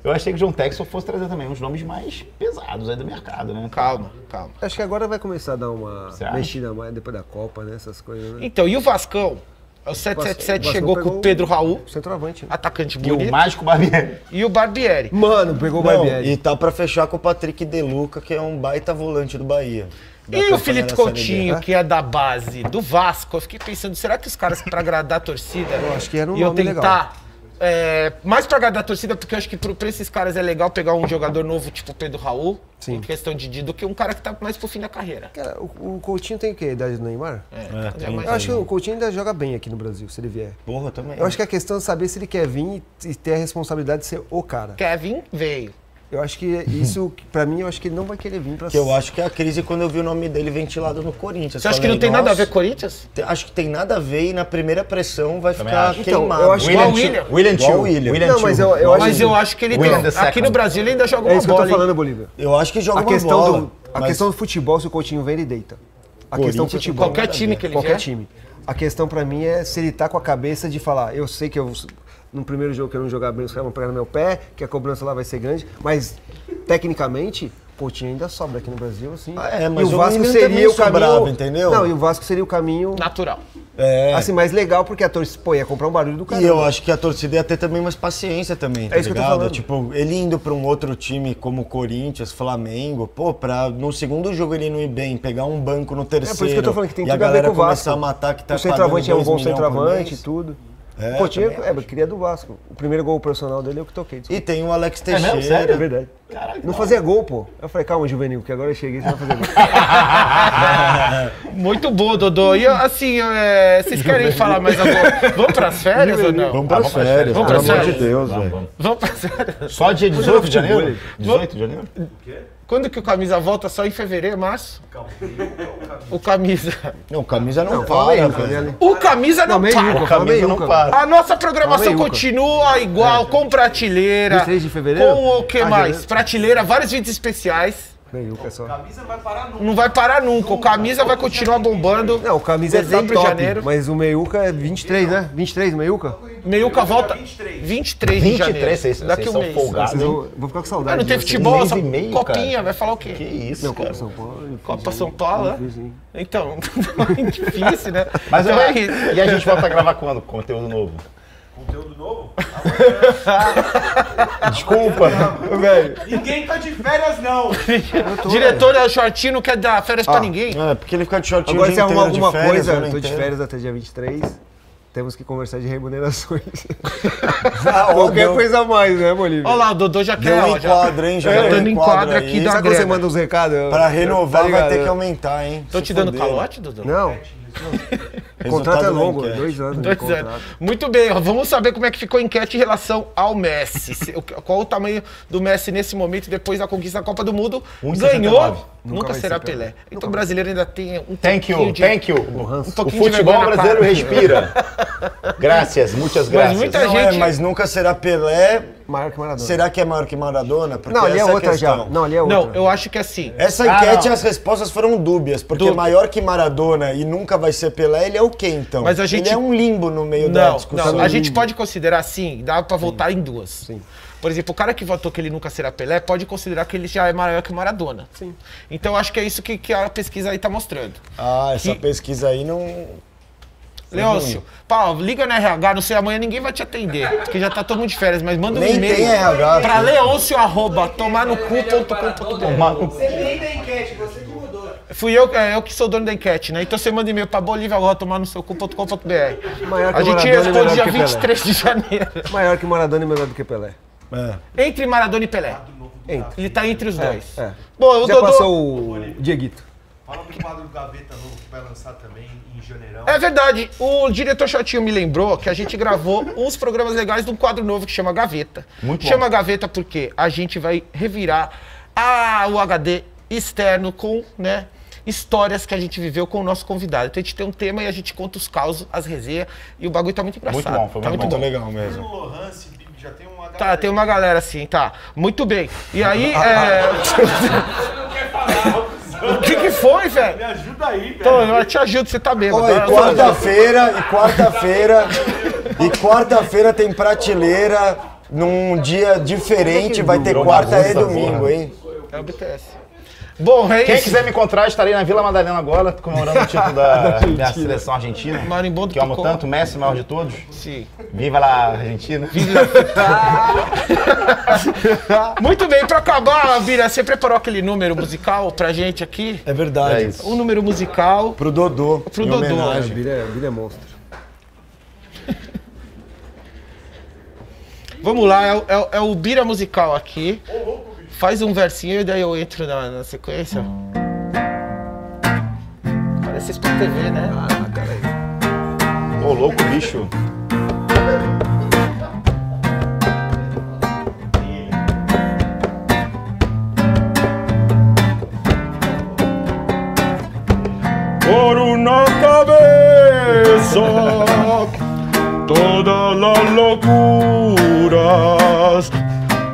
S6: Eu achei que o John Textor fosse trazer também uns nomes mais pesados aí do mercado, né?
S1: Calma, calma.
S3: Acho que agora vai começar a dar uma
S6: Você acha?
S3: mexida mais depois da Copa, né? Essas coisas, né?
S1: Então, e o Vascão? Ah, O 777
S3: Vasco
S1: chegou
S3: pegou
S1: com o Pedro Raul,
S3: Centroavante. né.
S1: atacante
S2: E o
S1: bonito.
S2: mágico Barbieri.
S1: E o Barbieri.
S3: Mano, pegou
S1: o Barbieri.
S2: E tá pra fechar com o Patrick Deluca, que é um baita volante do Bahia. Da
S1: E
S2: campanha
S1: o Felipe
S2: na Série B. né?
S1: Coutinho, que é da base do Vasco, eu fiquei pensando, será que os caras, pra agradar a torcida, eu
S3: acho que era um
S1: iam
S3: nome legal.
S1: tentar. É, mais pra agradar a torcida, porque eu acho que pro, pra esses caras é legal pegar um jogador novo, tipo Pedro Raul, em questão de, de- do que um cara que tá mais pro fim da carreira.
S3: Cara, o, o Coutinho tem o quê? A idade do Neymar?
S1: É,
S2: um
S1: tem mais
S3: Eu acho que
S1: aí.
S3: o Coutinho ainda joga bem aqui no Brasil, se ele vier.
S2: Porra, também.
S3: Eu acho que a questão é saber se ele quer vir e e ter a responsabilidade de ser o cara.
S1: Kevin veio.
S3: Eu acho que isso, pra mim, eu acho que ele não vai querer vir pra
S2: Que eu acho que é a crise quando eu vi o nome dele ventilado no Corinthians.
S1: Você acha que
S2: Falei,
S1: não tem nada a
S2: "Nossa,
S1: ver com Corinthians?
S2: te- Acho que tem nada a ver e na primeira pressão vai
S1: Também
S2: ficar
S1: acho. Então,
S2: queimado.
S1: eu acho que- Igual o William. William
S2: Igual o
S1: Tio.
S2: William.
S1: William Não, mas Tio. eu- eu acho que- William the second. É isso que eu tô falando,
S3: Bolívia.
S2: Eu acho que joga
S3: a
S2: uma
S3: questão
S2: bola,
S3: Do, a
S2: mas-
S3: questão do futebol, se o Coutinho vem, ele deita. A
S2: Corinthians é
S3: questão do
S2: tem
S3: futebol.
S2: qualquer time que ele
S3: Qualquer
S2: vier.
S3: time. A questão pra mim é se ele tá com a cabeça de falar, eu sei que eu no primeiro jogo que eu não jogar bem, os caras vão pegar no meu pé, que a cobrança lá vai ser grande, mas tecnicamente, o Coutinho ainda sobra aqui no Brasil, assim.
S2: é, mas
S3: e o
S2: o
S3: Vasco
S2: Willian
S3: seria
S2: também
S3: o caminho,
S2: sobrava, entendeu?
S3: Não, e o Vasco seria o caminho
S1: natural.
S2: É.
S3: Assim, mais legal porque a torcida, pô, ia comprar um barulho do cara.
S2: E eu acho que a torcida ia ter também mais paciência também, tá
S3: É isso que eu tô
S2: ligado?
S3: falando.
S2: Tipo, ele indo pra um outro time como Corinthians, Flamengo, pô, pra no segundo jogo ele não ir bem, pegar um banco no terceiro.
S3: É por isso que eu tô falando que tem
S2: e a
S3: tudo a ver
S2: galera
S3: com o Vasco.
S2: começar a matar que tá
S3: o centroavante é
S2: pagando
S3: um bom
S2: dois milhão por
S3: centroavante e
S2: mês.
S3: tudo.
S2: É,
S3: Pô, tinha,
S2: também
S3: é, queria do Vasco. O primeiro gol profissional dele eu que toquei.
S2: E tem o Alex
S3: É mesmo?
S2: Teixeira.
S3: Sério? É verdade. não fazia gol, pô. Eu falei, calma, juvenil, que agora eu cheguei, você vai fazer gol.
S1: Muito bom, Dodô. E assim, é, vocês querem falar mais alguma Vamos pras férias ou não?
S2: Vamos pras
S1: Ah,
S2: férias,
S1: Vamos pras
S2: pelo amor de
S1: férias.
S2: Deus, velho.
S1: Vamos pras férias.
S10: Só dia 18 de janeiro? 18 de janeiro?
S1: Quando que o camisa volta? Só em fevereiro, março? O camisa.
S2: Não, camisa não,
S1: Não, fala
S2: para,
S1: aí,
S2: velho.
S1: O camisa não
S2: Calma aí,
S1: para.
S2: Juca, calma aí,
S1: O camisa
S2: Juca, velho.
S1: A nossa programação
S2: Calma aí, Juca.
S1: continua igual,
S3: É.
S1: com prateleira.
S3: 23 de fevereiro?
S1: Com o que
S3: Ah,
S1: mais?
S3: janeiro.
S1: Prateleira, vários vídeos especiais.
S3: Bem, Juca, só.
S1: Não vai parar nunca. O camisa vai continuar bombando.
S3: Não, o camisa é
S1: Dezembro,
S3: tá top,
S1: janeiro.
S3: mas o Meiuca é 23, né? 23, o Meiuca?
S1: Meiuca volta 23, 23 de janeiro. Daqui um mês.
S3: Vocês vão- Vou ficar com
S1: Ah,
S3: saudade.
S1: não
S3: de
S1: tem
S3: vocês.
S1: futebol, só copinha, vai falar o quê? Que
S10: isso,
S3: Não, Copa São Paulo. é
S1: Copa São Paulo,
S3: Não fiz,
S1: né? Então, é difícil, né?
S10: Mas
S1: então,
S10: é-
S1: isso.
S10: E a gente volta a gravar quando? Conteúdo novo. Desculpa.
S3: Velho.
S1: Ninguém tá de férias, não. Diretor da Shortinho não quer dar férias pra
S3: Ah,
S1: ninguém.
S2: É, porque ele fica de shortinho
S3: Agora se
S2: o dia
S3: arruma
S2: inteiro de
S3: alguma
S2: férias,
S3: coisa,
S2: o ano
S3: eu tô de
S2: inteiro.
S3: férias até dia 23. Temos que conversar de remunerações.
S2: Ah, ó,
S3: Qualquer
S2: deu-
S3: coisa a mais, né, Bolívia?
S1: Olha lá, o Dodô já
S2: Deu
S1: quer.
S2: um
S1: ó, já-
S2: enquadro, hein? Já
S1: É,
S2: deu um
S1: dando enquadro
S2: aí.
S1: aqui da
S3: Sabe quando você manda um uns recados? Eu-
S2: Pra
S3: eu-
S2: renovar
S3: tá
S2: vai
S3: ligado?
S2: ter que aumentar, hein?
S1: Tô
S2: Se
S1: te dando
S2: fuder, né?
S1: calote, Dodô?
S3: Não. O contrato é
S2: Resultado da
S3: longo,
S2: enquete.
S3: dois anos. de
S1: Dois
S3: contrato.
S1: anos. Muito bem, ó, vamos saber como é que ficou a enquete em relação ao Messi. Se- o- qual o tamanho do Messi nesse momento, depois da conquista da Copa do Mundo?
S10: 1,79.
S1: Ganhou, nunca,
S10: Nunca vai
S1: será
S10: ser Pelé.
S1: Pelé. Então o brasileiro ainda tem um
S10: Thank you,
S1: pouquinho de...
S10: thank you.
S1: um
S10: o
S1: pouquinho de vergonha
S10: futebol
S1: na
S10: brasileiro
S1: cara.
S10: respira. graças, muitas graças.
S2: Não é, mas nunca será Pelé.
S3: Maior que Maradona.
S2: Será que é maior que Maradona? Porque
S3: Não, ali é
S2: essa a
S3: outra já.
S2: questão.
S3: Não, ali é
S1: Não, eu acho que assim...
S2: Essa
S1: Ah,
S2: enquete, é
S1: não.
S2: as respostas foram dúbias, porque
S1: Dúbia.
S2: maior que Maradona e nunca vai ser Pelé, ele é o quê, então?
S1: Mas a gente-
S2: Ele é um limbo no meio da
S1: Não,
S2: discussão.
S1: não, a gente pode considerar assim, dá pra votar em duas. Por exemplo, o cara que votou que ele nunca será Pelé pode considerar que ele já é maior que o Maradona. Sim. Então acho que é isso que, que a pesquisa aí tá mostrando.
S2: Ah, essa pesquisa aí não...
S1: Leôncio, Paulo, liga na RH, não sei, amanhã ninguém vai te atender, porque já tá todo mundo de férias, mas manda um
S2: Nem
S1: e-mail
S2: tem RH,
S1: pra
S2: cara.
S1: leôncio, arroba, tomar no cu.com.br.
S11: nem da enquete, você que mudou.
S1: Fui eu, é, eu que sou dono da enquete, né? Então você manda e-mail pra Bolívia, arroba, tomar no seu cu.com.br.
S3: Maior que
S1: A
S3: Maradona e
S1: gente
S3: menor
S1: responde dia
S3: que Pelé.
S1: 23 de janeiro.
S3: Maior que Maradona e menor do que Pelé.
S1: Entre Maradona e Pelé. Ele tá entre os dois.
S3: É.
S1: Bom, o
S3: Já
S1: Dodô-
S3: passou o Dieguito.
S11: Fala do quadro do Gaveta Novo que vai lançar também em janeirão.
S1: É verdade, o diretor Chatinho me lembrou que a gente gravou uns programas legais de um quadro novo que chama Gaveta.
S11: Muito bom.
S1: chama Gaveta porque a gente vai revirar a- o HD externo com, né? Histórias que a gente viveu com o nosso convidado. Então a gente tem um tema e a gente conta os causos, as resenhas, e o bagulho tá muito engraçado.
S2: Muito bom, foi
S1: tá
S2: muito bom. legal
S11: Bruno Lohan se- já tem um uma
S1: Tá, tem uma galera assim, tá. Muito bem. E aí, é. O que, que foi, velho? Me
S11: ajuda aí, velho.
S1: Então, eu te ajudo, você tá bêbado. Tá
S2: Ó, e quarta-feira, e quarta-feira, e quarta-feira tem prateleira num dia diferente, vai ter quarta e domingo, hein?
S1: É o BTS. Bom, é
S2: Quem
S1: isso.
S2: quiser me encontrar, estarei na Vila Madalena agora, comemorando o título tipo da,
S1: Da
S2: da
S1: Argentina.
S2: seleção argentina. que eu amo tanto, Messi, o maior de todos.
S1: Sim.
S2: Viva lá, Argentina.
S1: Muito bem, pra acabar, Vira, você preparou aquele número musical pra gente aqui?
S3: É verdade.
S1: Um número musical.
S3: Pro Dodô.
S1: Pro
S3: em
S1: Dodô.
S3: homenagem.
S1: É,
S5: Billy é, Billy é monstro.
S1: Vamos lá, é, o- é o- é o Bira musical aqui. Faz um versinho e daí eu entro na, na sequência. Parece Sport TV, né? Ah, cara.
S2: Ô, louco, bicho.
S12: Coro na cabeça, todas las locuras.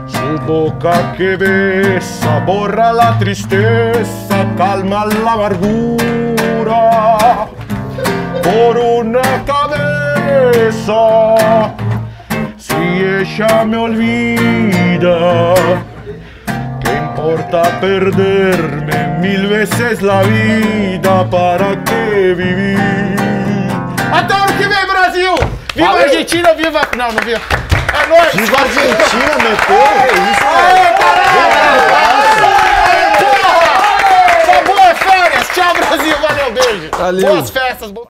S12: Su boca que besa, borra la tristeza, calma la amargura. Por una cabeza, si ella me olvida. ¿Qué importa perderme mil veces la vida? ¿Para qué vivir?
S1: Até ano que vem, Brasil! Viva
S12: Valeu!
S1: Argentina, viva. Não, não viva. Ah, É nóis!
S12: Viva Argentina,
S1: meu
S12: isso,
S1: Aê, caralho! Porra! Só boas férias! Tchau, Brasil! Valeu, beijo!
S5: Valeu.
S1: Boas festas! bo-